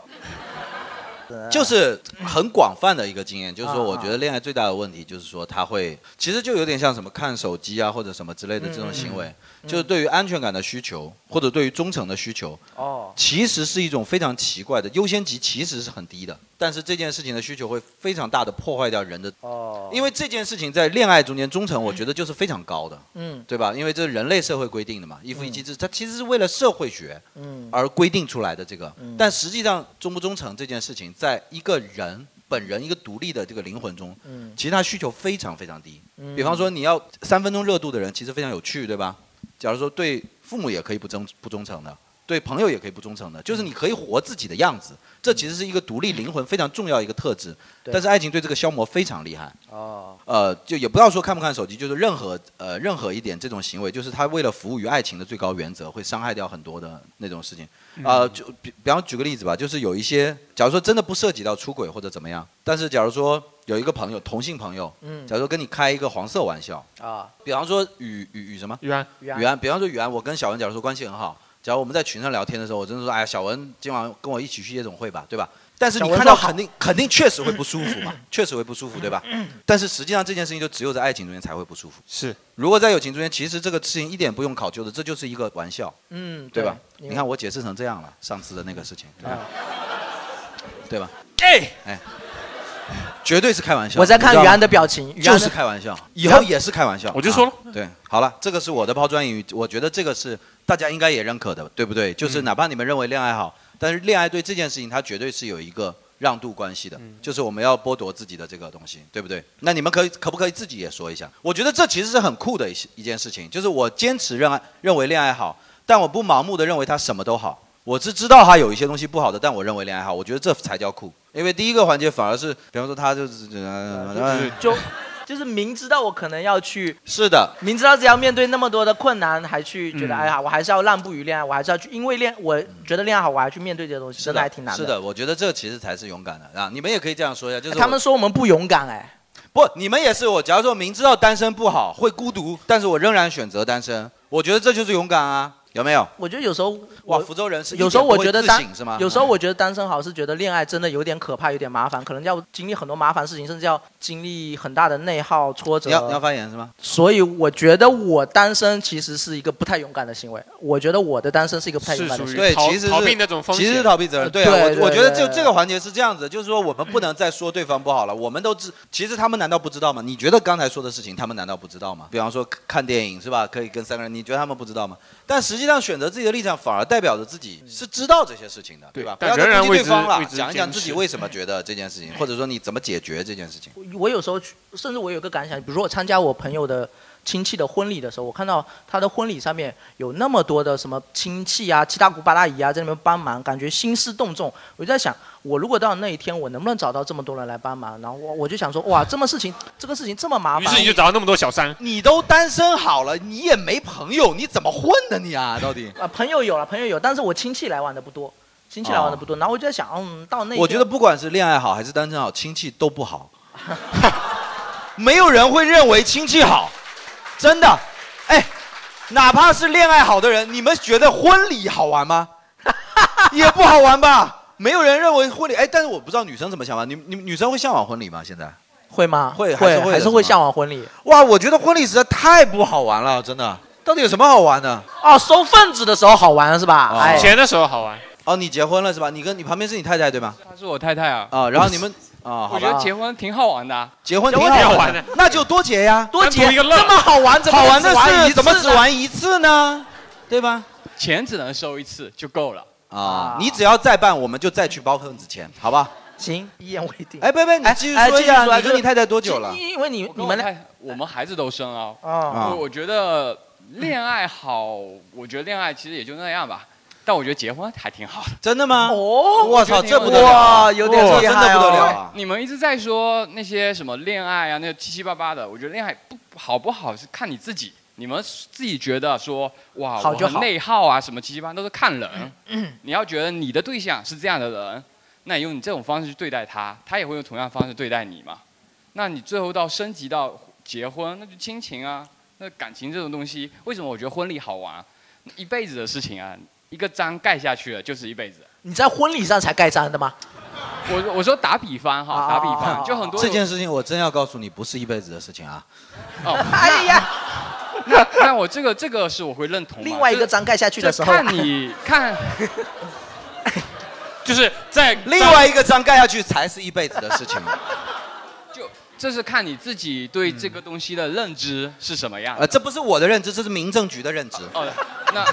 Speaker 1: 嗯就是很广泛的一个经验，就是说，
Speaker 4: 啊
Speaker 1: 我觉得恋爱最大的问题就是说，他会其实就有点像什么看手机啊或者什么之类的这种行为，
Speaker 4: 嗯
Speaker 1: 就是对于安全感的需求或者对于忠诚的需求，
Speaker 4: 哦，
Speaker 1: 其实是一种非常奇怪的优先级，其实是很低的，但是这件事情的需求会非常大的破坏掉人的，
Speaker 4: 哦，
Speaker 1: 因为这件事情在恋爱中间忠诚，我觉得就是非常高的，
Speaker 4: 嗯
Speaker 1: 对吧？因为这是人类社会规定的嘛，一夫一妻制，它其实是为了社会学，
Speaker 4: 嗯
Speaker 1: 而规定出来的这个
Speaker 4: 嗯。
Speaker 1: 但实际上，忠不忠诚这件事情，在一个人本人一个独立的这个灵魂中，
Speaker 4: 嗯
Speaker 1: 其实他需求非常非常低
Speaker 4: 嗯。
Speaker 1: 比方说，你要三分钟热度的人，其实非常有趣，对吧？假如说对父母也可以不忠不忠诚的，对朋友也可以不忠
Speaker 4: 嗯
Speaker 1: 诚的，就是你可以活自己的样子。这其实是一个独立灵魂非常重要一个特质。
Speaker 4: 对
Speaker 1: 但是爱情对这个消磨非常厉害。
Speaker 4: 哦，
Speaker 1: 呃，就也不要说看不看手机，就是任何呃任何一点这种行为，就是他为了服务于爱情的最高原则，会伤害掉很多的那种事情。啊、
Speaker 6: 嗯
Speaker 1: 就比比方举个例子吧，就是有一些，假如说真的不涉及到出轨或者怎么样，但是假如说有一个朋友，同性朋友，
Speaker 4: 嗯
Speaker 1: 假如说跟你开一个黄色玩笑，
Speaker 4: 啊，
Speaker 1: 比方说雨雨雨什么？
Speaker 6: 雨安，
Speaker 4: 雨安
Speaker 1: 雨安。比方说雨安，我跟小文假如说关系很好，假如我们在群上聊天的时候，我真的说，哎呀，小文今晚跟我一起去夜总会吧，对吧？但是
Speaker 6: 小
Speaker 1: 你
Speaker 6: 文
Speaker 1: 看
Speaker 6: 说
Speaker 1: 到
Speaker 6: 好
Speaker 1: 肯定肯定确实会不舒服嘛， (coughs) 确实会不舒服，对吧？但是实际上这件事情就只有在爱情中间才会不舒服。
Speaker 6: 是，
Speaker 1: 如果在友情中间，其实这个事情一点不用考究的，这就是一个玩笑，
Speaker 4: 嗯，
Speaker 1: 对吧？
Speaker 4: 因为
Speaker 1: 你看我解释成这样了，上次的那个事情，对吧？对吧？
Speaker 6: 啊哎
Speaker 1: 哎，绝对是开玩笑。
Speaker 4: 我在看
Speaker 1: 你知道吗
Speaker 4: 雨安的表情雨安
Speaker 1: 就
Speaker 4: 的
Speaker 1: 是开玩笑，以
Speaker 4: 雨安
Speaker 1: 后也是开玩笑。
Speaker 6: 我就说了
Speaker 1: 啊对，好了，这个是我的抛砖引玉，我觉得这个是大家应该也认可的，对不对？就是哪怕你们认为恋爱好，但是恋爱对这件事情，它绝对是有一个让渡关系的，就是我们要剥夺自己的这个东西，对不对？那你们可以可不可以自己也说一下？我觉得这其实是很酷的一些一件事情，就是我坚持认爱认为恋爱好，但我不盲目的认为它什么都好。我是知道它有一些东西不好的，但我认为恋爱好，我觉得这才叫酷。因为第一个环节反而是，比方说他就是，呃
Speaker 4: 就就是明知道我可能要去，
Speaker 1: 是的，
Speaker 4: 明知道自己要面对那么多的困难，还去觉得、
Speaker 1: 嗯
Speaker 4: 哎呀，我还是要让步于恋爱，我还是要去，因为恋我觉得恋爱好，我还去面对这些东西，
Speaker 1: 是
Speaker 4: 真
Speaker 1: 的，
Speaker 4: 的还挺难
Speaker 1: 是的，我觉得这其实才是勇敢的啊！你们也可以这样说一下，就是我
Speaker 4: 他们说我们不勇敢哎，
Speaker 1: 不，你们也是我。假如说明知道单身不好，会孤独，但是我仍然选择单身，我觉得这就是勇敢啊，有没有？
Speaker 4: 我觉得有时候
Speaker 1: 哇，
Speaker 4: 我
Speaker 1: 福州人是一
Speaker 4: 有时候
Speaker 1: 点不
Speaker 4: 我
Speaker 1: 会
Speaker 4: 觉得
Speaker 1: 自
Speaker 4: 单
Speaker 1: 省是吗？
Speaker 4: 有时候我觉得单身好是觉得恋爱真的有点可怕，有点麻烦，可能要经历很多麻烦事情，甚至要经历很大的内耗、挫折。
Speaker 1: 你要你要发言是吗？
Speaker 4: 所以我觉得我单身其实是一个不太勇敢的行为。我觉得我的单身是一个不太勇敢的行为。
Speaker 1: 对，其实是其实是逃避责任。对
Speaker 4: 对
Speaker 1: 啊，
Speaker 4: 对
Speaker 1: 我我觉得就
Speaker 4: 对
Speaker 1: 这个环节是这样子，就是说我们不能再说对方不好了，我们都知。其实他们难道不知道吗？你觉得刚才说的事情，他们难道不知道吗？比方说看电影是吧？可以跟三个人，你觉得他们不知道吗？但实际上选择自己的立场，反而代表着自己是知道这些事情的，对吧？不
Speaker 6: 但
Speaker 1: 要
Speaker 6: 仍
Speaker 1: 再
Speaker 6: 然
Speaker 1: 攻击
Speaker 6: 为
Speaker 1: 对
Speaker 6: 之
Speaker 1: 方了
Speaker 6: 为，之
Speaker 1: 讲一讲
Speaker 6: 坚
Speaker 1: 自己
Speaker 6: 持
Speaker 1: 为什么觉得这件事情，或者说你怎么解决这件事情。
Speaker 4: 我有时候去，甚至我有个感想，比如说我参加我朋友的亲戚的婚礼的时候，我看到他的婚礼上面有那么多的什么亲戚啊、七大姑八大姨啊在那边帮忙，感觉兴师动众。我就在想，我如果到那一天，我能不能找到这么多人来帮忙？然后我我就想说，哇，这么事情，这个事情这么麻
Speaker 6: 于
Speaker 4: 烦
Speaker 6: 是，你就找到那么多小三，
Speaker 1: 你都单身好了，你也没朋友，你怎么混的你啊？到 (laughs) 底？
Speaker 4: 啊，朋友有了，朋友有，但是我亲戚来往的不多，亲戚来往的不多。然后我就在想，嗯，到那一
Speaker 1: 哦我
Speaker 4: 天
Speaker 1: 觉得不管是恋爱好还是单身好，亲戚都不好，没有人会认为亲戚好，真的。哎，哪怕是恋爱好的人，你们觉得婚礼好玩吗？也不好玩吧？没有人认为婚礼。哎，但是我不知道女生怎么想吧？你你女生会向往婚礼吗？现在？
Speaker 4: 会吗？
Speaker 1: 会还
Speaker 4: 会
Speaker 1: 是会的
Speaker 4: 还是
Speaker 1: 是
Speaker 4: 会
Speaker 1: 吗
Speaker 4: 向往婚礼。
Speaker 1: 哇，我觉得婚礼实在太不好玩了，真的。到底有什么好玩的？
Speaker 4: 哦，收份子的时候好玩是吧？哎，
Speaker 1: 钱
Speaker 6: 的时候好玩。
Speaker 1: 哦，你结婚了是吧？你跟你旁边是你太太对吗？
Speaker 5: 她 (laughs) 是我太太啊。
Speaker 1: 啊，然后你
Speaker 5: (laughs)
Speaker 1: 们啊，
Speaker 5: 我
Speaker 1: 好
Speaker 5: 觉得
Speaker 1: 吧，
Speaker 5: 结婚挺好玩的啊，
Speaker 1: 结婚
Speaker 5: 结
Speaker 1: 挺
Speaker 5: 婚挺好玩的
Speaker 1: 那就多结呀，
Speaker 5: 多结单独一个乐这么
Speaker 4: 好玩怎么
Speaker 1: 好玩的
Speaker 4: 只玩一
Speaker 1: 是
Speaker 4: 次呢
Speaker 1: 怎么只玩一次呢？对吧？
Speaker 5: 钱只能收一次就够了。
Speaker 1: 啊，你只要再办，我们就再去包份子钱，好吧？
Speaker 4: 行，一言为定。
Speaker 1: 哎，贝贝，你
Speaker 4: 哎
Speaker 1: 继续
Speaker 4: 哎
Speaker 1: 说一
Speaker 4: 继续说
Speaker 1: 下，
Speaker 4: 啊
Speaker 1: 你
Speaker 4: 就
Speaker 1: 跟
Speaker 4: 是
Speaker 1: 你太太多久了？
Speaker 4: 因为你你们俩
Speaker 5: 我们孩子都生啊，
Speaker 4: 啊
Speaker 5: 我我觉得恋爱好，我觉得恋爱其实也就那样吧，但我觉得结婚还挺好
Speaker 4: (laughs)
Speaker 5: 的。
Speaker 1: 真的吗？
Speaker 4: 哦
Speaker 1: 我操，这不得了啊！这真的不得了啊！
Speaker 5: 你们一直在说那些什么恋爱啊，那七七八八的，我觉得恋爱不好不好是看你自己，你们自己觉得说哇，
Speaker 4: 好就
Speaker 5: 我很
Speaker 4: 好
Speaker 5: 内耗啊，什么七七八八都是看人。
Speaker 4: 嗯
Speaker 5: 你要觉得你的对象是这样的人，那你用你这种方式去对待他，他也会用同样的方式对待你嘛。那你最后到升级到结婚，那就亲情啊，那感情这种东西，为什么我觉得婚礼好玩？啊一辈子的事情啊，一个章盖下去了就是一辈子。
Speaker 4: 你在婚礼上才盖章的吗？
Speaker 5: 我我说打比方
Speaker 4: 啊
Speaker 5: 哈，打比方就很多
Speaker 1: 哦这件事情，我真要告诉你，不是一辈子的事情啊！
Speaker 5: 哦，哎呀，那 (laughs) 那我这个这个是我会认同嘛。
Speaker 4: 另外一个
Speaker 5: 就是
Speaker 4: 章盖下去的时候
Speaker 5: 就看你看，
Speaker 6: 就是在
Speaker 1: 另外一个章盖下去才是一辈子的事情。
Speaker 5: 这是看你自己对这个东西的认知是什么样
Speaker 1: 呃，
Speaker 5: 的。
Speaker 1: 这不是我的认知，这是民政局的认知。
Speaker 5: 哦，那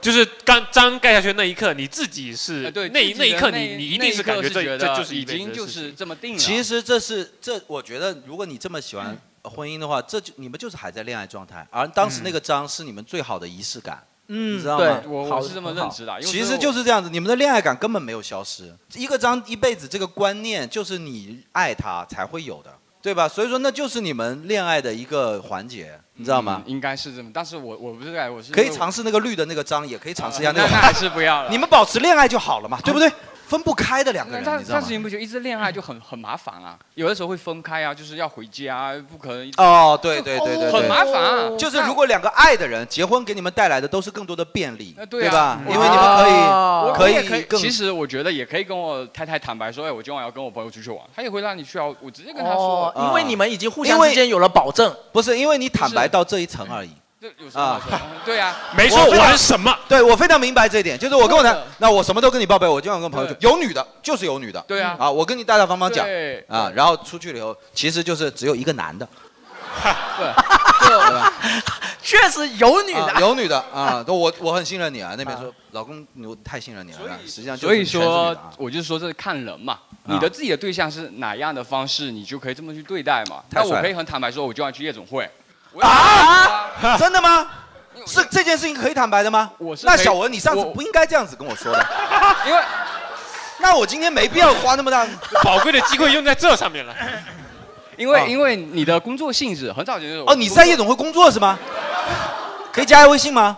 Speaker 6: 就是刚章盖下去那一刻，你自己是、
Speaker 5: 呃对
Speaker 6: 那一
Speaker 5: 自
Speaker 6: 那
Speaker 5: 己
Speaker 6: 一
Speaker 5: 的
Speaker 6: 刻
Speaker 5: 那
Speaker 6: 你你一
Speaker 5: 那
Speaker 6: 定
Speaker 5: 一
Speaker 6: 是
Speaker 5: 刻
Speaker 6: 感觉
Speaker 5: 是
Speaker 6: 这
Speaker 5: 觉
Speaker 6: 这
Speaker 5: 得
Speaker 6: 就是一
Speaker 5: 已
Speaker 6: 辈子
Speaker 5: 经
Speaker 6: 的
Speaker 5: 就
Speaker 6: 事情
Speaker 5: 是这么定了
Speaker 1: 其实这是这，我觉得如果你这么喜欢婚姻的话，这就你们就是还在恋爱状态，而当时那个章是你们最好的仪式感。
Speaker 4: 嗯
Speaker 1: 你知道吗？
Speaker 5: 对我我是这么认知的因为啊
Speaker 1: 其
Speaker 5: 这是
Speaker 1: 实
Speaker 5: 我
Speaker 1: 就是这样子，你们的恋爱感根本没有消失。一个章一辈子这个观念，就是你爱他才会有的，对吧？所以说那就是你们恋爱的一个环节，你知道吗？
Speaker 5: 嗯应该是这么，但是我我不是在，我是啊
Speaker 1: 可以尝试那个绿的那个章，也可以尝试一下
Speaker 5: 那
Speaker 1: 个。
Speaker 5: 那还是
Speaker 6: (laughs)
Speaker 5: 不要了
Speaker 1: 你们保持恋爱就好了嘛，对不对？分不开的两个
Speaker 6: 啊
Speaker 5: 那
Speaker 1: 人，
Speaker 5: (laughs) 但
Speaker 1: 你知道
Speaker 5: 但
Speaker 1: 吗
Speaker 5: 是？你不觉得一直恋爱就很很麻烦啊？有的时候会分开啊，就是要回家啊，不可能一直
Speaker 1: 哦，对对对对，对
Speaker 5: 很麻烦啊
Speaker 6: 哦
Speaker 1: 就是如果两个爱的人结婚，给你们带来的都是更多的便利
Speaker 5: 呃，对啊
Speaker 1: 对吧？
Speaker 5: 嗯
Speaker 1: 因为你们可
Speaker 5: 我
Speaker 1: 以
Speaker 5: 我也可
Speaker 1: 以
Speaker 5: 以，
Speaker 1: 更
Speaker 5: 其实我觉得也可以跟我太太坦白说，哎，我今晚要跟我朋友出去玩，她也会让你去啊，我直接跟她说，
Speaker 1: 哦
Speaker 6: 啊
Speaker 1: 因为你
Speaker 4: 们已经
Speaker 1: 互相之间
Speaker 5: (laughs)
Speaker 4: 有了保证，
Speaker 1: 不是因为你坦白到这一层而已。
Speaker 5: 有什么好说的对啊，
Speaker 1: 没
Speaker 5: 说我玩
Speaker 1: 什么？对我非常明白这一点，就是我跟我谈，那我什么都跟你报备，我就想跟朋友去，有女的，就是有女的，
Speaker 5: 对啊
Speaker 1: 啊，我跟你大大方方讲
Speaker 5: 对
Speaker 1: 啊，然后出去了以后，其实就是只有一个男的，
Speaker 4: 对
Speaker 1: 吧？
Speaker 4: 确实有女
Speaker 1: 啊
Speaker 4: 的，
Speaker 1: 有女的啊，都我我很信任你啊，那边说老公你我太信任你了，实际上就
Speaker 5: (laughs) 所以
Speaker 1: 是全是女的
Speaker 5: 说
Speaker 1: 啊，
Speaker 5: 我就说这是看人嘛，你的自己的对象是哪样的方式，你就可以这么去对待嘛。
Speaker 1: 太
Speaker 5: 那
Speaker 1: 帅了
Speaker 5: 我可以很坦白说，我就要去夜总会。
Speaker 1: 啊，真的吗？是这件事情可以坦白的吗？
Speaker 5: 我是
Speaker 1: 那
Speaker 5: 可以
Speaker 1: 小文，你上次
Speaker 5: 我
Speaker 1: 不应该这样子跟我说的，
Speaker 5: (laughs) 因为
Speaker 1: 那我今天没必要花那么大。
Speaker 6: 宝贵的机会 (laughs) 用在这上面了。
Speaker 5: (laughs)
Speaker 6: 啊
Speaker 5: 因为、因为你的工作性质很早就 (laughs)
Speaker 1: 哦，你在夜总会工作是吗？可以加一下微信吗？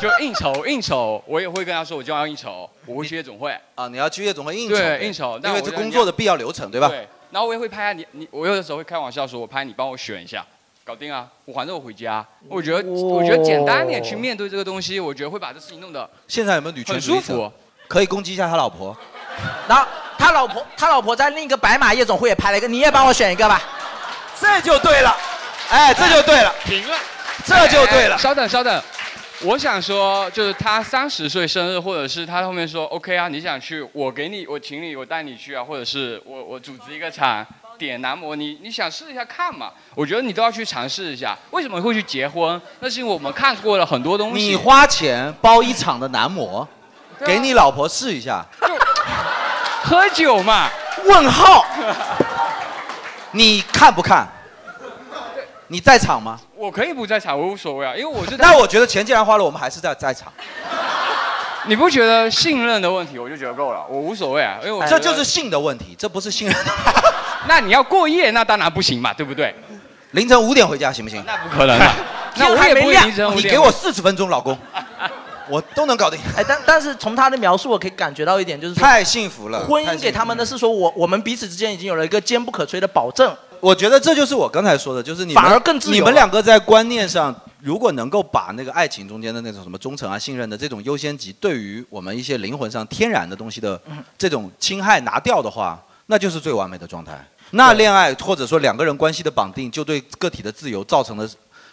Speaker 5: 就应酬 (laughs) 应酬，我也会跟他说我今晚要应酬，我会去夜总会。
Speaker 1: 啊，你要去夜总会应酬，
Speaker 5: 对应酬但
Speaker 1: 因为
Speaker 5: 我
Speaker 1: 这
Speaker 5: 就
Speaker 1: 工作的必要流程，对吧？
Speaker 5: 对，然后我也会拍啊，你你，我有的时候会开玩笑说，我拍你帮我选一下，搞定啊，我反正我回家。我觉得、我
Speaker 6: 哦
Speaker 5: 觉得简单点去面对这个东西，我觉得会把这事情弄得
Speaker 1: 现在有没有女权主义者
Speaker 5: 很舒服？
Speaker 1: 可以攻击一下他老婆。
Speaker 4: 然后他老婆他老婆在另一个白马夜总会也拍了一个，你也帮我选一个吧，
Speaker 1: 这就对了，哎，这就对了，
Speaker 6: 停了，
Speaker 1: 这就对了
Speaker 5: 哎稍等稍等，我想说，就是他三十岁生日，或者是他后面说 OK 啊，你想去，我给你，我请你，我带你去啊，或者是我我组织一个场。点男模，你你想试一下看嘛？我觉得你都要去尝试一下。为什么会去结婚？那是因为我们看过了很多东西。
Speaker 1: 你花钱包一场的男模，
Speaker 5: 对啊
Speaker 1: 给你老婆试一下。
Speaker 5: 喝酒嘛？
Speaker 1: 问
Speaker 5: (laughs)
Speaker 1: 号？你看不看？你在场吗？
Speaker 5: 我可以不在场，我无所谓啊，因为我是。
Speaker 1: 那我觉得钱既然花了，我们还是在在场。
Speaker 5: 你不觉得信任的问题，我就觉得够了，我无所谓啊，因为我
Speaker 1: 这就是
Speaker 5: 信。
Speaker 1: 性的问题，这不是信任。
Speaker 5: (laughs) 那你要过夜，那当然不行嘛，对不对？
Speaker 1: 凌晨五点回家行不行？
Speaker 5: 那不可
Speaker 6: (laughs)
Speaker 1: (laughs)
Speaker 5: 能啊那
Speaker 4: 天
Speaker 5: 我
Speaker 4: 还
Speaker 5: 也
Speaker 4: 没
Speaker 5: 不会
Speaker 4: 亮
Speaker 5: 凌晨五
Speaker 1: 你
Speaker 5: 点。
Speaker 1: 给我四十分钟，老公，我都能搞定。
Speaker 4: 哎，但但是从他的描述，我可以感觉到一点，就是说
Speaker 1: 太幸福了
Speaker 4: 婚
Speaker 1: 太
Speaker 4: 姻
Speaker 1: 幸
Speaker 4: 给他们的是说我我们彼此之间已经有了一个坚不可摧的保证，
Speaker 1: 我觉得这就是我刚才说的，就是你们
Speaker 4: 反而更自由了
Speaker 1: 你们两个在观念上，如果能够把那个爱情中间的那种什么忠诚啊、信任的这种优先级，对于我们一些灵魂上天然的东西的
Speaker 4: 嗯
Speaker 1: 这种侵害拿掉的话，那就是最完美的状态。那恋爱或者说两个人关系的绑定，就对个体的自由造成的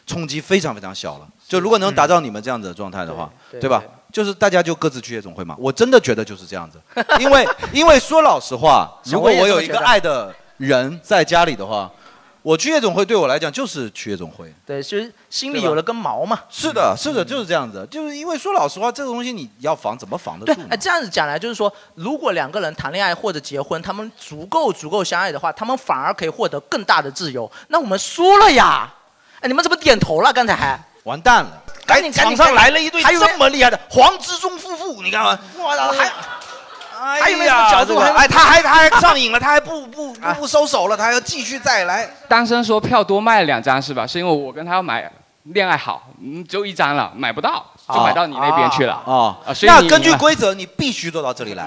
Speaker 1: 冲击非常非常小了。就如果能达到你们这样子的状态的话，
Speaker 4: 嗯对对
Speaker 1: 吧？就是大家就各自去夜总会嘛。我真的觉得就是这样
Speaker 4: (laughs)
Speaker 1: 子，因为因为说老实话，
Speaker 4: 小
Speaker 1: 如果
Speaker 4: 薇也
Speaker 1: 我
Speaker 4: 这么
Speaker 1: 有一
Speaker 4: 觉
Speaker 1: 个
Speaker 4: 得
Speaker 1: 爱的人在家里的话，我去夜总会对我来讲就是去夜总会，
Speaker 4: 对，就是心里
Speaker 1: 对吧
Speaker 4: 有了根毛嘛。
Speaker 1: 是的，是的，就是这样子，就是因为说老实话，这个东西你要防怎么防得
Speaker 4: 对
Speaker 1: 住？，
Speaker 4: 哎，这样子讲来，就是说，如果两个人谈恋爱或者结婚，他们足够足够相爱的话，他们反而可以获得更大的自由。那我们输了呀！哎，你们怎么点头了？刚才还
Speaker 1: 完蛋了！
Speaker 4: 赶紧
Speaker 1: 场哎上来了一对这么厉害的黄之中夫妇，你看啊哎看，
Speaker 4: 我操，还
Speaker 1: 还
Speaker 4: 还有没有什么角度？还有啊没有
Speaker 1: 哎，他还他还上瘾了，他还不不不不收手了，他还要继续再
Speaker 4: 哎
Speaker 1: 来。
Speaker 5: 单身说票多卖两张是吧？是因为我跟他买恋爱好，嗯，只有一张了，买不到，就买到你那边去了。
Speaker 1: 哦
Speaker 5: 啊所以
Speaker 1: 那
Speaker 5: 你
Speaker 1: 根据
Speaker 5: 赢了
Speaker 1: 规则，你必须坐到这里来。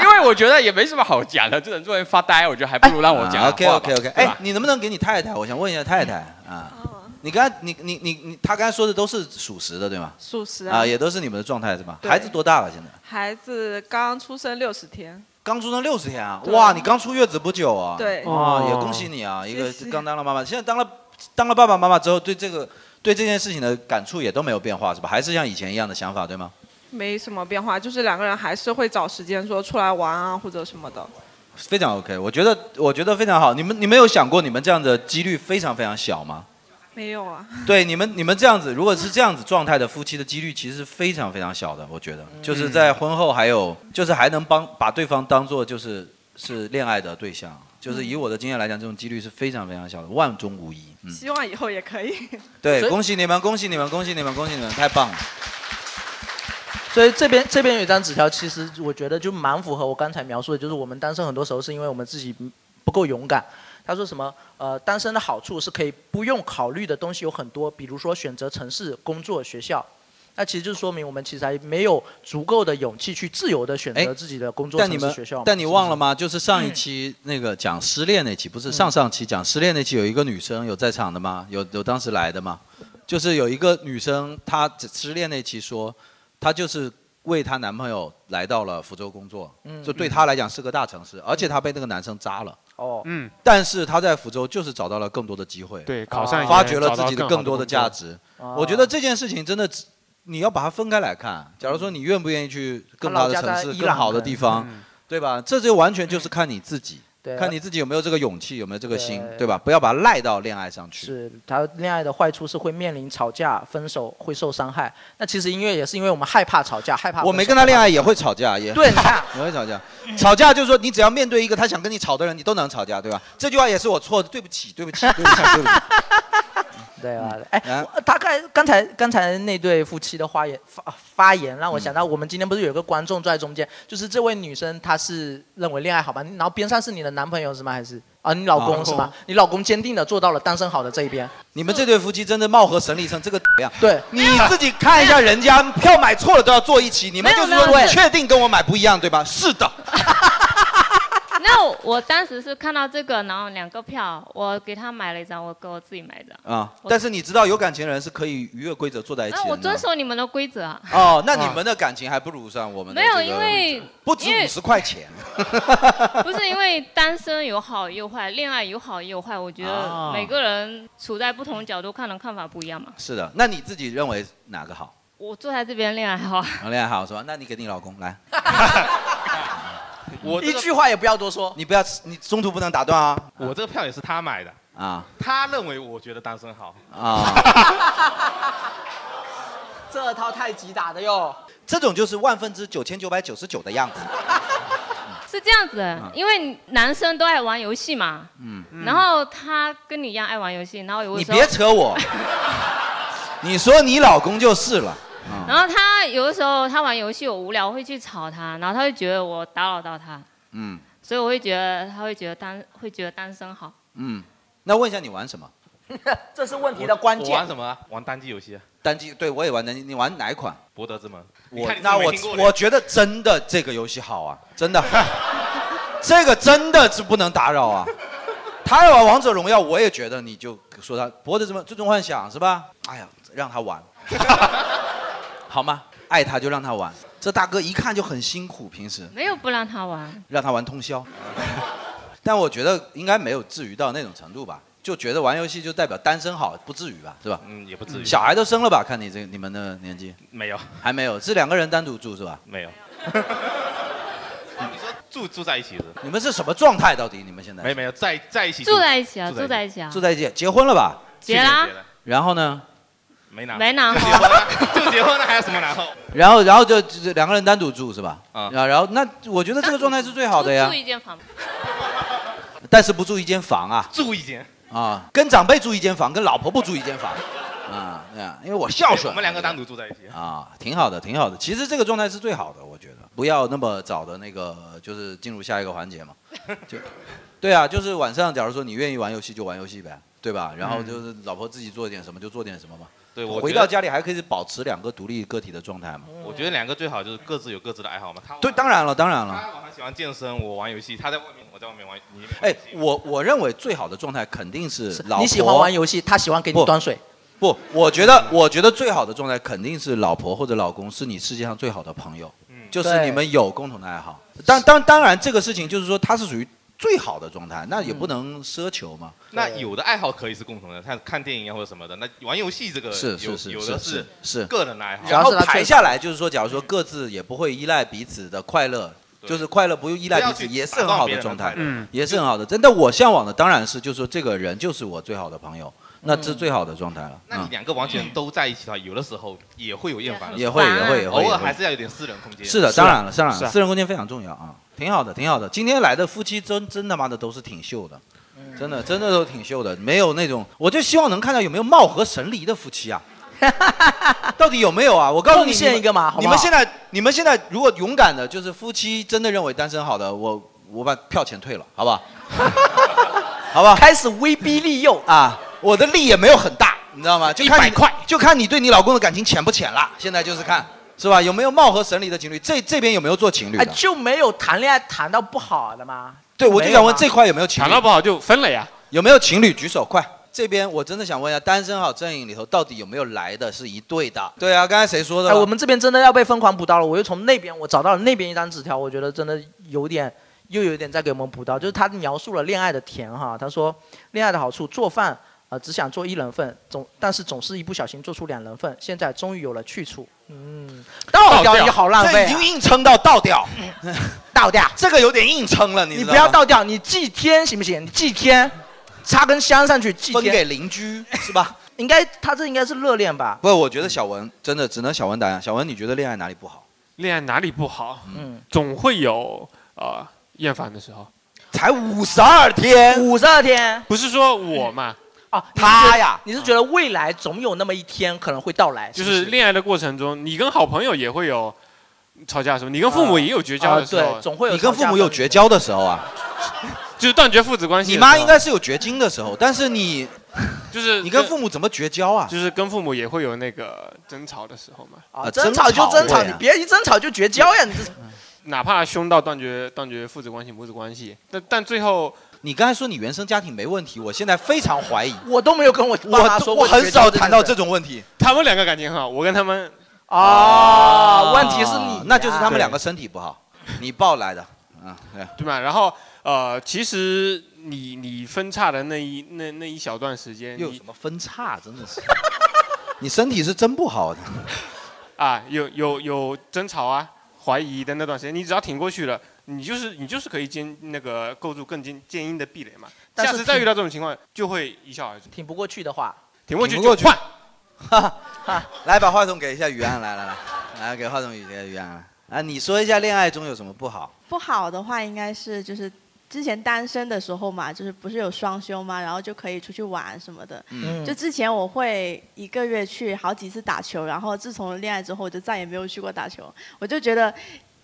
Speaker 5: 因为我觉得也没什么好讲的，这种做人发呆，我觉得还不如让 (laughs) 我讲
Speaker 1: OK OK OK，
Speaker 5: 哎
Speaker 1: 哎，，你能不能给你太太？我想问一下太太啊，
Speaker 16: 哦
Speaker 1: 你刚你你你你，他刚才说的都是属实的对吗？
Speaker 16: 属实啊
Speaker 1: 啊，也都是你们的状态是吧？
Speaker 16: 对
Speaker 1: 孩子多大了现在？
Speaker 16: 孩子刚出生六十天，
Speaker 1: 刚出生六十天啊！
Speaker 16: 对
Speaker 1: 哇，你刚出月子不久啊！
Speaker 16: 对
Speaker 1: 啊，也
Speaker 16: 哦
Speaker 1: 恭喜你啊！一个
Speaker 16: 谢谢
Speaker 1: 刚当了妈妈，现在当了当了爸爸妈妈之后，对这个对这件事情的感触也都没有变化是吧？还是像以前一样的想法对吗？
Speaker 16: 没什么变化，就是两个人还是会找时间说出来玩啊或者什么的。
Speaker 1: 非常 OK，我觉得我觉得非常好。你们你们有想过你们这样的几率非常非常小吗？
Speaker 16: 没有啊，
Speaker 1: 对，你们你们这样子，如果是这样子状态的夫妻的几率其实是非常非常小的，我觉得，
Speaker 16: 嗯
Speaker 1: 就是在婚后还有就是还能帮把对方当做就是是恋爱的对象，就是以我的经验来讲，这种几率是非常非常小的，万中无一。嗯，
Speaker 16: 希望以后也可以。
Speaker 1: 对，
Speaker 16: 所以
Speaker 9: (laughs)
Speaker 1: 恭喜你们，恭喜你们，恭喜你们，恭喜你们，太棒了。
Speaker 4: 所以这边这边有一张纸条，其实我觉得就蛮符合我刚才描述的，就是我们单身很多时候是因为我们自己不够勇敢。他说什么？呃，单身的好处是可以不用考虑的东西有很多，比如说选择城市、工作、学校。那其实就说明我们其实还没有足够的勇气去自由的选择自己的工作、
Speaker 1: 但你
Speaker 4: 城市、
Speaker 1: 们
Speaker 4: 学校嘛。
Speaker 1: 但你忘
Speaker 4: 是嗯
Speaker 1: 了吗？就是上
Speaker 2: 嗯
Speaker 1: 一期那个讲失恋那期，不是上上期讲失恋那期，有一个女生有在场的吗？有有当时来的吗？就是有一个女生，她失恋那期说，她就是为她男朋友来到了福州工作，
Speaker 4: 嗯
Speaker 1: 就对她来讲是个大城市，而且她被那个男生渣了。
Speaker 4: 不是哦，
Speaker 1: 嗯，但是她在福州就是找到了更多的机会，对
Speaker 2: 考
Speaker 4: 啊
Speaker 2: 上研
Speaker 1: 发掘了自己
Speaker 2: 找到更好的
Speaker 1: 更多的价
Speaker 2: 工作
Speaker 1: 值。
Speaker 2: 哦
Speaker 1: 我觉得这件事情真的只，你要把它分开来看。假如说你愿不愿意去更大的
Speaker 4: 嗯她老
Speaker 1: 城
Speaker 4: 家在
Speaker 1: 市、
Speaker 4: 伊
Speaker 1: 更
Speaker 4: 朗
Speaker 1: 好的
Speaker 4: 可能
Speaker 1: 地方，对吧？这就完全就是看你自己，
Speaker 4: 对
Speaker 1: 看你自己有没有这个勇气，有没有这个心，
Speaker 4: 对
Speaker 1: 对吧？不要把它赖到恋爱上去。
Speaker 4: 是他恋爱的坏处是会面临吵架、分手，会受伤害。那其实音乐也是因为我们害怕吵架，害怕
Speaker 1: 我
Speaker 4: 分
Speaker 1: 没
Speaker 4: 手
Speaker 1: 跟他恋爱
Speaker 4: 害
Speaker 1: 也会吵架，也
Speaker 4: (laughs) 对你看
Speaker 1: (laughs) 也会吵架。吵架就是说，你只要面对一个他想跟你吵的人，你都能吵架，对吧？这句话也是我错的，对不起，嗯对不起，对不起，对不起。
Speaker 4: 对吧？哎，怕大概刚才刚才那对夫妻的发言发发言让我想到，我们今天不是有个观众坐在中间，就是这位女生她是认为恋爱好吧，然后边上是你的男朋友是吗？还是啊你老公是
Speaker 1: 老
Speaker 4: 吗
Speaker 1: 公？
Speaker 4: 你老公坚定的做到了单身好的这一边。
Speaker 1: 你们这对夫妻真的貌合神离成这个样。
Speaker 4: 对，
Speaker 1: 你自己看一下，人家票买错了都要坐一起，你们就是
Speaker 17: 没有没
Speaker 1: 说
Speaker 17: 有
Speaker 1: 你确定跟我买不一样，对吧？是的。
Speaker 17: (laughs) 那我我当时是看到这个，然后两个票，我给他买了一张，我给我自己买一张。
Speaker 1: 啊、
Speaker 17: 我
Speaker 1: 但是你知道有感情的人是可以逾越规则坐在一起
Speaker 17: 那
Speaker 1: 的呢。
Speaker 17: 我遵守你们的规则啊。
Speaker 1: 啊哦，那你们的感情还不如上我们的
Speaker 17: 没有，
Speaker 1: 这个
Speaker 17: 因为
Speaker 1: 不止
Speaker 17: 因为
Speaker 1: 五十块钱。
Speaker 17: 不是因为单身有好也有坏，恋爱有好也有坏。我觉
Speaker 1: 哦
Speaker 17: 得每个人处在不同角度看的看法不一样嘛。
Speaker 1: 是的，那你自己认为哪个好？
Speaker 17: 我坐在这边恋爱好，
Speaker 1: 谈恋爱好是吧？那你给你老公来。
Speaker 4: 我一句话也不要多说。
Speaker 1: 你不要，你中途不能打断啊。
Speaker 18: 我这个票也是他买的，
Speaker 1: 啊
Speaker 18: 他认为我觉得单身好。
Speaker 1: 啊！
Speaker 4: (laughs) 这套太极打的哟。
Speaker 1: 这种就是万分之九千九百九十九的样子。
Speaker 17: 是这样子的，因为男生都爱玩游戏嘛。
Speaker 1: 啊嗯，
Speaker 17: 然后他跟你一样爱玩游戏，然后有的
Speaker 1: 你
Speaker 17: 时候
Speaker 1: 别扯
Speaker 17: (laughs)
Speaker 1: 我，你说你老公就是了。啊、
Speaker 17: 然后他有的时候他玩游戏，我无聊我会去吵他，然后他会觉得我打扰到他，
Speaker 1: 嗯
Speaker 17: 所以我会觉得他会觉得单会觉得单身好。
Speaker 1: 嗯，那问一下你玩什么？
Speaker 4: (laughs) 这是问题的关键。
Speaker 18: 我玩什么啊？玩单机游戏啊，
Speaker 1: 单机，对我也玩单机。你玩哪一款？
Speaker 18: 博德之门。你
Speaker 1: 我
Speaker 18: 看你
Speaker 1: 那
Speaker 18: 是没
Speaker 1: 我
Speaker 18: 听过的
Speaker 1: 我觉得真的这个游戏好啊，真
Speaker 18: (laughs)
Speaker 1: 的，这个真的是不能打扰啊。他要玩王者荣耀，我也觉得你就说他脖子什么最终幻想是吧？哎呀，让他玩，好吗？爱他就让他玩。这大哥一看就很辛苦，平时
Speaker 17: 没有不让他玩，
Speaker 1: 让他玩通宵， (laughs) 但我觉得应该没有至于到那种程度吧。就觉得玩游戏就代表单身好，不至于吧，是吧？
Speaker 18: 嗯，也不至于。
Speaker 1: 小孩都生了吧？看你这你们的年纪，
Speaker 18: 没有，
Speaker 1: 还没有，是两个人单独住是吧？
Speaker 18: 没有。住住在一起的，
Speaker 1: 你们是什么状态？到底你们现在？
Speaker 18: 没没有在在一起
Speaker 17: 住在一起啊，住在一起啊，
Speaker 1: 住在一起，结婚了吧？
Speaker 17: 结啦
Speaker 18: 去年结的
Speaker 1: 然后呢？
Speaker 18: 没拿
Speaker 17: 没拿
Speaker 18: 就结婚了， (laughs) 就结婚了还有什么然后？
Speaker 1: 然后，然后就就两个人单独住是吧？啊，然后那我觉得这个状态是最好的呀
Speaker 17: 住，一间房，
Speaker 1: 但是不住一间房啊，
Speaker 18: 住一间
Speaker 1: 啊，跟长辈住一间房，跟老婆不住一间房，啊，对啊，因为我孝顺
Speaker 18: 我们两个单独住在一起。
Speaker 1: 啊，挺好的，挺好的。其实这个状态是最好的，我觉得，不要那么早的那个，就是进入下一个环节嘛，就，对啊，就是晚上，假如说你愿意玩游戏就玩游戏呗，对吧？然
Speaker 4: 嗯
Speaker 1: 后就是老婆自己做点什么就做点什么嘛。
Speaker 18: 对我
Speaker 1: 回
Speaker 18: 觉得
Speaker 1: 到家里还可以保持两个独立个体的状态嘛。
Speaker 4: 嗯
Speaker 18: 我觉得两个最好就是各自有各自的爱好嘛。他
Speaker 1: 对，当然了，当然了。
Speaker 18: 他晚上喜欢健身，我玩游戏，他在外面，我在外面玩。你
Speaker 1: 哎，我我认为最好的状态肯定是老婆
Speaker 4: 你喜欢玩游戏，他喜欢给你
Speaker 1: 不
Speaker 4: 端水。
Speaker 1: 不，我觉得我觉得最好的状态肯定是老婆或者老公是你世界上最好的朋友，就是
Speaker 4: 对
Speaker 1: 你们有共同的爱好。当当当然，这个事情就是说它是属于最好的状态，那也不
Speaker 4: 嗯
Speaker 1: 能奢求嘛。
Speaker 18: 那有的爱好可以是共同的，看看电影啊或者什么的。那玩游戏这个
Speaker 1: 是
Speaker 18: 有
Speaker 1: 是是
Speaker 18: 有的
Speaker 1: 是是
Speaker 18: 个人的爱好。
Speaker 1: 然后排下来就是说，假如说各自也不会依赖彼此的快乐，就是快乐不用依赖彼此，
Speaker 18: 不要去
Speaker 1: 也是很好的状
Speaker 18: 打
Speaker 1: 态
Speaker 18: 断别人的快乐，
Speaker 1: 也是很好的。真的，我向往的当然是就是说这个人就是我最好的朋友，那这是最好的状态了。
Speaker 18: 嗯那你
Speaker 1: 嗯
Speaker 18: 两个完全都在一起的话，有的时候也会有厌烦的时
Speaker 1: 也
Speaker 18: 候，
Speaker 1: 会也会也会，
Speaker 18: 偶
Speaker 1: 也
Speaker 18: 尔
Speaker 1: 会
Speaker 18: 还是要有点私人空间。
Speaker 1: 是的，当然了，当然
Speaker 18: 是
Speaker 1: 了，
Speaker 18: 啊
Speaker 1: 私人空间非常重要啊，挺好的，挺好的。今天来的夫妻真真他妈的都是挺秀的，
Speaker 18: 嗯
Speaker 1: 真的真的都挺秀的，没有那种，我就希望能看到有没有貌合神离的夫妻
Speaker 18: (laughs)
Speaker 1: 啊。到底有没有啊？我告诉你，
Speaker 4: 贡献
Speaker 1: 你们
Speaker 4: 一个嘛好不好
Speaker 1: 你们现在，你们现在如果勇敢的，就是夫妻真的认为单身好的，我我把票钱退了，好不好？好不好？开始威逼利诱啊！我的力也没有很大，你知道吗？就看你块，就看你对你老公的感情浅不浅啦。现在就是看是吧？有没有貌合神离的情侣？这这边有没有做情侣
Speaker 4: 哎，
Speaker 1: 的？
Speaker 4: 就没有谈恋爱谈到不好的吗？
Speaker 1: 对，我就
Speaker 4: 没有
Speaker 1: 想问
Speaker 4: 吗
Speaker 1: 这块有没有情侣？谈到不好就分了呀。有没有情侣举手快？这边我真的想问一下，单身好阵营里头到底有没有来的是一对的？对啊，刚才谁说的
Speaker 4: 哎，
Speaker 1: 了？
Speaker 4: 我们这边真的要被疯狂补刀了。我又从那边我找到了那边一张纸条，我觉得真的有点，又有点在给我们补刀。就是他描述了恋爱的甜哈，他说恋爱的好处，做饭啊、呃只想做一人份，总但是总是一不小心做出两人份，现在终于有了去处。嗯，倒掉也好浪费、
Speaker 1: 这已经硬撑到倒掉，
Speaker 4: 倒掉，
Speaker 1: 这个有点硬撑了，你
Speaker 4: 你
Speaker 1: 知道
Speaker 4: 不要
Speaker 1: 吗
Speaker 4: 倒掉，你祭天行不行？你祭天，插根香上去祭天，
Speaker 1: 分给邻居是吧？
Speaker 4: 应该他这应该是热恋吧？
Speaker 1: 不，我觉得小文真的只能小文答案。小文，你觉得恋爱哪里不好？
Speaker 2: 恋爱哪里不好？
Speaker 4: 嗯，
Speaker 2: 总会有呃厌烦的时候。
Speaker 1: 才五十二天，
Speaker 4: 五十二天，
Speaker 2: 不是说我嘛，
Speaker 4: 哦，
Speaker 2: 他呀
Speaker 4: 你是觉得，你是觉得未来总有那么一天可能会到来，
Speaker 2: 就是
Speaker 4: 不
Speaker 2: 是恋爱的过程中，你跟好朋友也会有吵架什么，你跟父母也有绝交的时候，
Speaker 4: 啊对总会有
Speaker 1: 你跟父母有绝交的时候啊，
Speaker 2: 就是断绝父子关系的
Speaker 1: 你
Speaker 2: 时候。
Speaker 1: 妈应该是有绝经的时候，但是你
Speaker 2: 就是
Speaker 1: 你跟父母怎么绝交啊？
Speaker 2: 就是跟父母也会有那个争吵的时候嘛。
Speaker 1: 啊
Speaker 4: 争吵就争吵，你别一争吵就绝交呀！你这
Speaker 2: 哪怕凶到断绝断绝父子关系、母子关系，但但最后
Speaker 1: 你刚才说你原生家庭没问题，我现在非常怀疑。
Speaker 4: 我都没有跟我爸妈
Speaker 1: 我
Speaker 4: 说
Speaker 1: 我
Speaker 4: 过绝
Speaker 1: 很少
Speaker 4: 交这件
Speaker 1: 谈到
Speaker 4: 事
Speaker 1: 这种问题。
Speaker 2: 他们两个感情很好，我跟他们
Speaker 4: 啊问题是你
Speaker 1: 哦那就是他们两个
Speaker 2: 对
Speaker 1: 身体不好，你抱来的啊，对。
Speaker 2: 对吧？然后呃，其实你你分叉的那一那那一小段时间，
Speaker 1: 又有
Speaker 2: 你
Speaker 1: 什么分叉？真的是，你身体是真不好 (laughs) 的。
Speaker 2: 啊，有有有争吵啊、怀疑的那段时间，你只要挺过去了，你就是你就是可以坚那个构筑更坚坚硬的壁垒嘛。
Speaker 4: 但
Speaker 2: 下
Speaker 4: 是
Speaker 2: 次再
Speaker 4: 挺
Speaker 2: 遇到这种情况，就会一笑而之。
Speaker 4: 挺不过去的话，
Speaker 2: 挺过去
Speaker 1: 挺不过
Speaker 2: 就
Speaker 1: 去
Speaker 2: 换，
Speaker 1: 来，把话筒给一下于安，来来来，来给话筒给一下于安来。啊，你说一下恋爱中有什么不好？
Speaker 3: 不好的话，应该是就是之前单身的时候嘛，就是不是有双休嘛，然后就可以出去玩什么的。
Speaker 1: 嗯
Speaker 3: 就之前我会一个月去好几次打球，然后自从恋爱之后，我就再也没有去过打球。我就觉得，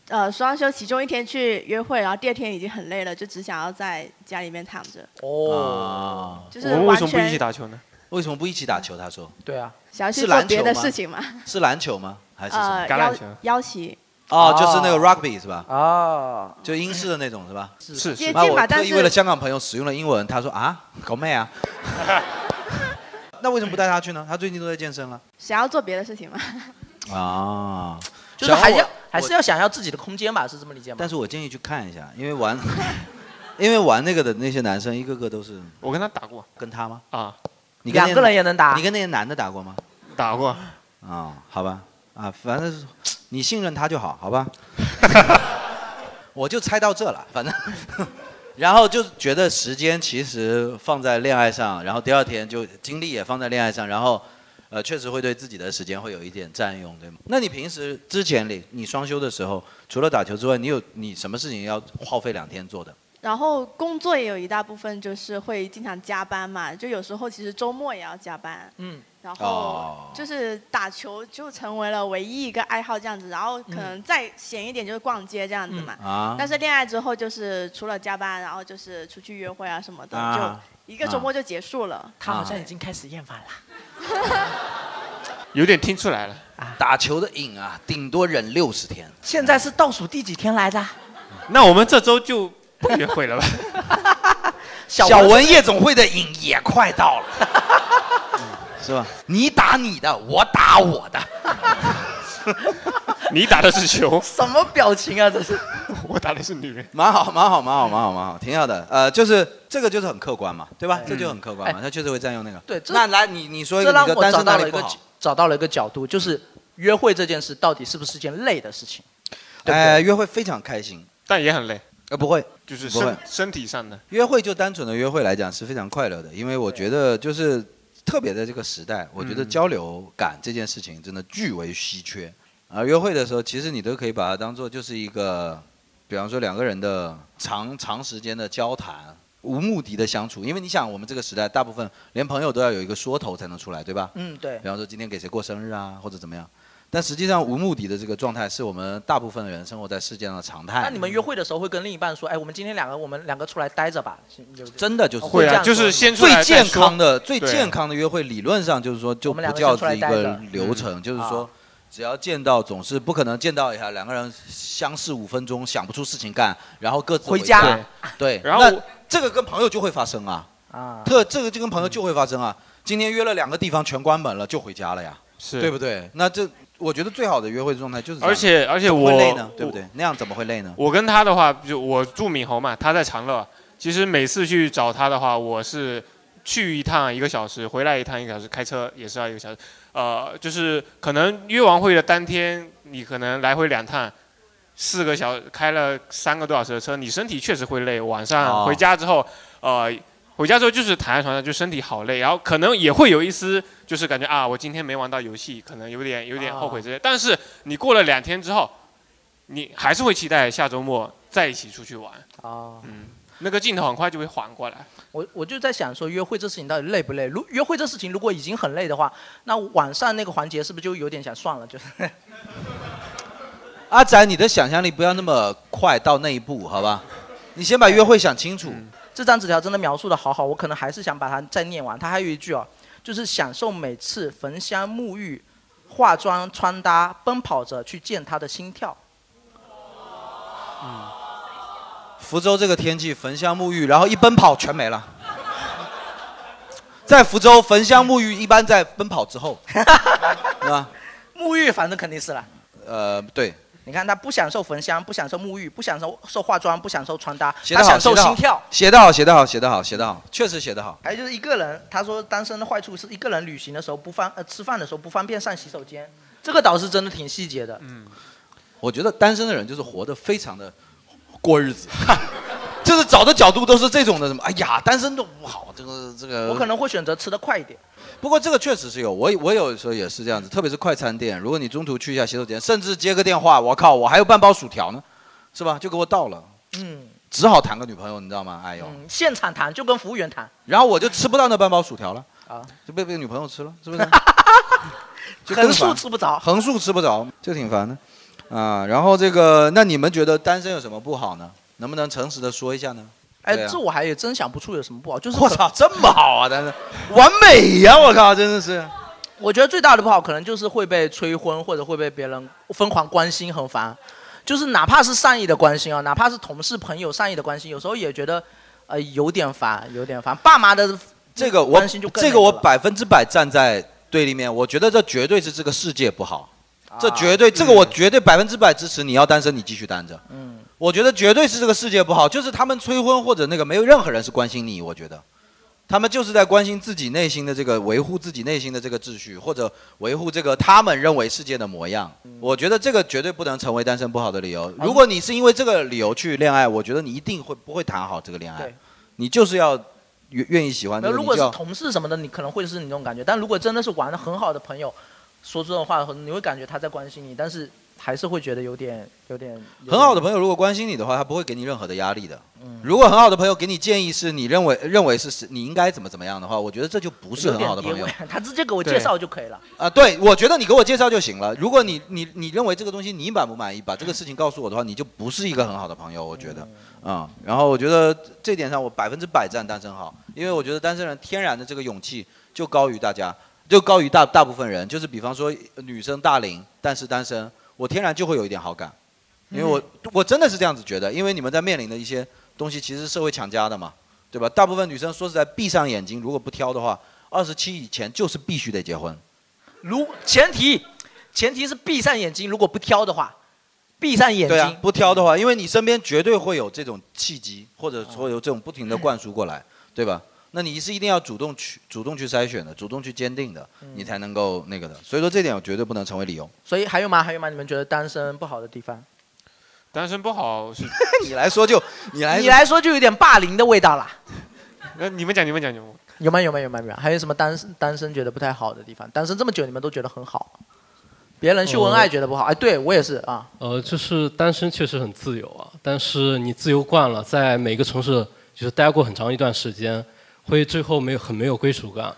Speaker 3: 呃，双休其中一天去约会，然后第二天已经很累了，就只想要在家里面躺着。
Speaker 1: 哦，
Speaker 3: 就是我们为什么不完全一起
Speaker 2: 打球呢？
Speaker 1: 为什么不一起打球？他说，
Speaker 4: 对啊，
Speaker 3: 想要去
Speaker 1: 是
Speaker 3: 做
Speaker 1: 篮
Speaker 3: 别
Speaker 1: 球
Speaker 3: 的
Speaker 1: 吗
Speaker 3: 事情嘛？
Speaker 1: 是篮球吗？还是什么
Speaker 3: 呃，腰腰旗。
Speaker 1: 哦，就是那个 rugby 是吧？
Speaker 4: 哦，
Speaker 1: 就英式的那种是吧？
Speaker 4: 是
Speaker 3: 是接近吧
Speaker 1: 那我
Speaker 3: 但
Speaker 1: 特
Speaker 3: 是
Speaker 1: 意为了香港朋友使用了英文，他说啊，搞咩啊？那为什么不带他去呢？他最近都在健身了。
Speaker 3: 想要做别的事情嘛？
Speaker 1: 啊，
Speaker 4: 就是还
Speaker 1: 然
Speaker 4: 要
Speaker 1: 后我
Speaker 4: 还是要想要自己的空间吧，是这么理解吗？
Speaker 1: 但是我建议去看一下，因为玩， (laughs) 因为玩那个的那些男生一个个都是。
Speaker 2: 我跟他打过，
Speaker 1: 跟他吗？
Speaker 2: 啊，
Speaker 1: 你跟那
Speaker 4: 两个人也能打
Speaker 1: 你跟那些男的打过吗？
Speaker 2: 打过。 (laughs)
Speaker 1: 啊，好吧，啊，反正是你信任他就好，好吧。我就猜到这了，反正，然后就觉得时间其实放在恋爱上，然后第二天就精力也放在恋爱上，然后，呃，确实会对自己的时间会有一点占用，对吗？那你平时之前里你双休的时候，除了打球之外，你有你什么事情要耗费两天做的？
Speaker 3: 然后工作也有一大部分就是会经常加班嘛，就有时候其实周末也要加班。
Speaker 4: 嗯，
Speaker 3: 然
Speaker 1: 哦
Speaker 3: 后就是打球就成为了唯一一个爱好这样子，然后可能再闲一点就是逛街这样子嘛。
Speaker 1: 嗯啊
Speaker 3: 但是恋爱之后就是除了加班，然后就是出去约会啊什么的，
Speaker 1: 啊
Speaker 3: 就一个周末就结束了。
Speaker 1: 他好像已
Speaker 4: 经开始厌烦了。
Speaker 1: 有点听出来了，打球的瘾啊，顶多忍六十天。
Speaker 4: 现在是倒数第几天来的？
Speaker 2: 那我们这周就不约会了吧？
Speaker 1: 小
Speaker 4: 文
Speaker 1: 文夜总会的瘾也快到了， (laughs) 是吧？你打你的，我打我的。 (laughs) 你打的是球，
Speaker 4: 什么表情啊？这是
Speaker 1: (laughs) 我打的是女人， (laughs) 蛮好，蛮好，蛮好，蛮好，蛮好，挺好的。呃，就是这个就是很客观嘛，对吧？这就很客观嘛，他确实会占用那个。
Speaker 4: 对，这
Speaker 1: 那来你你说一个
Speaker 4: 嗯哎这
Speaker 1: 你
Speaker 4: 让
Speaker 1: 的
Speaker 4: 我
Speaker 1: 单
Speaker 4: 找
Speaker 1: 身
Speaker 4: 到
Speaker 1: 哪
Speaker 4: 了
Speaker 1: 里
Speaker 4: 一
Speaker 1: 不
Speaker 4: 个
Speaker 1: 好
Speaker 4: 角？找到了一个角度，就是约会这件事到底是不是件累的事情？
Speaker 1: 呃，约会非常开心，
Speaker 2: 但也很累。
Speaker 1: 呃，不会，
Speaker 2: 就是
Speaker 1: 不会
Speaker 2: 身。身体上的。
Speaker 1: 约会就单纯的约会来讲是非常快乐的，因为我觉得就是特别的这个时代，我觉得
Speaker 2: 嗯
Speaker 1: 交流感这件事情真的巨为稀缺。而约会的时候，其实你都可以把它当做就是一个，比方说两个人的长长时间的交谈，无目的的相处。因为你想，我们这个时代，大部分连朋友都要有一个说头才能出来，对吧？
Speaker 4: 嗯，对
Speaker 1: 比。方说今天给谁过生日啊，或者怎么样。但实际上，无目的的这个状态是我们大部分人生活在世界上的常态。
Speaker 4: 那你们约会的时候会跟另一半说，哎，我们今天两个，我们两个出来待着吧？是有
Speaker 1: 真的就是
Speaker 4: 会啊
Speaker 1: 这样
Speaker 4: 就是先出
Speaker 1: 最
Speaker 4: 来再
Speaker 1: 健
Speaker 4: 说
Speaker 1: 康的、最
Speaker 4: 对
Speaker 1: 健康的约会，理论上就是说就
Speaker 4: 我
Speaker 1: 不
Speaker 4: 们两个
Speaker 1: 叫
Speaker 4: 先出来
Speaker 1: 一
Speaker 4: 待
Speaker 1: 个
Speaker 4: 着
Speaker 1: 流程，就是说
Speaker 4: 啊
Speaker 1: 只要见到总是不可能见到一下，两个人相视五分钟，想不出事情干，然后各自
Speaker 4: 回
Speaker 1: 回
Speaker 4: 家
Speaker 1: 对，
Speaker 4: 然后
Speaker 1: 那这个跟朋友就会发生啊，
Speaker 4: 啊，
Speaker 1: 特这个就跟朋友就会发生啊。今天约了两个地方全关门了，就回家了呀，
Speaker 2: 是
Speaker 1: 对不对？那这我觉得最好的约会状态就是这样，
Speaker 2: 而且而且
Speaker 1: 怎么
Speaker 2: 我
Speaker 1: 会累呢，对不对
Speaker 2: 我？
Speaker 1: 那样怎么会累呢？
Speaker 2: 我跟他的话，就我住闽侯嘛，他在长乐。其实每次去找他的话，我是去一趟一个小时，回来一趟一个小时，开车也是要一个小时。呃，就是可能约完会的当天，你可能来回两趟，四个小开了三个多小时的车，你身体确实会累。晚上
Speaker 6: 哦
Speaker 2: 回家之后，呃，回家之后就是躺在床上，就身体好累，然后可能也会有一丝就是感觉啊，我今天没玩到游戏，可能有点有点后
Speaker 1: 啊
Speaker 2: 悔之类。但是你过了两天之后，你还是会期待下周末再一起出去玩，
Speaker 4: 啊，
Speaker 2: 嗯，那个劲头很快就会缓过来。
Speaker 4: 我我就在想说，约会这事情到底累不累？如约会这事情如果已经很累的话，那晚上那个环节是不是就有点想算了？就是， (laughs)
Speaker 1: 阿仔，你的想象力不要那么快到那一步，好吧？你先把约会想清楚。
Speaker 2: 嗯
Speaker 4: 这张纸条真的描述的好好，我可能还是想把它再念完。它还有一句哦，就是享受每次焚香沐浴、化妆穿搭，奔跑着去见他的心跳。
Speaker 1: 福州这个天气，焚香沐浴，然后一奔跑全没了。在福州，焚香沐浴一般在奔跑之
Speaker 2: (laughs)
Speaker 1: 后，是吧？
Speaker 4: 沐浴反正肯定是了。
Speaker 1: 呃，对，
Speaker 4: 你看他不享受焚香，不享受沐浴，不享受受化妆，不享受穿搭，
Speaker 1: 写
Speaker 4: 他
Speaker 1: 得好，
Speaker 4: 享
Speaker 1: 写
Speaker 4: 受
Speaker 1: 得
Speaker 4: 心
Speaker 1: 好
Speaker 4: 跳。，
Speaker 1: 写得好，写得好，写得好，写得好，确实写得好。
Speaker 4: 还哎有就是一个人，他说单身的坏处是一个人旅行的时候不方呃吃饭的时候不方便上洗手间，这个倒是真的挺细节的。嗯，
Speaker 1: 我觉得单身的人就是活得非常的过日
Speaker 4: (laughs)
Speaker 1: 子，就是找的角度都是这种的，什么哎呀，单身都不好，这个这个。
Speaker 4: 我可能会选择吃的快一点。
Speaker 1: 不过这个确实是有，我我有时候也是这样子，特别是快餐店，如果你中途去一下洗手间，甚至接个电话，我靠，我还有半包薯条呢，是吧？就给我倒了，
Speaker 4: 嗯，
Speaker 1: 只好谈个女朋友，你知道吗？哎呦，
Speaker 4: 现场谈就跟服务员谈
Speaker 1: 然后我就吃不到那半包薯条了，
Speaker 4: 啊，
Speaker 1: 就被被女朋友吃了，是
Speaker 4: (laughs)
Speaker 1: 不是？就更
Speaker 4: 横
Speaker 1: 烦
Speaker 4: 竖吃不着。
Speaker 1: 横竖吃不着，就挺烦的，啊，然后这个，那你们觉得单身有什么不好呢？能不能诚实的说一下呢？
Speaker 4: 哎，
Speaker 1: 对啊
Speaker 4: 这我还也真想不出有什么不好，就是
Speaker 1: 我
Speaker 4: 可
Speaker 1: 操，这么好啊，单身完美呀、我靠，真的是。
Speaker 4: 我觉得最大的不好可能就是会被催婚，或者会被别人疯狂关心，很烦。就是哪怕是善意的关心啊，哪怕是同事朋友善意的关心，有时候也觉得呃有点烦，有点烦。爸妈的
Speaker 1: 这个我
Speaker 4: 关心就更
Speaker 1: 这
Speaker 4: 那
Speaker 1: 个我
Speaker 4: 了
Speaker 1: 百分之百站在对立面，我觉得这绝对是这个世界不好，这绝
Speaker 4: 啊
Speaker 1: 对这个我绝对百分之百支持。你要单身，你继续单着。
Speaker 4: 嗯，
Speaker 1: 我觉得绝对是这个世界不好，就是他们催婚或者那个没有任何人是关心你，我觉得，他们就是在关心自己内心的这个维护自己内心的这个秩序，或者维护这个他们认为世界的模样。
Speaker 4: 嗯
Speaker 1: 我觉得这个绝对不能成为单身不好的理由。如果你是因为这个理由去恋爱，我觉得你一定会不会谈好这个恋爱
Speaker 4: 对。
Speaker 1: 你就是要愿愿意喜欢这
Speaker 4: 那
Speaker 1: 啊个，
Speaker 4: 如果
Speaker 1: 你就是要
Speaker 4: 同事什么的，你可能会是你那种感觉，但如果真的是玩的很好的朋友，说这种话的时候，你会感觉他在关心你，但是还是会觉得有点有点嗯
Speaker 1: 很好的朋友如果关心你的话，他不会给你任何的压力的。如果很好的朋友给你建议是你认为认为是是你应该怎么怎么样的话，我觉得这就不是
Speaker 4: 有
Speaker 1: 很
Speaker 4: 点
Speaker 1: 好的朋
Speaker 4: 跌
Speaker 1: 友
Speaker 4: 位。他直接给我介绍就可以了。
Speaker 1: 啊，对，我觉得你给我介绍就行了。如果你你你认为这个东西你满不满意，把这个事情告诉我的话，你就不是一个很好的朋友，我觉得。啊、然后我觉得这点上我百分之百赞单身好，因为我觉得单身人天然的这个勇气就高于大家，就高于大大部分人。就是比方说呃女生大龄但是单身，我天然就会有一点好感，因
Speaker 4: 嗯
Speaker 1: 为我、我真的是这样子觉得，因为你们在面临的一些东西其实是社会强加的嘛，对吧？大部分女生说实在，闭上眼睛如果不挑的话，二十七以前就是必须得结婚。
Speaker 4: 如前提，前提是闭上眼睛，如果不挑的话，闭上眼睛。
Speaker 1: 对啊，不挑的话，因为你身边绝对会有这种契机，或
Speaker 4: 嗯
Speaker 1: 者说有这种不停的灌输过来，对吧？那你是一定要主动去、主动去筛选的，主动去坚定的，
Speaker 4: 嗯
Speaker 1: 你才能够那个的。所以说这点我绝对不能成为理由。
Speaker 4: 所以还有吗？还有吗？你们觉得单身不好的地方？
Speaker 2: 单身不好是，
Speaker 1: (laughs) 你来说就你来
Speaker 4: 你来说就有点霸凌的味道啦。
Speaker 2: 那呃你们讲，你们讲，你们讲
Speaker 4: 有吗？有吗？有吗？有吗？还有什么单身单身觉得不太好的地方？单身这么久，你们都觉得很好，别
Speaker 1: 嗯
Speaker 4: 人秀恩爱觉得不好。哎，对我也是啊。
Speaker 19: 呃，就是单身确实很自由啊，但是你自由惯了，在每个城市就是待过很长一段时间，会最后没有很没有归属感。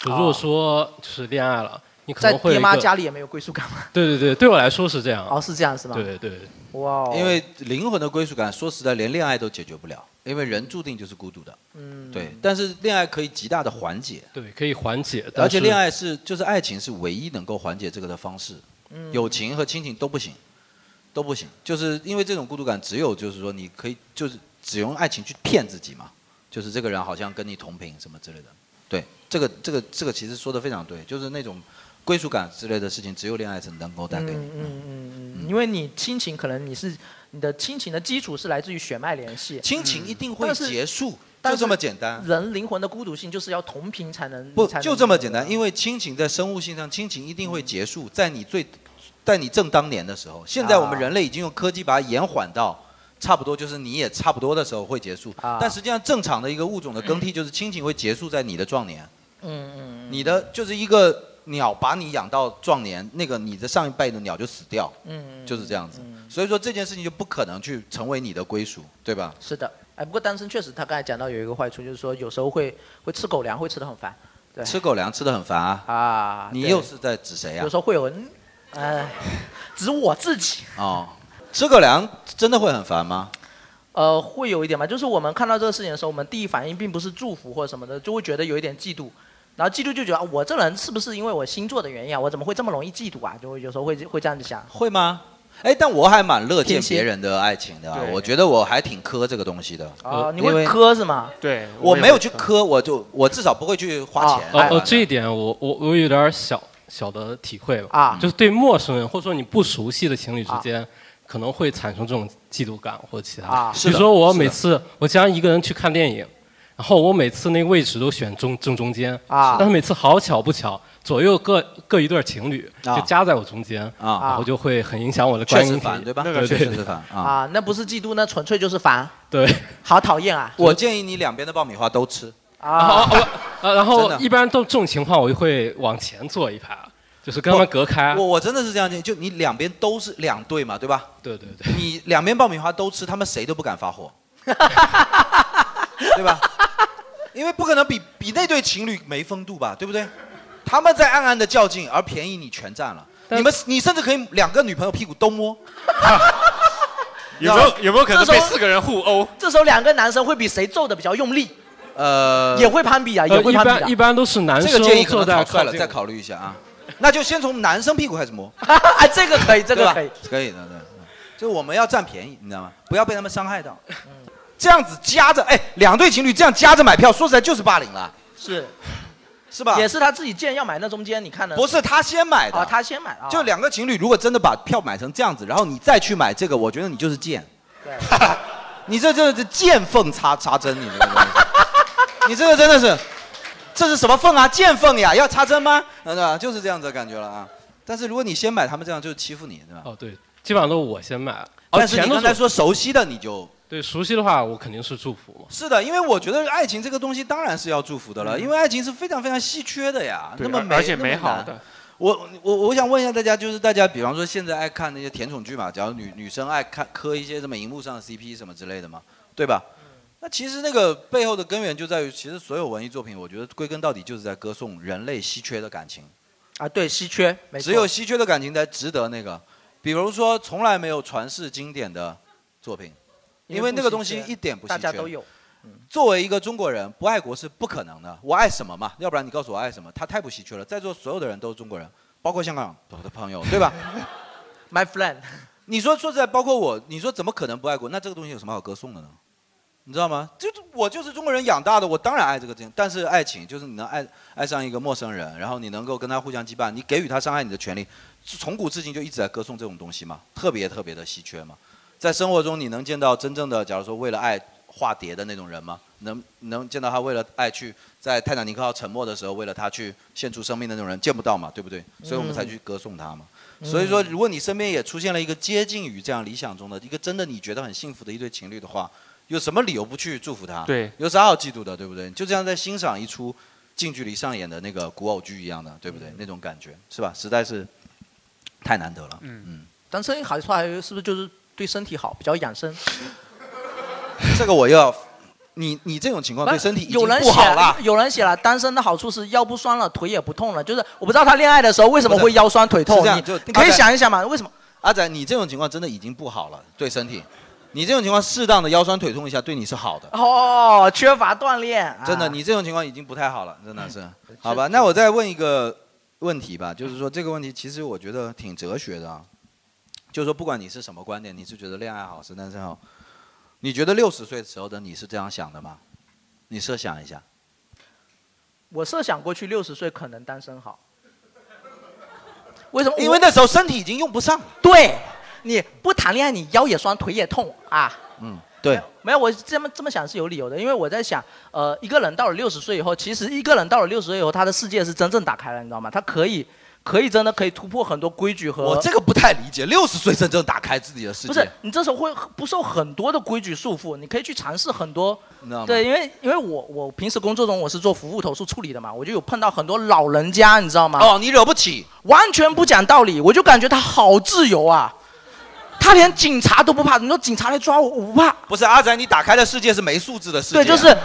Speaker 19: 就如果说就是恋爱了，你可
Speaker 4: 啊在
Speaker 19: 能会有
Speaker 4: 爹
Speaker 19: 一
Speaker 4: 妈
Speaker 19: 个
Speaker 4: 家里也没有归属感吗？
Speaker 19: 对对对，对我来说是这样。啊
Speaker 4: 哦，是这样是吗？
Speaker 19: 对对对。
Speaker 4: 哇哦。
Speaker 1: 因为灵魂的归属感，说实在，连恋爱都解决不了，因为人注定就是孤独的。
Speaker 4: 嗯
Speaker 1: 对，但是恋爱可以极大的缓解。
Speaker 19: 对，可以缓解。
Speaker 1: 而
Speaker 19: 但
Speaker 1: 且
Speaker 19: 是
Speaker 1: 恋爱是就是爱情是唯一能够缓解这个的方式，
Speaker 19: 嗯
Speaker 1: 友情和亲情都不行，都不行，就是因为这种孤独感，只有就是说你可以就是只用爱情去骗自己嘛，就是这个人好像跟你同频什么之类的，对，这个这个这个其实说的非常对，就是那种归属感之类的事情，只有恋爱才能哦够带给你。
Speaker 4: 嗯嗯嗯嗯，因为你亲情可能你是你的亲情的基础是来自于血脉联系，
Speaker 1: 亲情一定
Speaker 4: 嗯但
Speaker 1: 会
Speaker 4: 是
Speaker 1: 结束，
Speaker 4: 但
Speaker 1: 就是这么简单。
Speaker 4: 人灵魂的孤独性就是要同频才能
Speaker 1: 不
Speaker 4: 才能啊
Speaker 1: 就这么简单？因为亲情在生物性上，亲情一定会结束在你最，在你正当年的时候。现在我
Speaker 4: 啊
Speaker 1: 们人类已经用科技把它延缓到，差不多就是你也差不多的时候会结束。
Speaker 4: 啊
Speaker 1: 但实际上，正常的一个物种的更替就是亲情会结束在你的壮年。
Speaker 4: 嗯嗯
Speaker 1: 你的就是一个鸟把你养到壮年，那个你的上一辈的鸟就死掉，
Speaker 4: 嗯
Speaker 1: 就是这样子。所以说这件事情就不可能去成为你的归属，对吧？
Speaker 4: 是的，哎，不过单身确实他刚才讲到有一个坏处，就是说有时候会会吃狗粮，会吃的很烦，对，
Speaker 1: 吃狗粮吃的很烦啊！
Speaker 4: 啊
Speaker 1: 你
Speaker 4: 对
Speaker 1: 又是在指谁啊呀、
Speaker 4: 有时候会有人，哎，指我自己，
Speaker 1: 哦，吃狗粮真的会很烦吗？
Speaker 4: 呃，会有一点吧，就是我们看到这个事情的时候，我们第一反应并不是祝福或者什么的，就会觉得有一点嫉妒。然后嫉妒就觉得、啊、我这人是不是因为我星座的原因啊？我怎么会这么容易嫉妒啊？就会有时候会会这样子想。
Speaker 1: 会吗？哎，但我还蛮乐见
Speaker 4: 偏心
Speaker 1: 别人的爱情的啊、
Speaker 4: 对
Speaker 1: 我觉得我还挺磕这个东西的。
Speaker 4: 啊、
Speaker 1: 呃
Speaker 4: 你
Speaker 1: 因
Speaker 4: 会
Speaker 1: 为
Speaker 4: 磕是吗？
Speaker 2: 对
Speaker 1: 我没有去磕，我就我至少不会去花钱。啊
Speaker 19: 哦
Speaker 4: 哎
Speaker 19: 哦，这一点我我我有点小小的体会吧。
Speaker 4: 啊
Speaker 19: 就是对陌生人或者说你不熟悉的情侣之间，可能会产生这种嫉妒感或其他。
Speaker 4: 啊
Speaker 19: 比如
Speaker 4: 是的
Speaker 19: 说我
Speaker 4: 是的
Speaker 19: 每次我家一个人去看电影，然后我每次那位置都选中正中间
Speaker 4: 啊
Speaker 19: 但是每次好巧不巧，左右各各一对情侣
Speaker 4: 啊
Speaker 19: 就夹在我中间
Speaker 1: 啊
Speaker 19: 然后就会很影响我的观影体验，对对对
Speaker 4: 啊那不是嫉妒，那纯粹就是烦，
Speaker 19: 对。
Speaker 4: 好讨厌啊！
Speaker 1: 我建议你两边的爆米花都吃。
Speaker 4: 啊，
Speaker 19: 呃，然
Speaker 1: 真
Speaker 19: 后
Speaker 1: 的
Speaker 19: 一般都这种情况，我就会往前坐一排，啊就是跟他们
Speaker 1: 不
Speaker 19: 隔开。啊
Speaker 1: 我我真的是这样建议，就你两边都是两对嘛，对吧？
Speaker 19: 对对
Speaker 1: 对。你两边爆米花都吃，他们谁都不敢发火，对吧？因为不可能比比那对情侣没风度吧，对不对？他们在暗暗的较劲，而便宜你全占了。你们你甚至可以两个女朋友屁股都摸。
Speaker 2: 有没有有没有可能
Speaker 4: 这时
Speaker 2: 被
Speaker 4: 候
Speaker 2: 四个人互殴？
Speaker 4: 这时候两个男生会比谁揍的比较用力，
Speaker 1: 呃
Speaker 4: 也会攀比啊，也
Speaker 19: 呃
Speaker 4: 会
Speaker 19: 一
Speaker 4: 攀比的。
Speaker 19: 般一般都是男
Speaker 1: 这
Speaker 19: 生
Speaker 1: 个建议可
Speaker 19: 坐
Speaker 1: 能
Speaker 19: 在
Speaker 1: 草率
Speaker 19: 靠近
Speaker 1: 了，
Speaker 19: 我
Speaker 1: 再考虑一下啊。那就先从男生屁股开始摸。
Speaker 4: (laughs) 啊，这个可以，这
Speaker 1: 对
Speaker 4: 个
Speaker 1: 吧
Speaker 4: 可以。
Speaker 1: 可以的，对。就我们要占便宜，你知道吗？不要被他们伤害到。这样子夹着，哎，两对情侣这样夹着买票，说实在就是霸凌了。
Speaker 4: 是，
Speaker 1: 是吧
Speaker 4: 也是他自己贱要买那中间，你看呢？
Speaker 1: 不是他先买的
Speaker 4: 啊，他先买的啊。
Speaker 1: 就两个情侣如果真的把票买成这样子，然后你再去买这个，我觉得你 (laughs) 就是贱。
Speaker 4: 对
Speaker 1: 你这这这见缝插插针，你这个东西。
Speaker 4: (laughs)
Speaker 1: 你这个真的是，这是什么缝啊？见缝呀，要插针吗？嗯，对吧？就是这样子的感觉了啊。但是如果你先买，他们这样就是欺负你，对吧？
Speaker 19: 哦，对，基本上都是我先买。
Speaker 1: 但是你
Speaker 19: 哦钱都
Speaker 1: 刚
Speaker 19: 是
Speaker 1: 才说熟悉的，你就
Speaker 19: 对熟悉的话，我肯定是祝福嘛。
Speaker 1: 是的，因为我觉得爱情这个东西当然是要祝福的了，
Speaker 19: 嗯
Speaker 1: 因为爱情是非常非常稀缺的呀，
Speaker 19: 对
Speaker 1: 那么
Speaker 19: 而
Speaker 1: 美
Speaker 19: 而且
Speaker 1: 那么
Speaker 19: 美好
Speaker 1: 难
Speaker 19: 的
Speaker 1: 我我我想问一下大家，就是大家比方说现在爱看那些甜宠剧嘛，假如女女生爱看磕一些什么荧幕上的 CP 什么之类的嘛，对吧？
Speaker 4: 嗯
Speaker 1: 那其实那个背后的根源就在于，其实所有文艺作品，我觉得归根到底就是在歌颂人类稀缺的感情。
Speaker 4: 啊，对，稀缺，没错
Speaker 1: 只有稀缺的感情才值得那个。比如说，从来没有传世经典的作品，因为那个东西一点不稀缺。嗯
Speaker 4: 大家都有。
Speaker 1: 作为一个中国人，不爱国是不可能的。我爱什么嘛？要不然你告诉我爱什么？他太不稀缺了。在座所有的人都是中国人，包括香港的朋友，对吧
Speaker 4: ？My friend，
Speaker 1: 你说说实在，包括我，你说怎么可能不爱国？那这个东西有什么好歌颂的呢？你知道吗？就是我就是中国人养大的，我当然爱这个东西。但是爱情就是你能爱爱上一个陌生人，然后你能够跟他互相羁绊，你给予他伤害你的权利，从古至今就一直在歌颂这种东西嘛，特别特别的稀缺嘛。在生活中你能见到真正的，假如说为了爱化蝶的那种人吗？能能见到他为了爱去在泰坦尼克号沉没的时候，为了他去献出生命的那种人，见不到嘛，对不对？所以我们才去歌颂他嘛。
Speaker 20: 嗯
Speaker 1: 所以说，如果你身边也出现了一个接近于这样理想中的一个真的你觉得很幸福的一对情侣的话，有什么理由不去祝福他？
Speaker 2: 对
Speaker 1: 有啥好嫉妒的，对不对？就这样在欣赏一出近距离上演的那个古偶剧一样的，对不对？那种感觉是吧？实在是太难
Speaker 4: (laughs)
Speaker 1: 得了。嗯嗯，
Speaker 4: 单身好处还有是不是就是对身体好，比较养生？
Speaker 1: 这个我又要，你你这种情况哦对身体已
Speaker 4: 有
Speaker 1: 经
Speaker 4: 人
Speaker 1: 不
Speaker 4: 写
Speaker 1: 好了。
Speaker 4: 有人写了，单身的好处是腰不酸了，腿也不痛了。就是我不知道他恋爱的时候为什么会腰酸腿痛
Speaker 1: 是，这样
Speaker 4: 你
Speaker 1: 就
Speaker 4: 你可以
Speaker 1: 阿仔
Speaker 4: 想一想嘛，为什么？
Speaker 1: 阿仔，你这种情况真的已经不好了，对身体。你这种情况适当的腰酸腿痛一下，对你是好的。
Speaker 4: 哦，缺乏锻炼，啊嗯
Speaker 1: 真的，你这种情况已经不太好了，真的是。好吧，那我再问一个问题吧，就是说这个问题其实我觉得挺哲学的啊，就是说不管你是什么观点，你是觉得恋爱好是单身好，你觉得六十岁的时候的你是这样想的吗？你设想一下，
Speaker 4: 我设想过去六十岁可能单身好，为什么？
Speaker 1: 因为那时候身体已经用不上。
Speaker 4: 对，你不谈恋爱，你腰也酸，腿也痛啊。
Speaker 1: 嗯，对，
Speaker 4: 没有，我这么这么想是有理由的，因为我在想，呃，一个人到了六十岁以后，其实一个人到了六十岁以后，他的世界是真正打开了，你知道吗？他可以， (laughs) 可以真的可以突破很多规矩和。
Speaker 1: 我这个不太理解，六十岁真正打开自己的世界，
Speaker 4: 不是你这时候会不受很多的规矩束缚，你可以去尝试很多
Speaker 1: 你知道吗？
Speaker 4: 对，因为因为我我平时工作中我是做服务投诉处理的嘛，我就有碰到很多老人家，你知道吗？
Speaker 1: 哦，你惹不起，
Speaker 4: 完全不讲道理，我就感觉他好自由啊，他连警察都不怕，你说警察来抓我，我不怕。
Speaker 1: 不是阿仔，你打开的世界是没素质的世界啊、
Speaker 4: 对，就是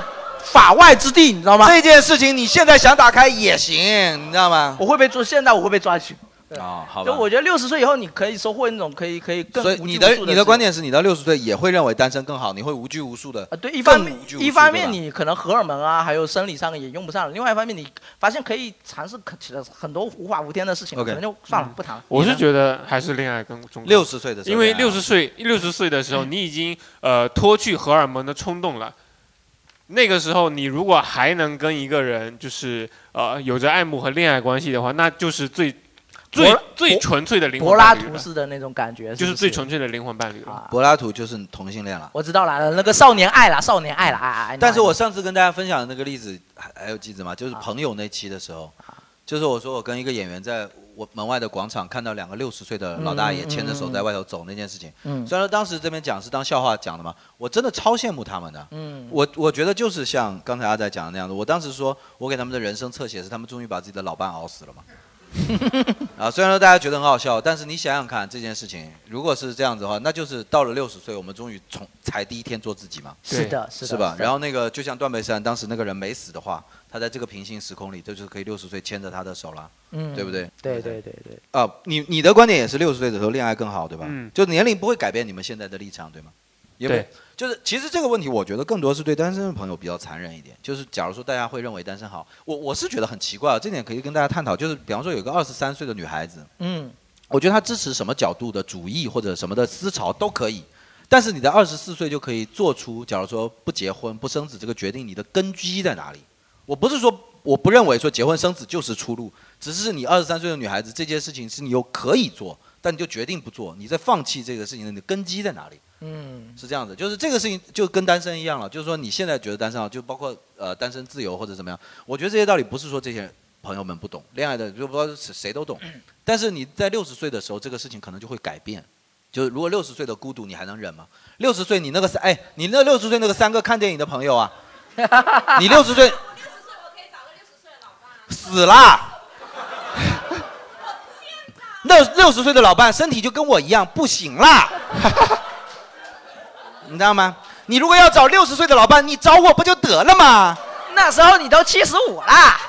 Speaker 4: 法外之地，你知道吗？
Speaker 1: 这件事情你现在想打开也行，你知道吗？
Speaker 4: 我会被抓，现在我会被抓去。
Speaker 1: 啊、好吧。
Speaker 4: 就我觉得六十岁以后，你可以收获那种可以可以更
Speaker 1: 所以
Speaker 4: 无拘
Speaker 1: 你
Speaker 4: 无
Speaker 1: 的
Speaker 4: 束
Speaker 1: 你的
Speaker 4: 自
Speaker 1: 观
Speaker 4: 由
Speaker 1: 点
Speaker 4: 呃
Speaker 1: 是，你到六十岁也会认为单身更好，你会无拘无束的。
Speaker 4: 啊对，一方面
Speaker 1: 无拘无束
Speaker 4: 一方
Speaker 1: 对吧
Speaker 4: 面你可能荷尔蒙啊，还有生理上也用不上了，另外一方面你发现可以尝试可很多无法无天的事情
Speaker 2: OK
Speaker 4: 可能就算了，不谈了。
Speaker 2: 我是
Speaker 4: 得
Speaker 2: 觉得还是恋爱更重要。
Speaker 1: 60岁的时候
Speaker 2: 因为
Speaker 1: 恋爱
Speaker 2: 六十岁六十岁的时候，你已经呃脱去荷尔蒙的冲动了。那个时候，你如果还能跟一个人就是呃有着爱慕和恋爱关系的话，那就是最最
Speaker 4: 柏
Speaker 2: 最纯粹的灵
Speaker 4: 柏
Speaker 2: 魂
Speaker 4: 拉
Speaker 2: 伴侣
Speaker 4: 图
Speaker 2: 了，
Speaker 4: 式的那种感觉，是
Speaker 2: 就是
Speaker 4: 不
Speaker 2: 最纯粹的灵魂伴侣了。
Speaker 1: 柏拉图就是同性恋了。
Speaker 4: 我知道了，那个少年爱啦，少年爱啦，爱爱爱。
Speaker 1: 但是我上次跟大家分享的那个例子，还还有记得吗？
Speaker 4: 啊
Speaker 1: 就是朋友那期的时候，就是我说我跟一个演员在我门外的广场看到两个六十岁的老大爷
Speaker 4: 嗯嗯
Speaker 1: 牵着手
Speaker 4: 嗯嗯
Speaker 1: 在外头走那件事情。
Speaker 4: 嗯
Speaker 1: 虽然说当时这边讲是当笑话讲的嘛，我真的超羡慕他们的。
Speaker 4: 嗯，
Speaker 1: 我我觉得就是像刚才阿仔讲的那样的，我当时说我给他们的人生侧写是他们终于把自己的老伴熬死
Speaker 4: (laughs)
Speaker 1: 了嘛。啊，虽然说大家觉得很好笑，但是你想想看这件事情，如果是这样子的话，那就是到了六十岁，我们终于从才第一天做自己嘛。
Speaker 4: 是的是的
Speaker 1: 是吧
Speaker 4: 是？的
Speaker 1: 然后那个就像断背山，当时那个人没死的话，他在这个平行时空里，就是可以六十岁牵着他的手啦，
Speaker 4: 嗯
Speaker 1: 对不对？
Speaker 4: 对对对对。
Speaker 1: 啊，你你的观点也是六十岁的时候恋爱更好，对吧？
Speaker 4: 嗯
Speaker 1: 就年龄不会改变你们现在的立场，对吗？也不
Speaker 4: 对，
Speaker 1: 就是其实这个问题，我觉得更多是对单身的朋友比较残忍一点。就是假如说大家会认为单身好，我我是觉得很奇怪，啊，这点可以跟大家探讨。就是比方说有一个二十三岁的女孩子，
Speaker 4: 嗯，
Speaker 1: 我觉得她支持什么角度的主义或者什么的思潮都可以，但是你在二十四岁就可以做出，假如说不结婚不生子这个决定，你的根基在哪里？我不是说我不认为说结婚生子就是出路，只是你二十三岁的女孩子这件事情是你有可以做，但你就决定不做，你在放弃这个事情的你的根基在哪里？
Speaker 4: 嗯，
Speaker 1: 是这样子，就是这个事情就跟单身一样了，就是说你现在觉得单身啊，就包括呃单身自由或者怎么样，我觉得这些道理不是说这些朋友们不懂，恋爱的就不知道谁都懂，但是你在六十岁的时候，这个事情可能就会改变。就是如果六十岁的孤独你还能忍吗？六十岁你那个三哎，你那六十岁那个三个看电影的朋友啊， (laughs) 你 (laughs) 六十岁死啦！那六十岁的老伴身体就跟我一样不行
Speaker 4: (laughs)
Speaker 1: 啦，你知道吗？你如果要找六十岁的老伴，你找我不就得了吗？
Speaker 4: 那时候你都七十五啊啦。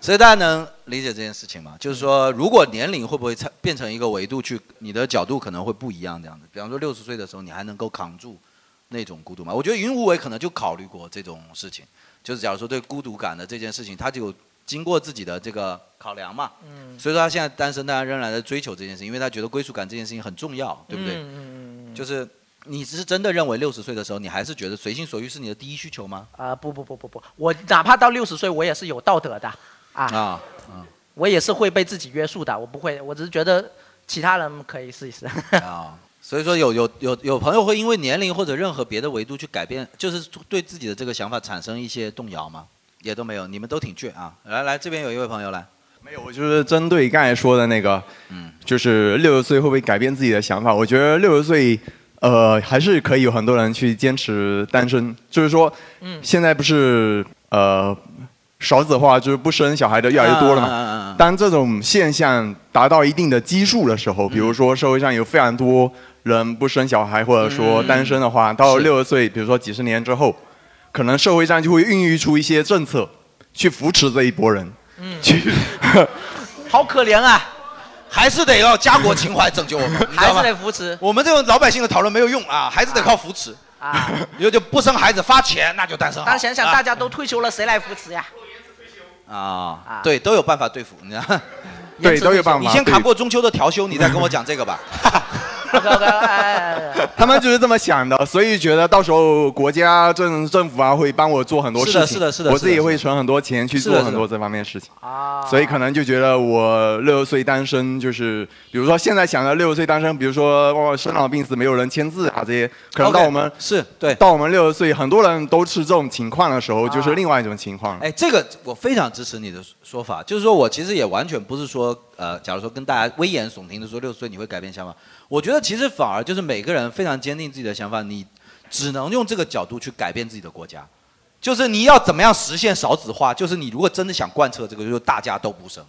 Speaker 1: 所以大家能理解这件事情吗？就是说，如果年龄会不会参变成一个维度去，你的角度可能会不一样这样子。比方说六十岁的时候，你还能够扛住那种孤独吗？我觉得云无为可能就考虑过这种事情，就是假如说对孤独感的这件事情，他就有经过自己的这个考量嘛。
Speaker 4: 嗯
Speaker 1: 所以说他现在单身，但他仍然在追求这件事，因为他觉得归属感这件事情很重要，对不对？
Speaker 4: 嗯
Speaker 1: 就是你是真的认为六十岁的时候，你还是觉得随心所欲是你的第一需求吗？
Speaker 4: 啊、不不不不不，我哪怕到六十岁，我也是有道德的啊
Speaker 1: 啊，
Speaker 4: 我也是会被自己约束的，我不会，我只是觉得其他人可以试一试。
Speaker 1: 啊，所以说有有有有朋友会因为年龄或者任何别的维度去改变，就是对自己的这个想法产生一些动摇吗？也都没有，你们都挺倔啊！来来，这边有一位朋友来，
Speaker 20: 没有，我就是针对刚才说的那个，
Speaker 1: 嗯
Speaker 20: 就是六十岁会不会改变自己的想法？我觉得六十岁，呃，还是可以有很多人去坚持单身。就是说，
Speaker 1: 嗯
Speaker 20: 现在不是呃少子化，就是不生小孩的越来越多了嘛。
Speaker 1: 啊啊啊啊
Speaker 20: 当这种现象达到一定的基数的时候，
Speaker 1: 嗯
Speaker 20: 比如说社会上有非常多人不生小孩，或者
Speaker 1: 嗯
Speaker 20: 说单身的话，到六十岁，比如说几十年之后，可能社会上就会孕育出一些政策去扶持这一波人。
Speaker 4: 嗯，
Speaker 20: 去
Speaker 4: 好可怜啊！
Speaker 1: 还是得要家国情怀拯救我
Speaker 4: (laughs)
Speaker 1: 们，你知
Speaker 4: 还
Speaker 1: 道
Speaker 4: 是
Speaker 1: 吗？
Speaker 4: 得扶持
Speaker 1: 我们这种老百姓的讨论没有用啊，还是得靠扶持 (laughs)
Speaker 4: 啊。
Speaker 1: 以后就不生孩子发钱，那就单
Speaker 4: (laughs)
Speaker 1: 身好。
Speaker 4: 大家想想，大
Speaker 1: 家
Speaker 4: 家都退休了，谁来扶持呀？
Speaker 1: 啊，对，都有办法对付，你知道吗？
Speaker 20: 对延迟都有办
Speaker 1: (laughs)
Speaker 20: 法
Speaker 1: 你先扛过中秋的调休，你再跟我讲这个吧。
Speaker 20: (laughs) 他们就是这么想的，所以觉得到时候国家政政府啊会帮我做很多事情，
Speaker 1: 是的是的是的
Speaker 20: 我自己会存很多钱去
Speaker 1: 是的啊
Speaker 20: 做
Speaker 1: 是的
Speaker 20: 很多这方面的事情，所以可能就觉得我六十岁单身，就是比如说现在想着六十岁单身，比如说哦生老病死没有人签字啊这些，可能到
Speaker 1: OK，
Speaker 20: 我们
Speaker 1: 是对啊
Speaker 20: 到我们六十岁，很多人都是这种情况的时候，就是另外一种情况了。
Speaker 1: 哎，这个我非常支持你的说法，就是说我其实也完全不是说，呃，假如说跟大家危言耸听的说六十岁你会改变想法，我觉得其实反而就是每个人非常坚定自己的想法，你只能用这个角度去改变自己的国家，就是你要怎么样实现少子化，就是你如果真的想贯彻这个，就是大家都不生。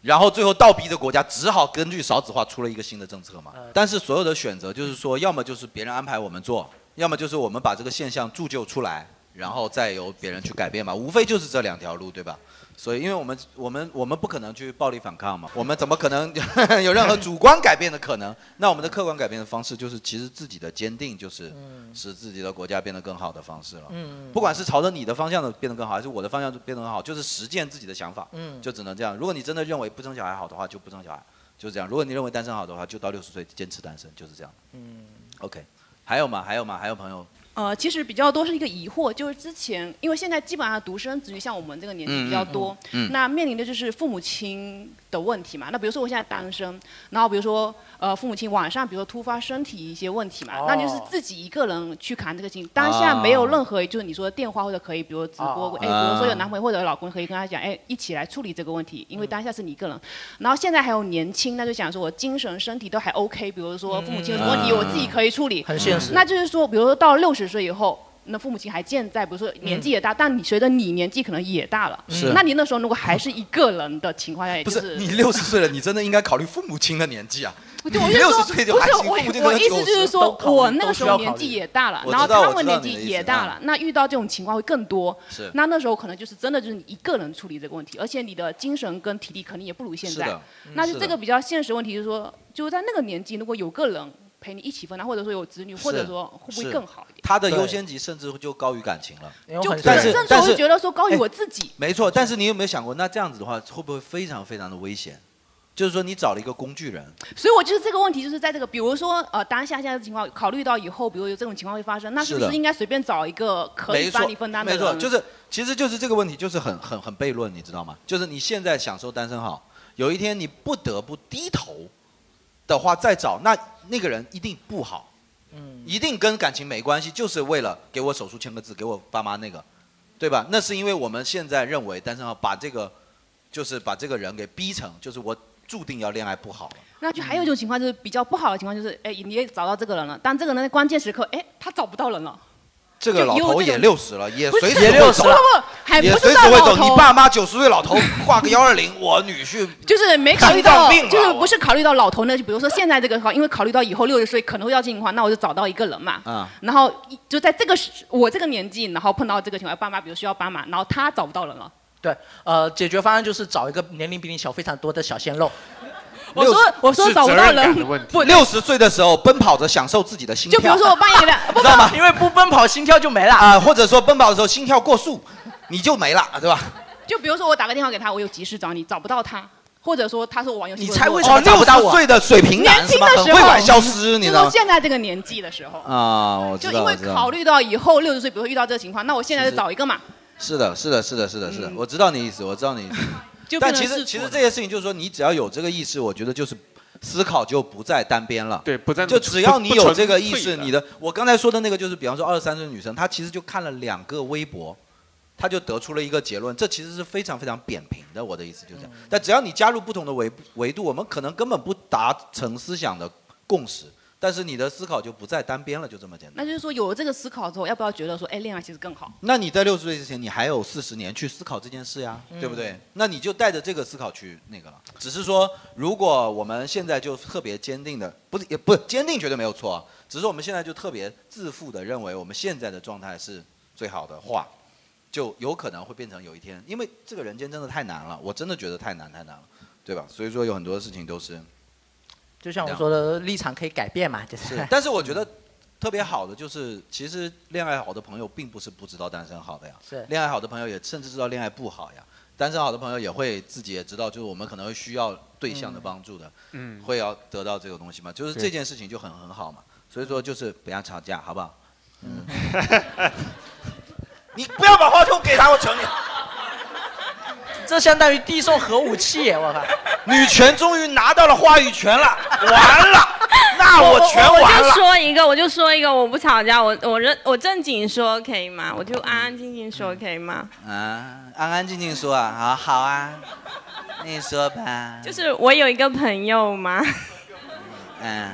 Speaker 1: 然后最后倒逼着国家只好根据少子化出了一个新的政策嘛。但是所有的选择就是说，要么就是别人安排我们做，要么就是我们把这个现象铸就出来，然后再由别人去改变嘛。无非就是这两条路，对吧？所以，因为我们我们我们不可能去暴力反抗嘛，我们怎么可能 (laughs) 有任何主观改变的可能？那我们的客观改变的方式就是，其实自己的坚定就是使自己的国家变得更好的方式了。
Speaker 4: 嗯
Speaker 1: 不管是朝着你的方向的变得更好，还是我的方向变得更好，就是实践自己的想法。
Speaker 4: 嗯
Speaker 1: 就只能这样。如果你真的认为不生小孩好的话，就不生小孩，就是这样。如果你认为单身好的话，就到六十岁坚持单身，就是这样。
Speaker 4: 嗯
Speaker 1: OK，还有吗？还有吗？还有朋友？
Speaker 14: 呃，其实比较多是一个疑惑，就是之前因为现在基本上独生子女像我们这个年纪比较多，
Speaker 15: 嗯嗯嗯嗯
Speaker 14: 那面临的就是父母亲的问题嘛。那比如说我现在单身，然后比如说呃父母亲晚上比如说突发身体一些问题嘛，那
Speaker 4: 哦
Speaker 14: 就是自己一个人去扛这个情。当下没有任何就是你说的电话或者可以比如直
Speaker 4: 哦
Speaker 14: 播，哎、比如
Speaker 4: 嗯
Speaker 14: 说有男朋友或者有老公可以跟他讲，哎一起来处理这个问题，因为当下是你一个人。然后现在还有年轻，那就想说我精神身体都还 OK，比如说父母亲有什么问题、
Speaker 4: 嗯
Speaker 14: 我自己可以处理，
Speaker 4: 很现实
Speaker 14: 那就是说，比如说到六十岁以后，那父母亲还健在，比如说年纪也大，但你随着你年纪可能也大了，
Speaker 1: 嗯是
Speaker 14: 那你那时候如果还是一个人的情况下，也
Speaker 1: 不
Speaker 14: 就是
Speaker 1: 你六十岁了，你真的应该考虑父母亲的年纪啊。
Speaker 14: 就我
Speaker 1: 你
Speaker 14: 就
Speaker 1: 六十
Speaker 14: 说，
Speaker 1: 岁就
Speaker 14: 不
Speaker 1: 还
Speaker 14: 是
Speaker 1: 行，
Speaker 14: 我
Speaker 1: 父母亲可
Speaker 14: 我
Speaker 1: 能
Speaker 14: 意思
Speaker 1: 90
Speaker 14: 就是说，我那个时候年纪也大了，
Speaker 1: 我知
Speaker 14: 然
Speaker 1: 道
Speaker 14: 后他
Speaker 1: 我
Speaker 14: 们
Speaker 1: 知道你的
Speaker 14: 年纪
Speaker 1: 意思嗯
Speaker 14: 也大了，那遇到这种情况会更多。
Speaker 1: 是
Speaker 14: 那那时候可能就是真的就是你一个人处理这个问题，而且你的精神跟体力肯定也不如现
Speaker 1: 是
Speaker 14: 在
Speaker 1: 的嗯。
Speaker 14: 那
Speaker 1: 是
Speaker 14: 就
Speaker 1: 的
Speaker 14: 这个比较现实问题，就是说，就在那个年纪，如果有个人陪你一起分担，或者说有子女，或者
Speaker 1: 是
Speaker 14: 说会不
Speaker 1: 是
Speaker 14: 会更好一点？
Speaker 1: 他的优先级甚至就高于感情了
Speaker 4: 因为，
Speaker 14: 就
Speaker 1: 但是
Speaker 14: 甚至
Speaker 1: 但
Speaker 14: 我
Speaker 1: 是
Speaker 14: 会觉得说高于
Speaker 1: 哎
Speaker 14: 我自己。
Speaker 1: 没错，但是你有没有想过，那这样子的话，会不会非常非常的危险？就是说，你找了一个工具人，
Speaker 14: 所以我就是这个问题，就是在这个，比如说呃当下现在的情况，考虑到以后，比如有这种情况会发生，那是不
Speaker 1: 是的
Speaker 14: 是应该随便找一个可以
Speaker 1: 没错，
Speaker 14: 帮你分担的
Speaker 1: 没
Speaker 14: 人？
Speaker 1: 错，就是其实就是这个问题，就是很很很悖论，你知道吗？就是你现在享受单身好，有一天你不得不低头的话再找，那那个人一定不好。
Speaker 14: 嗯
Speaker 1: 一定跟感情没关系，就是为了给我手术签个字，给我爸妈那个，对吧？那是因为我们现在认为单身号把这个，就是把这个人给逼成，就是我注定要恋爱不好了。
Speaker 14: 那就还有一种情况就是比较不好的情况就是，哎，你也找到这个人了，但这个人在关键时刻，哎，他找不到人了。
Speaker 1: 这个老
Speaker 14: 有这
Speaker 1: 头
Speaker 14: 种
Speaker 1: 也六十了，也
Speaker 14: 不是
Speaker 1: 随时
Speaker 14: 也
Speaker 1: 会
Speaker 14: 60
Speaker 1: 走
Speaker 14: 了不不还不
Speaker 1: 也
Speaker 14: 是
Speaker 1: 随时
Speaker 14: 大
Speaker 1: 会
Speaker 14: 老
Speaker 1: 走。
Speaker 14: 头
Speaker 1: 你爸妈九十岁
Speaker 4: (laughs)
Speaker 1: 老头挂个幺二零，我女婿
Speaker 14: 就是没考虑
Speaker 1: 心脏 (laughs)
Speaker 14: 到
Speaker 1: 病，了
Speaker 14: 就是不是考虑到老头呢？就比如说现在这个话，因为考虑到以后六十岁可能会要进化，那我就找到一个人嘛。
Speaker 1: 啊，
Speaker 14: 然后一就在这个时我这个年纪，然后碰到这个情况，爸妈比如需要帮忙，然后他找不到人了。
Speaker 4: 对，呃，解决方案就是找一个年龄比你小非常多的小鲜肉。
Speaker 14: 我说我说找不到人，不
Speaker 1: 六十岁的时候奔跑着享受自己的心跳，
Speaker 14: 就比如说 (laughs) 我半夜两，
Speaker 1: 知道吗？
Speaker 4: 因为啊不奔跑心跳就没了
Speaker 1: 啊，或者说奔跑的时候心跳过速，你就没了，对吧？
Speaker 14: 就比如说我打个电话给他，我有急事找你，找不到他，或者说他说我哦玩游戏，
Speaker 1: 你
Speaker 14: 或者
Speaker 1: 猜
Speaker 14: 说
Speaker 1: 为什么找不到我？岁的水平男
Speaker 14: 年
Speaker 1: 是
Speaker 14: 轻
Speaker 1: 吧？
Speaker 14: 的
Speaker 1: 很
Speaker 14: 时
Speaker 1: 会
Speaker 14: 候
Speaker 1: 玩消失，你知
Speaker 14: 就是
Speaker 1: 道吗
Speaker 14: 说？现在这个年纪的时候，
Speaker 1: 啊，我
Speaker 14: 就
Speaker 1: 知
Speaker 14: 因
Speaker 1: 道，我
Speaker 14: 为
Speaker 1: 知道。
Speaker 14: 考虑到以后六十岁，比如说遇到这个情况，那我现在就找一个嘛。
Speaker 1: 是的，是的，是的，是的，是的，我知道你意思，我知道你意思。
Speaker 14: 嗯 (laughs) 就
Speaker 1: 但
Speaker 14: 变成
Speaker 1: 其实
Speaker 14: 是
Speaker 1: 其实这些事情就是说，你只要有这个意识，我觉得就是思考就不再单边了。
Speaker 6: 对，不再
Speaker 1: 就只要你有这个意
Speaker 6: 不纯粹
Speaker 1: 识，
Speaker 6: 的
Speaker 1: 你的我刚才说的那个就是，比方说二十三岁的女生，她其实就看了两个微博，她就得出了一个结论，这其实是非常非常扁平的。我的意思就是这
Speaker 14: 嗯
Speaker 1: 样。但只要你加入不同的维维度，我们可能根本不达成思想的共识，但是你的思考就不再单边了，就这么简单。
Speaker 14: 那就是说有了这个思考之后，要不要觉得说，哎，恋爱其实更好？
Speaker 1: 那你在六十岁之前，你还有四十年去思考这件事呀，
Speaker 14: 嗯
Speaker 1: 对不对？那你就带着这个思考去那个了。只是说，如果我们现在就特别坚定的，不是也不坚定绝对没有错啊，只是我们现在就特别自负的认为我们现在的状态是最好的话，就有可能会变成有一天，因为这个人间真的太难了，我真的觉得太难太难了，对吧？所以说有很多事情都是，
Speaker 4: (laughs)
Speaker 1: (laughs)
Speaker 4: 就像我说的，立场可以改变嘛，就是。
Speaker 1: 但是我觉得特别好的就是，其实恋爱好的朋友并不是不知道单身好的呀，
Speaker 4: 是
Speaker 1: 恋爱好的朋友也甚至知道恋爱不好呀，单身好的朋友也会自己也知道，就是我们可能会需要对象的帮助的，
Speaker 6: 嗯
Speaker 1: 会要得到这个东西嘛，就是
Speaker 6: 对
Speaker 1: 这件事情就很很好嘛，所以说就是不要吵架，好不好？嗯，你不要把话筒给他，我求你。
Speaker 4: 这相当于递送核武器耶，我靠！
Speaker 1: 女权终于拿到了话语权了，完了，那
Speaker 8: 我
Speaker 1: 全
Speaker 8: 我
Speaker 1: 完
Speaker 8: 就
Speaker 1: 了。
Speaker 8: 说一个，我就说一个，我不吵架，我我认我正经说可以吗？我就安安静静说可以吗？
Speaker 1: 啊，
Speaker 8: 嗯
Speaker 1: 安安静静说啊，
Speaker 8: (laughs)
Speaker 1: 啊好啊，你说吧。
Speaker 8: 就是我有一个朋友嘛， (laughs)
Speaker 1: 嗯，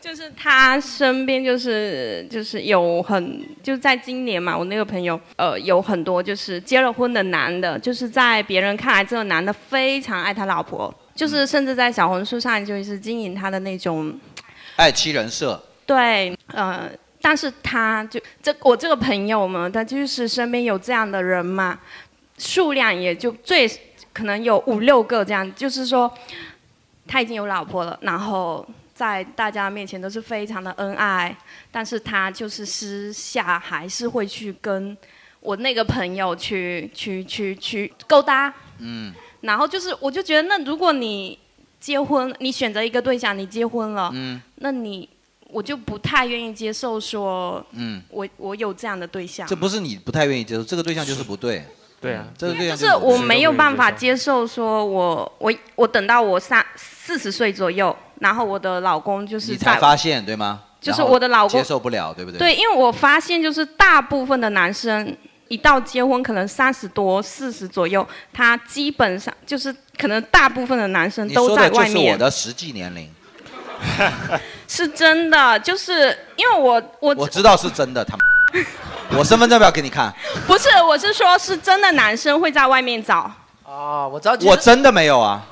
Speaker 8: 就是他身边就是就是有很就在今年嘛，我那个朋友呃有很多就是结了婚的男的，就是在别人看来这个男的非常爱他老婆，
Speaker 1: 嗯
Speaker 8: 就是甚至在小红书上就是经营他的那种
Speaker 1: 爱妻人设，
Speaker 8: 对，呃，但是他就这我这个朋友嘛，他就是身边有这样的人嘛，数量也就最可能有五六个这样，就是说他已经有老婆了，然后在大家面前都是非常的恩爱，但是他就是私下还是会去跟我那个朋友去去去去勾搭，
Speaker 1: 嗯
Speaker 8: 然后就是我就觉得，那如果你结婚，你选择一个对象，你结婚了，
Speaker 1: 嗯
Speaker 8: 那你我就不太愿意接受说，
Speaker 1: 嗯，
Speaker 8: 我我有这样的对象，
Speaker 1: 这不是你不太愿意接受，这个对象就是不对。嗯
Speaker 6: 对啊，
Speaker 1: 这个对象
Speaker 8: 就是我没有办法接受说我我我等到我三四十岁左右，然后我的老公就是
Speaker 1: 你
Speaker 8: 在
Speaker 1: 才发现对吗？
Speaker 8: 就是
Speaker 1: 然后
Speaker 8: 我的老公
Speaker 1: 接受不了，对不对？
Speaker 8: 对，因为我发现就是大部分的男生一到结婚，可能三十多、四十左右，他基本上就是可能大部分的男生
Speaker 1: 你
Speaker 8: 都
Speaker 1: 说
Speaker 8: 在
Speaker 1: 的就
Speaker 8: 外
Speaker 1: 是我
Speaker 8: 面，
Speaker 1: 的实际年龄，
Speaker 8: 是真的，就是因为我我
Speaker 1: (laughs) 我知道是真的，他妈，
Speaker 8: (laughs)
Speaker 1: 我身份证表给你看，
Speaker 8: 不是，我是说，是真的男生会在外面找，
Speaker 4: 哦，我知道，
Speaker 1: 啊我真的没有啊。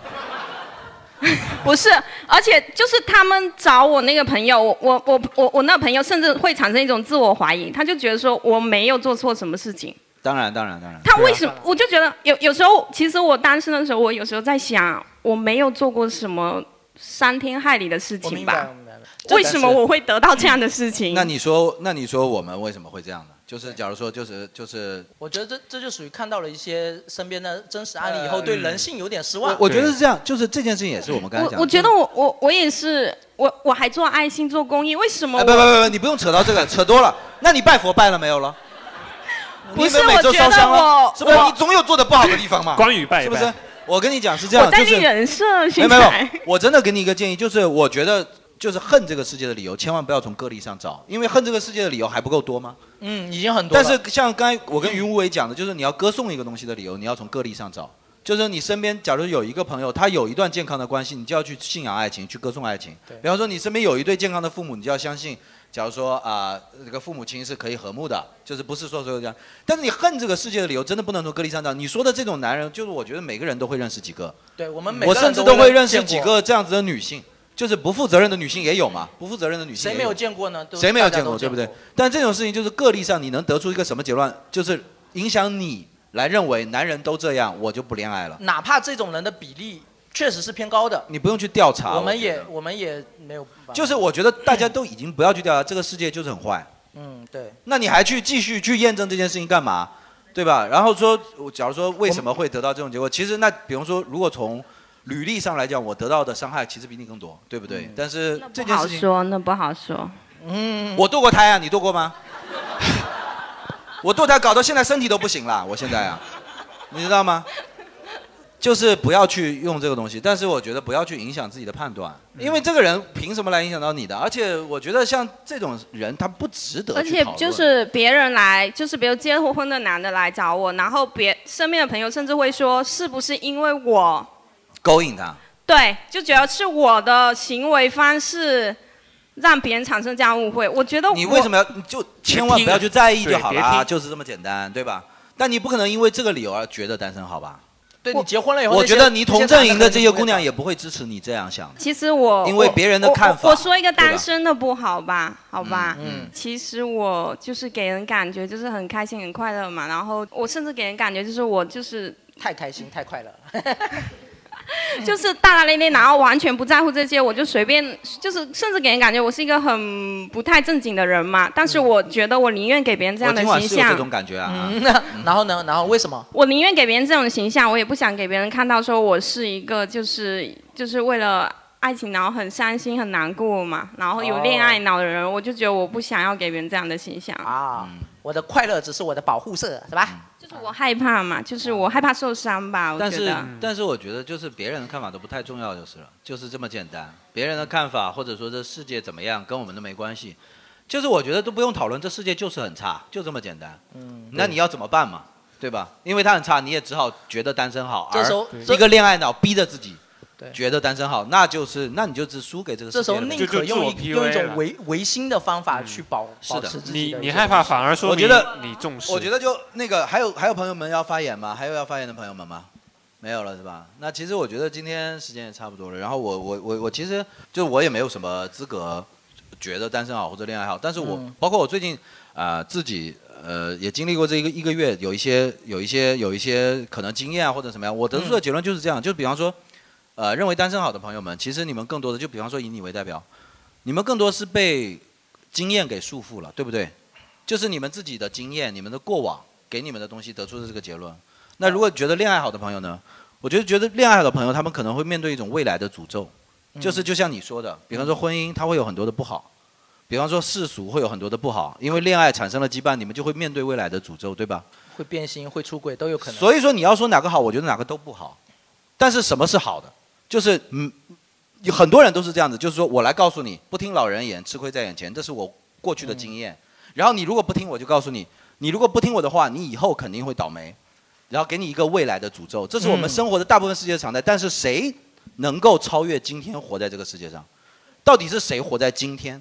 Speaker 8: 不是，而且就是他们找我那个朋友，我我我我我那个朋友甚至会产生一种自我怀疑，他就觉得说我没有做错什么事情。
Speaker 1: 当然，当然，当然。啊
Speaker 8: 他为什么？我就觉得有有时候，其实我单身的时候，我有时候在想，我没有做过什么伤天害理的事情吧？为什么我会得到这样的事情？
Speaker 1: 那你说，那你说我们为什么会这样呢？就是假如说，就是就是
Speaker 4: 我觉得这这就属于看到了一些身边的真实案例以 (laughs) 后，对人性有点失望
Speaker 1: 我。我觉得是这样，就是这件事情也是我们刚才讲的。
Speaker 8: 我我觉得我我我也是，我我还做爱心做公益，为什么
Speaker 1: 哎，
Speaker 8: 我？
Speaker 1: 不不不不，你不用扯到这
Speaker 8: (laughs)
Speaker 1: 个，扯多了。那你拜佛拜了没有了？
Speaker 8: 不是
Speaker 1: 你们每周
Speaker 8: 我觉
Speaker 1: 烧
Speaker 8: 得
Speaker 1: 香啊了
Speaker 8: 我
Speaker 1: 是不是
Speaker 8: 我
Speaker 1: 你总有做的不好的地方嘛？
Speaker 6: 关羽拜一
Speaker 1: 是不
Speaker 6: 拜
Speaker 1: 是？我跟你讲是这样，
Speaker 8: 我在
Speaker 1: 就
Speaker 8: 立
Speaker 1: 是
Speaker 8: 人设，
Speaker 1: 没有没
Speaker 8: 现在
Speaker 1: 有，我真的给你一个建议，就是我觉得就是恨这个世界的理由，千万不要从个例上找，因为恨这个世界的理由还不够多吗？
Speaker 4: 嗯，已经很多
Speaker 1: 但
Speaker 4: 了。
Speaker 1: 是像刚才我跟云无为讲的，就是你要歌颂一个东西的理由，你要从个例上找。就是你身边，假如有一个朋友，他有一段健康的关系，你就要去信仰爱情，去歌颂爱情。比方说，你身边有一对健康的父母，你就要相信，假如说啊、这个父母亲是可以和睦的，就是不是说所有这样。但是你恨这个世界的理由，真的不能从个例上找。你说的这种男人，就是我觉得每个人都会认识几个。
Speaker 4: 对我们每个
Speaker 1: 我
Speaker 4: 人
Speaker 1: 甚至都会认识
Speaker 4: 见过
Speaker 1: 几个这样子的女性，就是不负责任的女性也有嘛，不负责任的女性
Speaker 4: 谁
Speaker 1: 也
Speaker 4: 没有见过呢？都
Speaker 1: 谁没有见
Speaker 4: 大家
Speaker 1: 过，
Speaker 4: 都
Speaker 1: 对不对？但这种事情就是个例上，你能得出一个什么结论？就是影响你来认为男人都这样，我就不恋爱了。
Speaker 4: 哪怕这种人的比例确实是偏高的，
Speaker 1: 你不用去调查，
Speaker 4: 我们
Speaker 1: 觉得
Speaker 4: 也我们也没有办法。
Speaker 1: 就是我觉得大家都已经不要去调查， (coughs) 这个世界就是很坏。
Speaker 4: 嗯，对。
Speaker 1: 那你还去继续去验证这件事情干嘛？对吧？然后说，我假如说为什么会得到这种结果？其实那比方说，如果从履历上来讲，我得到的伤害其实比你更多，对不对？但是这
Speaker 8: 不
Speaker 1: 件
Speaker 8: 好
Speaker 1: 事情
Speaker 8: 说，那不好说。
Speaker 4: 嗯，
Speaker 1: 我堕过胎啊，你堕过吗？我堕胎搞到现在身体都不行了，我现在啊，你知道吗？就是不要去用这个东西，但是我觉得不要去影响自己的判断，因为这个人凭什么来影响到你的？而且我觉得像这种人，他不值得
Speaker 8: 而
Speaker 1: 去
Speaker 8: 且
Speaker 1: 讨论
Speaker 8: 就是别人来，就是比如结过婚的男的来找我，然后别身边的朋友甚至会说，是不是因为我？
Speaker 1: 勾引他。
Speaker 8: 对，就觉得是我的行为方式让别人产生这样误会。我觉得
Speaker 1: 你
Speaker 8: 我
Speaker 1: 为什么要你就千万不要去在意就好
Speaker 8: 对别
Speaker 1: 了，
Speaker 8: 听
Speaker 1: 就是这么简单，对吧？但你不可能因为这个理由而觉得单身好吧？
Speaker 4: 对你结婚了以后，
Speaker 1: 我
Speaker 4: 那些
Speaker 1: 觉得你同阵营的这些姑娘，
Speaker 4: 那
Speaker 1: 也不会支持你这样想的。
Speaker 8: 其实我
Speaker 1: 因为别人的
Speaker 8: 我
Speaker 1: 看
Speaker 8: 我
Speaker 1: 法
Speaker 8: 我说一个
Speaker 1: 对
Speaker 8: 单
Speaker 1: 吧
Speaker 8: 身的不好吧，好吧。
Speaker 1: 嗯嗯
Speaker 8: 其实我就是给人感觉就是很开心很快乐嘛，然后我甚至给人感觉就是我就是
Speaker 4: 太开心太快乐了。
Speaker 8: (laughs)
Speaker 1: (laughs)
Speaker 8: 就是大大咧咧，然后完全不在乎这些，我就随便，就是甚至给人感觉我是一个很不太正经的人嘛。但是我觉得我宁愿给别人
Speaker 1: 嗯
Speaker 8: 这
Speaker 1: 我
Speaker 8: 样的
Speaker 1: 今晚
Speaker 8: 形
Speaker 1: 是有这
Speaker 8: 象
Speaker 1: 种，感觉啊。
Speaker 4: 嗯， (laughs) 然后呢？然后为什么？
Speaker 8: 我宁愿给别人这种形象，我也不想给别人看到说我是一个就是就是为了爱情然后很伤心很难过嘛，然后有恋爱脑的人，我就觉得我不想要给别人这样的形象
Speaker 4: 啊。
Speaker 1: 嗯
Speaker 4: 我的快乐只是我的保护色，是吧？
Speaker 8: 就是我害怕嘛，就是我害怕受伤吧，
Speaker 1: 嗯
Speaker 8: 我
Speaker 1: 但
Speaker 8: 觉
Speaker 1: 是
Speaker 8: 得。，
Speaker 1: 但是我觉得就是别人的看法都不太重要，就是了，就是这么简单。别人的看法或者说这世界怎么样，跟我们都没关系。就是我觉得都不用讨论，这世界就是很差，就这么简单。
Speaker 4: 嗯
Speaker 1: 那你要怎么办嘛？对吧？因为他很差，你也只好觉得单身好，
Speaker 4: 这
Speaker 1: 而
Speaker 4: 时候这
Speaker 1: 一个恋爱脑逼着自己
Speaker 4: 对
Speaker 1: 觉得单身好，那就是那你就只输给这个世
Speaker 4: 这时
Speaker 1: 界
Speaker 4: 候
Speaker 1: 了呗。
Speaker 4: 宁可用一用一种唯唯心的方法去保保
Speaker 1: 啊嗯是的
Speaker 4: 持自，己
Speaker 1: 你
Speaker 4: 的一
Speaker 1: 你
Speaker 4: 些
Speaker 1: 害怕反而说我觉得
Speaker 21: 你重视。
Speaker 1: 我觉得就那个，还有还有朋友们要发言吗？还有要发言的朋友们吗？没有了是吧？那其实我觉得今天时间也差不多了。然后我我我我其实就我也没有什么资格觉得单身好或者恋爱好，但是我、
Speaker 4: 嗯
Speaker 1: 包括我最近啊、呃自己呃也经历过这一个一个月，有一些有一些有一些可能经验啊或者什么样，我得出的结论就是这样，就比方说呃认为单身好的朋友们，其实你们更多的就比方说以你为代表，你们更多是被经验给束缚了，对不对？就是你们自己的经验、你们的过往给你们的东西得出的这个结论。那如果觉得恋爱好的朋友呢？我觉得觉得恋爱好的朋友，他们可能会面对一种未来的诅咒，就是就像你说的，比方说婚姻，它会有很多的不好，比方说世俗会有很多的不好，因为恋爱产生了羁绊，你们就会面对未来的诅咒，对吧？
Speaker 4: 会变心、会出轨都有可能。
Speaker 1: 所以说你要说哪个好，我觉得哪个都不好。但是什么是好的？就是嗯，有很多人都是这样子，就是说我来告诉你，不听老人言，吃亏在眼前，这是我过去的经验。然后你如果不听，我就告诉你，你如果不听我的话，你以后肯定会倒霉，然后给你一个未来的诅咒。这是我们
Speaker 4: 嗯
Speaker 1: 生活的大部分世界的常态。但是谁能够超越今天活在这个世界上？到底是谁活在今天？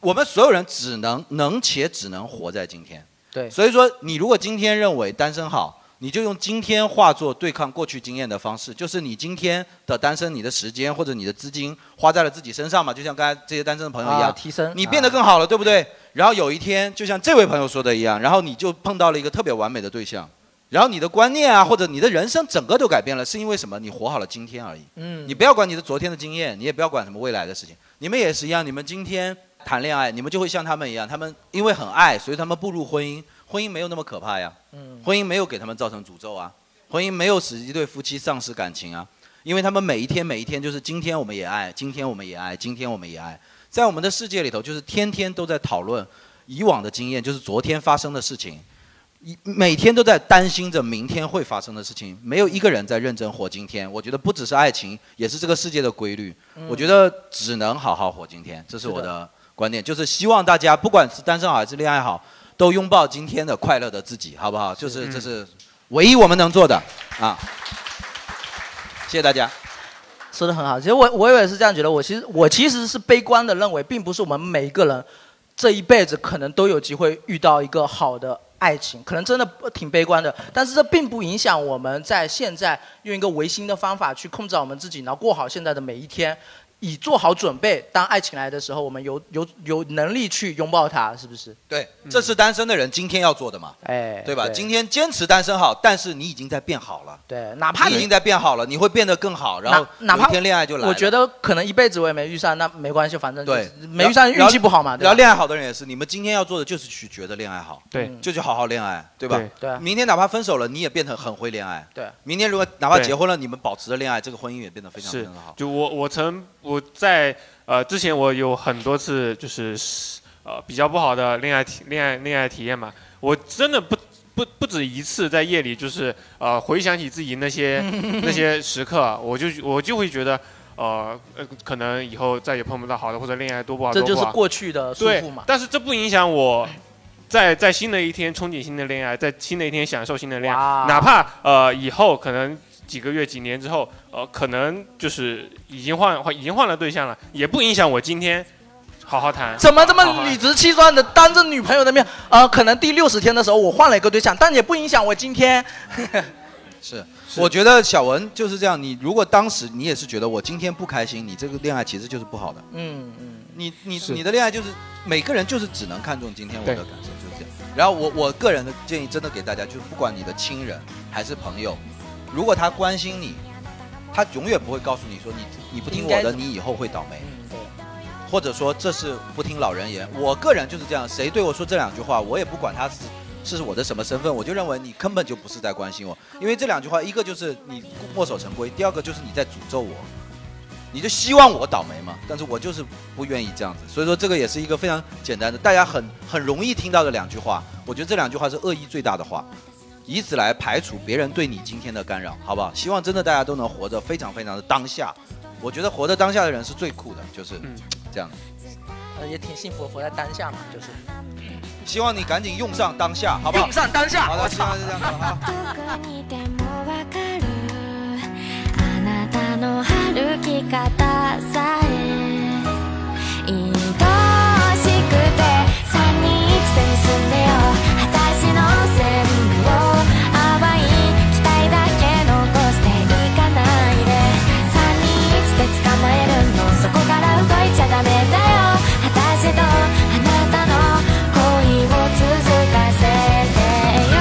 Speaker 1: 我们所有人只能能且只能活在今天。
Speaker 4: 对，
Speaker 1: 所以说，你如果今天认为单身好，你就用今天化作对抗过去经验的方式，就是你今天的单身，你的时间或者你的资金花在了自己身上嘛，就像刚才这些单身的朋友一样，
Speaker 4: 啊提升
Speaker 1: 你变得更好了，对不对？然后有一天，就像这位朋友说的一样，然后你就碰到了一个特别完美的对象，然后你的观念啊，或者你的人生整个都改变了，是因为什么？你活好了今天而已。
Speaker 4: 嗯
Speaker 1: 你不要管你的昨天的经验，你也不要管什么未来的事情。你们也是一样，你们今天谈恋爱，你们就会像他们一样，他们因为很爱，所以他们步入婚姻。婚姻没有那么可怕呀，
Speaker 4: 嗯
Speaker 1: 婚姻没有给他们造成诅咒啊，婚姻没有使一对夫妻丧失感情啊，因为他们每一天每一天就是今天我们也爱，今天我们也爱，今天我们也爱，在我们的世界里头，就是天天都在讨论以往的经验，就是昨天发生的事情。一每天都在担心着明天会发生的事情，没有一个人在认真活今天。我觉得不只是爱情，也是这个世界的规律。
Speaker 5: 嗯
Speaker 1: 我觉得只能好好活今天，这是我的观点。就是希望大家不管是单身好还是恋爱好，都拥抱今天的快乐的自己，好不好？就是
Speaker 5: 嗯
Speaker 1: 这是唯一我们能做的啊！谢谢大家。
Speaker 4: 说的很好。其实我我也是这样觉得，我其实我其实是悲观的认为，并不是我们每一个人这一辈子可能都有机会遇到一个好的爱情，可能真的呃挺悲观的。但是这并不影响我们在现在用一个唯心的方法去控制好我们自己，然后过好现在的每一天。以做好准备，当爱情来的时候，我们有有有能力去拥抱它，是不是？
Speaker 1: 对，这是单身的人今天要做的嘛，
Speaker 4: 嗯哎，
Speaker 1: 对吧？
Speaker 4: 对
Speaker 1: 今天坚持单身好，但是你已经在变好了，
Speaker 4: 对，哪怕
Speaker 1: 你
Speaker 4: 你
Speaker 1: 已经在变好了，你会变得更好，然后
Speaker 4: 哪哪怕
Speaker 1: 有一天恋爱就来了。
Speaker 4: 我觉得可能一辈子我也没遇上，那没关系，反正
Speaker 1: 对，
Speaker 4: 没遇上
Speaker 1: 然后
Speaker 4: 运气不好嘛。对
Speaker 1: 然
Speaker 4: 吧
Speaker 1: 后恋爱好的人也是，你们今天要做的就是去觉得恋爱好，
Speaker 2: 对嗯
Speaker 1: 就去好好恋爱，对吧
Speaker 2: 对？
Speaker 4: 对啊
Speaker 1: 明天哪怕分手了，你也变得很会恋爱。
Speaker 4: 对
Speaker 1: 明天如果哪怕
Speaker 2: 对
Speaker 1: 结婚了，你们保持着恋爱，这个婚姻也变得非常非
Speaker 2: 是
Speaker 1: 常的好。，
Speaker 2: 就我我曾我在呃之前我有很多次就是呃比较不好的恋爱体恋爱恋爱体验嘛，我真的不不不止一次在夜里就是呃回想起自己那些那些时刻，啊我就我就会觉得。呃呃，可能以后再也碰不到好的，或者恋爱多不好
Speaker 4: 这
Speaker 2: 多
Speaker 4: 就是
Speaker 2: 不好
Speaker 4: 过去的束
Speaker 2: 对
Speaker 4: 缚嘛
Speaker 2: 但是这不影响我在在新的一天憧憬新的恋爱，在新的一天享受新的恋爱，哪怕呃以后可能几个月、几年之后，呃，可能就是已经换换已经换了对象了，也不影响我今天好好谈。
Speaker 4: 怎么这
Speaker 2: 啊好好
Speaker 4: 么
Speaker 2: 爱
Speaker 4: 理直气壮的当着女朋友的面？呃，可能第六十天的时候我换了一个对象，但也不影响我今天。 (laughs)
Speaker 1: 是，我觉得小文就是这样。你如果当时你也是觉得我今天不开心，你这个恋爱其实就是不好的。
Speaker 4: 嗯嗯，
Speaker 1: 你你
Speaker 4: 是
Speaker 1: 你的恋爱就是每个人就是只能看重今天我的感受，就是这样。然后我我个人的建议真的给大家，就是不管你的亲人还是朋友，如果他关心你，他永远不会告诉你说你你不听我
Speaker 4: 应该嗯
Speaker 1: 的，
Speaker 4: 怎么
Speaker 1: 你以后会倒霉。
Speaker 4: 对，
Speaker 1: 或者说这是不听老人言。我个人就是这样，谁对我说这两句话，我也不管他是是我的什么身份，我就认为你根本就不是在关心我，因为这两句话，一个就是你墨守成规，第二个就是你在诅咒我，你就希望我倒霉嘛。但是我就是不愿意这样子，所以说这个也是一个非常简单的，大家很很容易听到的两句话。我觉得这两句话是恶意最大的话。以此来排除别人对你今天的干扰，好不好？希望真的大家都能活得非常非常的当下。我觉得活得当下的人是最酷的，就是这样的。
Speaker 4: 呃也挺幸福，活在当下嘛，就是。
Speaker 1: 希望你赶紧用上当下，好不好？
Speaker 4: 用上当下，
Speaker 1: 好
Speaker 4: 我
Speaker 1: 的，希
Speaker 4: 操
Speaker 1: 望是这样的，好。
Speaker 22: あなたの歩き方さえ愛おしくて3人一度に住んでよ私の全部を淡い期待だけ残していかないで3人一度で捕まえるのそこから動いちゃダメだよ私とあなたの恋を続かせてよ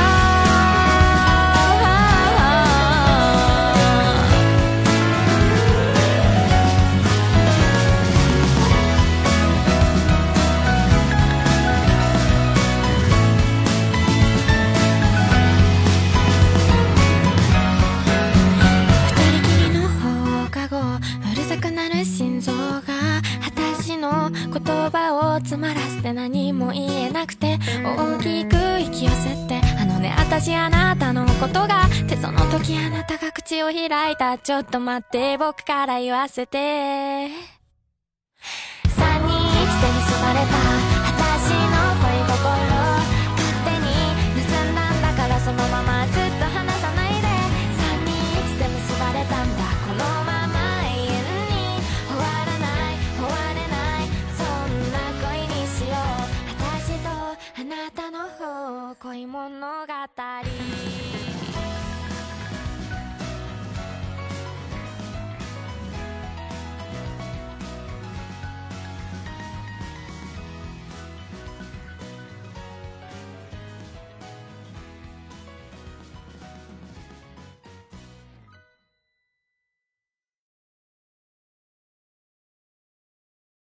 Speaker 22: 二人きりの放課後うるさくなる心臓が私の言葉を詰まらせて何も言えなくて大きく息を吸ってあのね私あなたのことがってその時あなたが口を開いたちょっと待って僕から言わせて3人一手に染まれた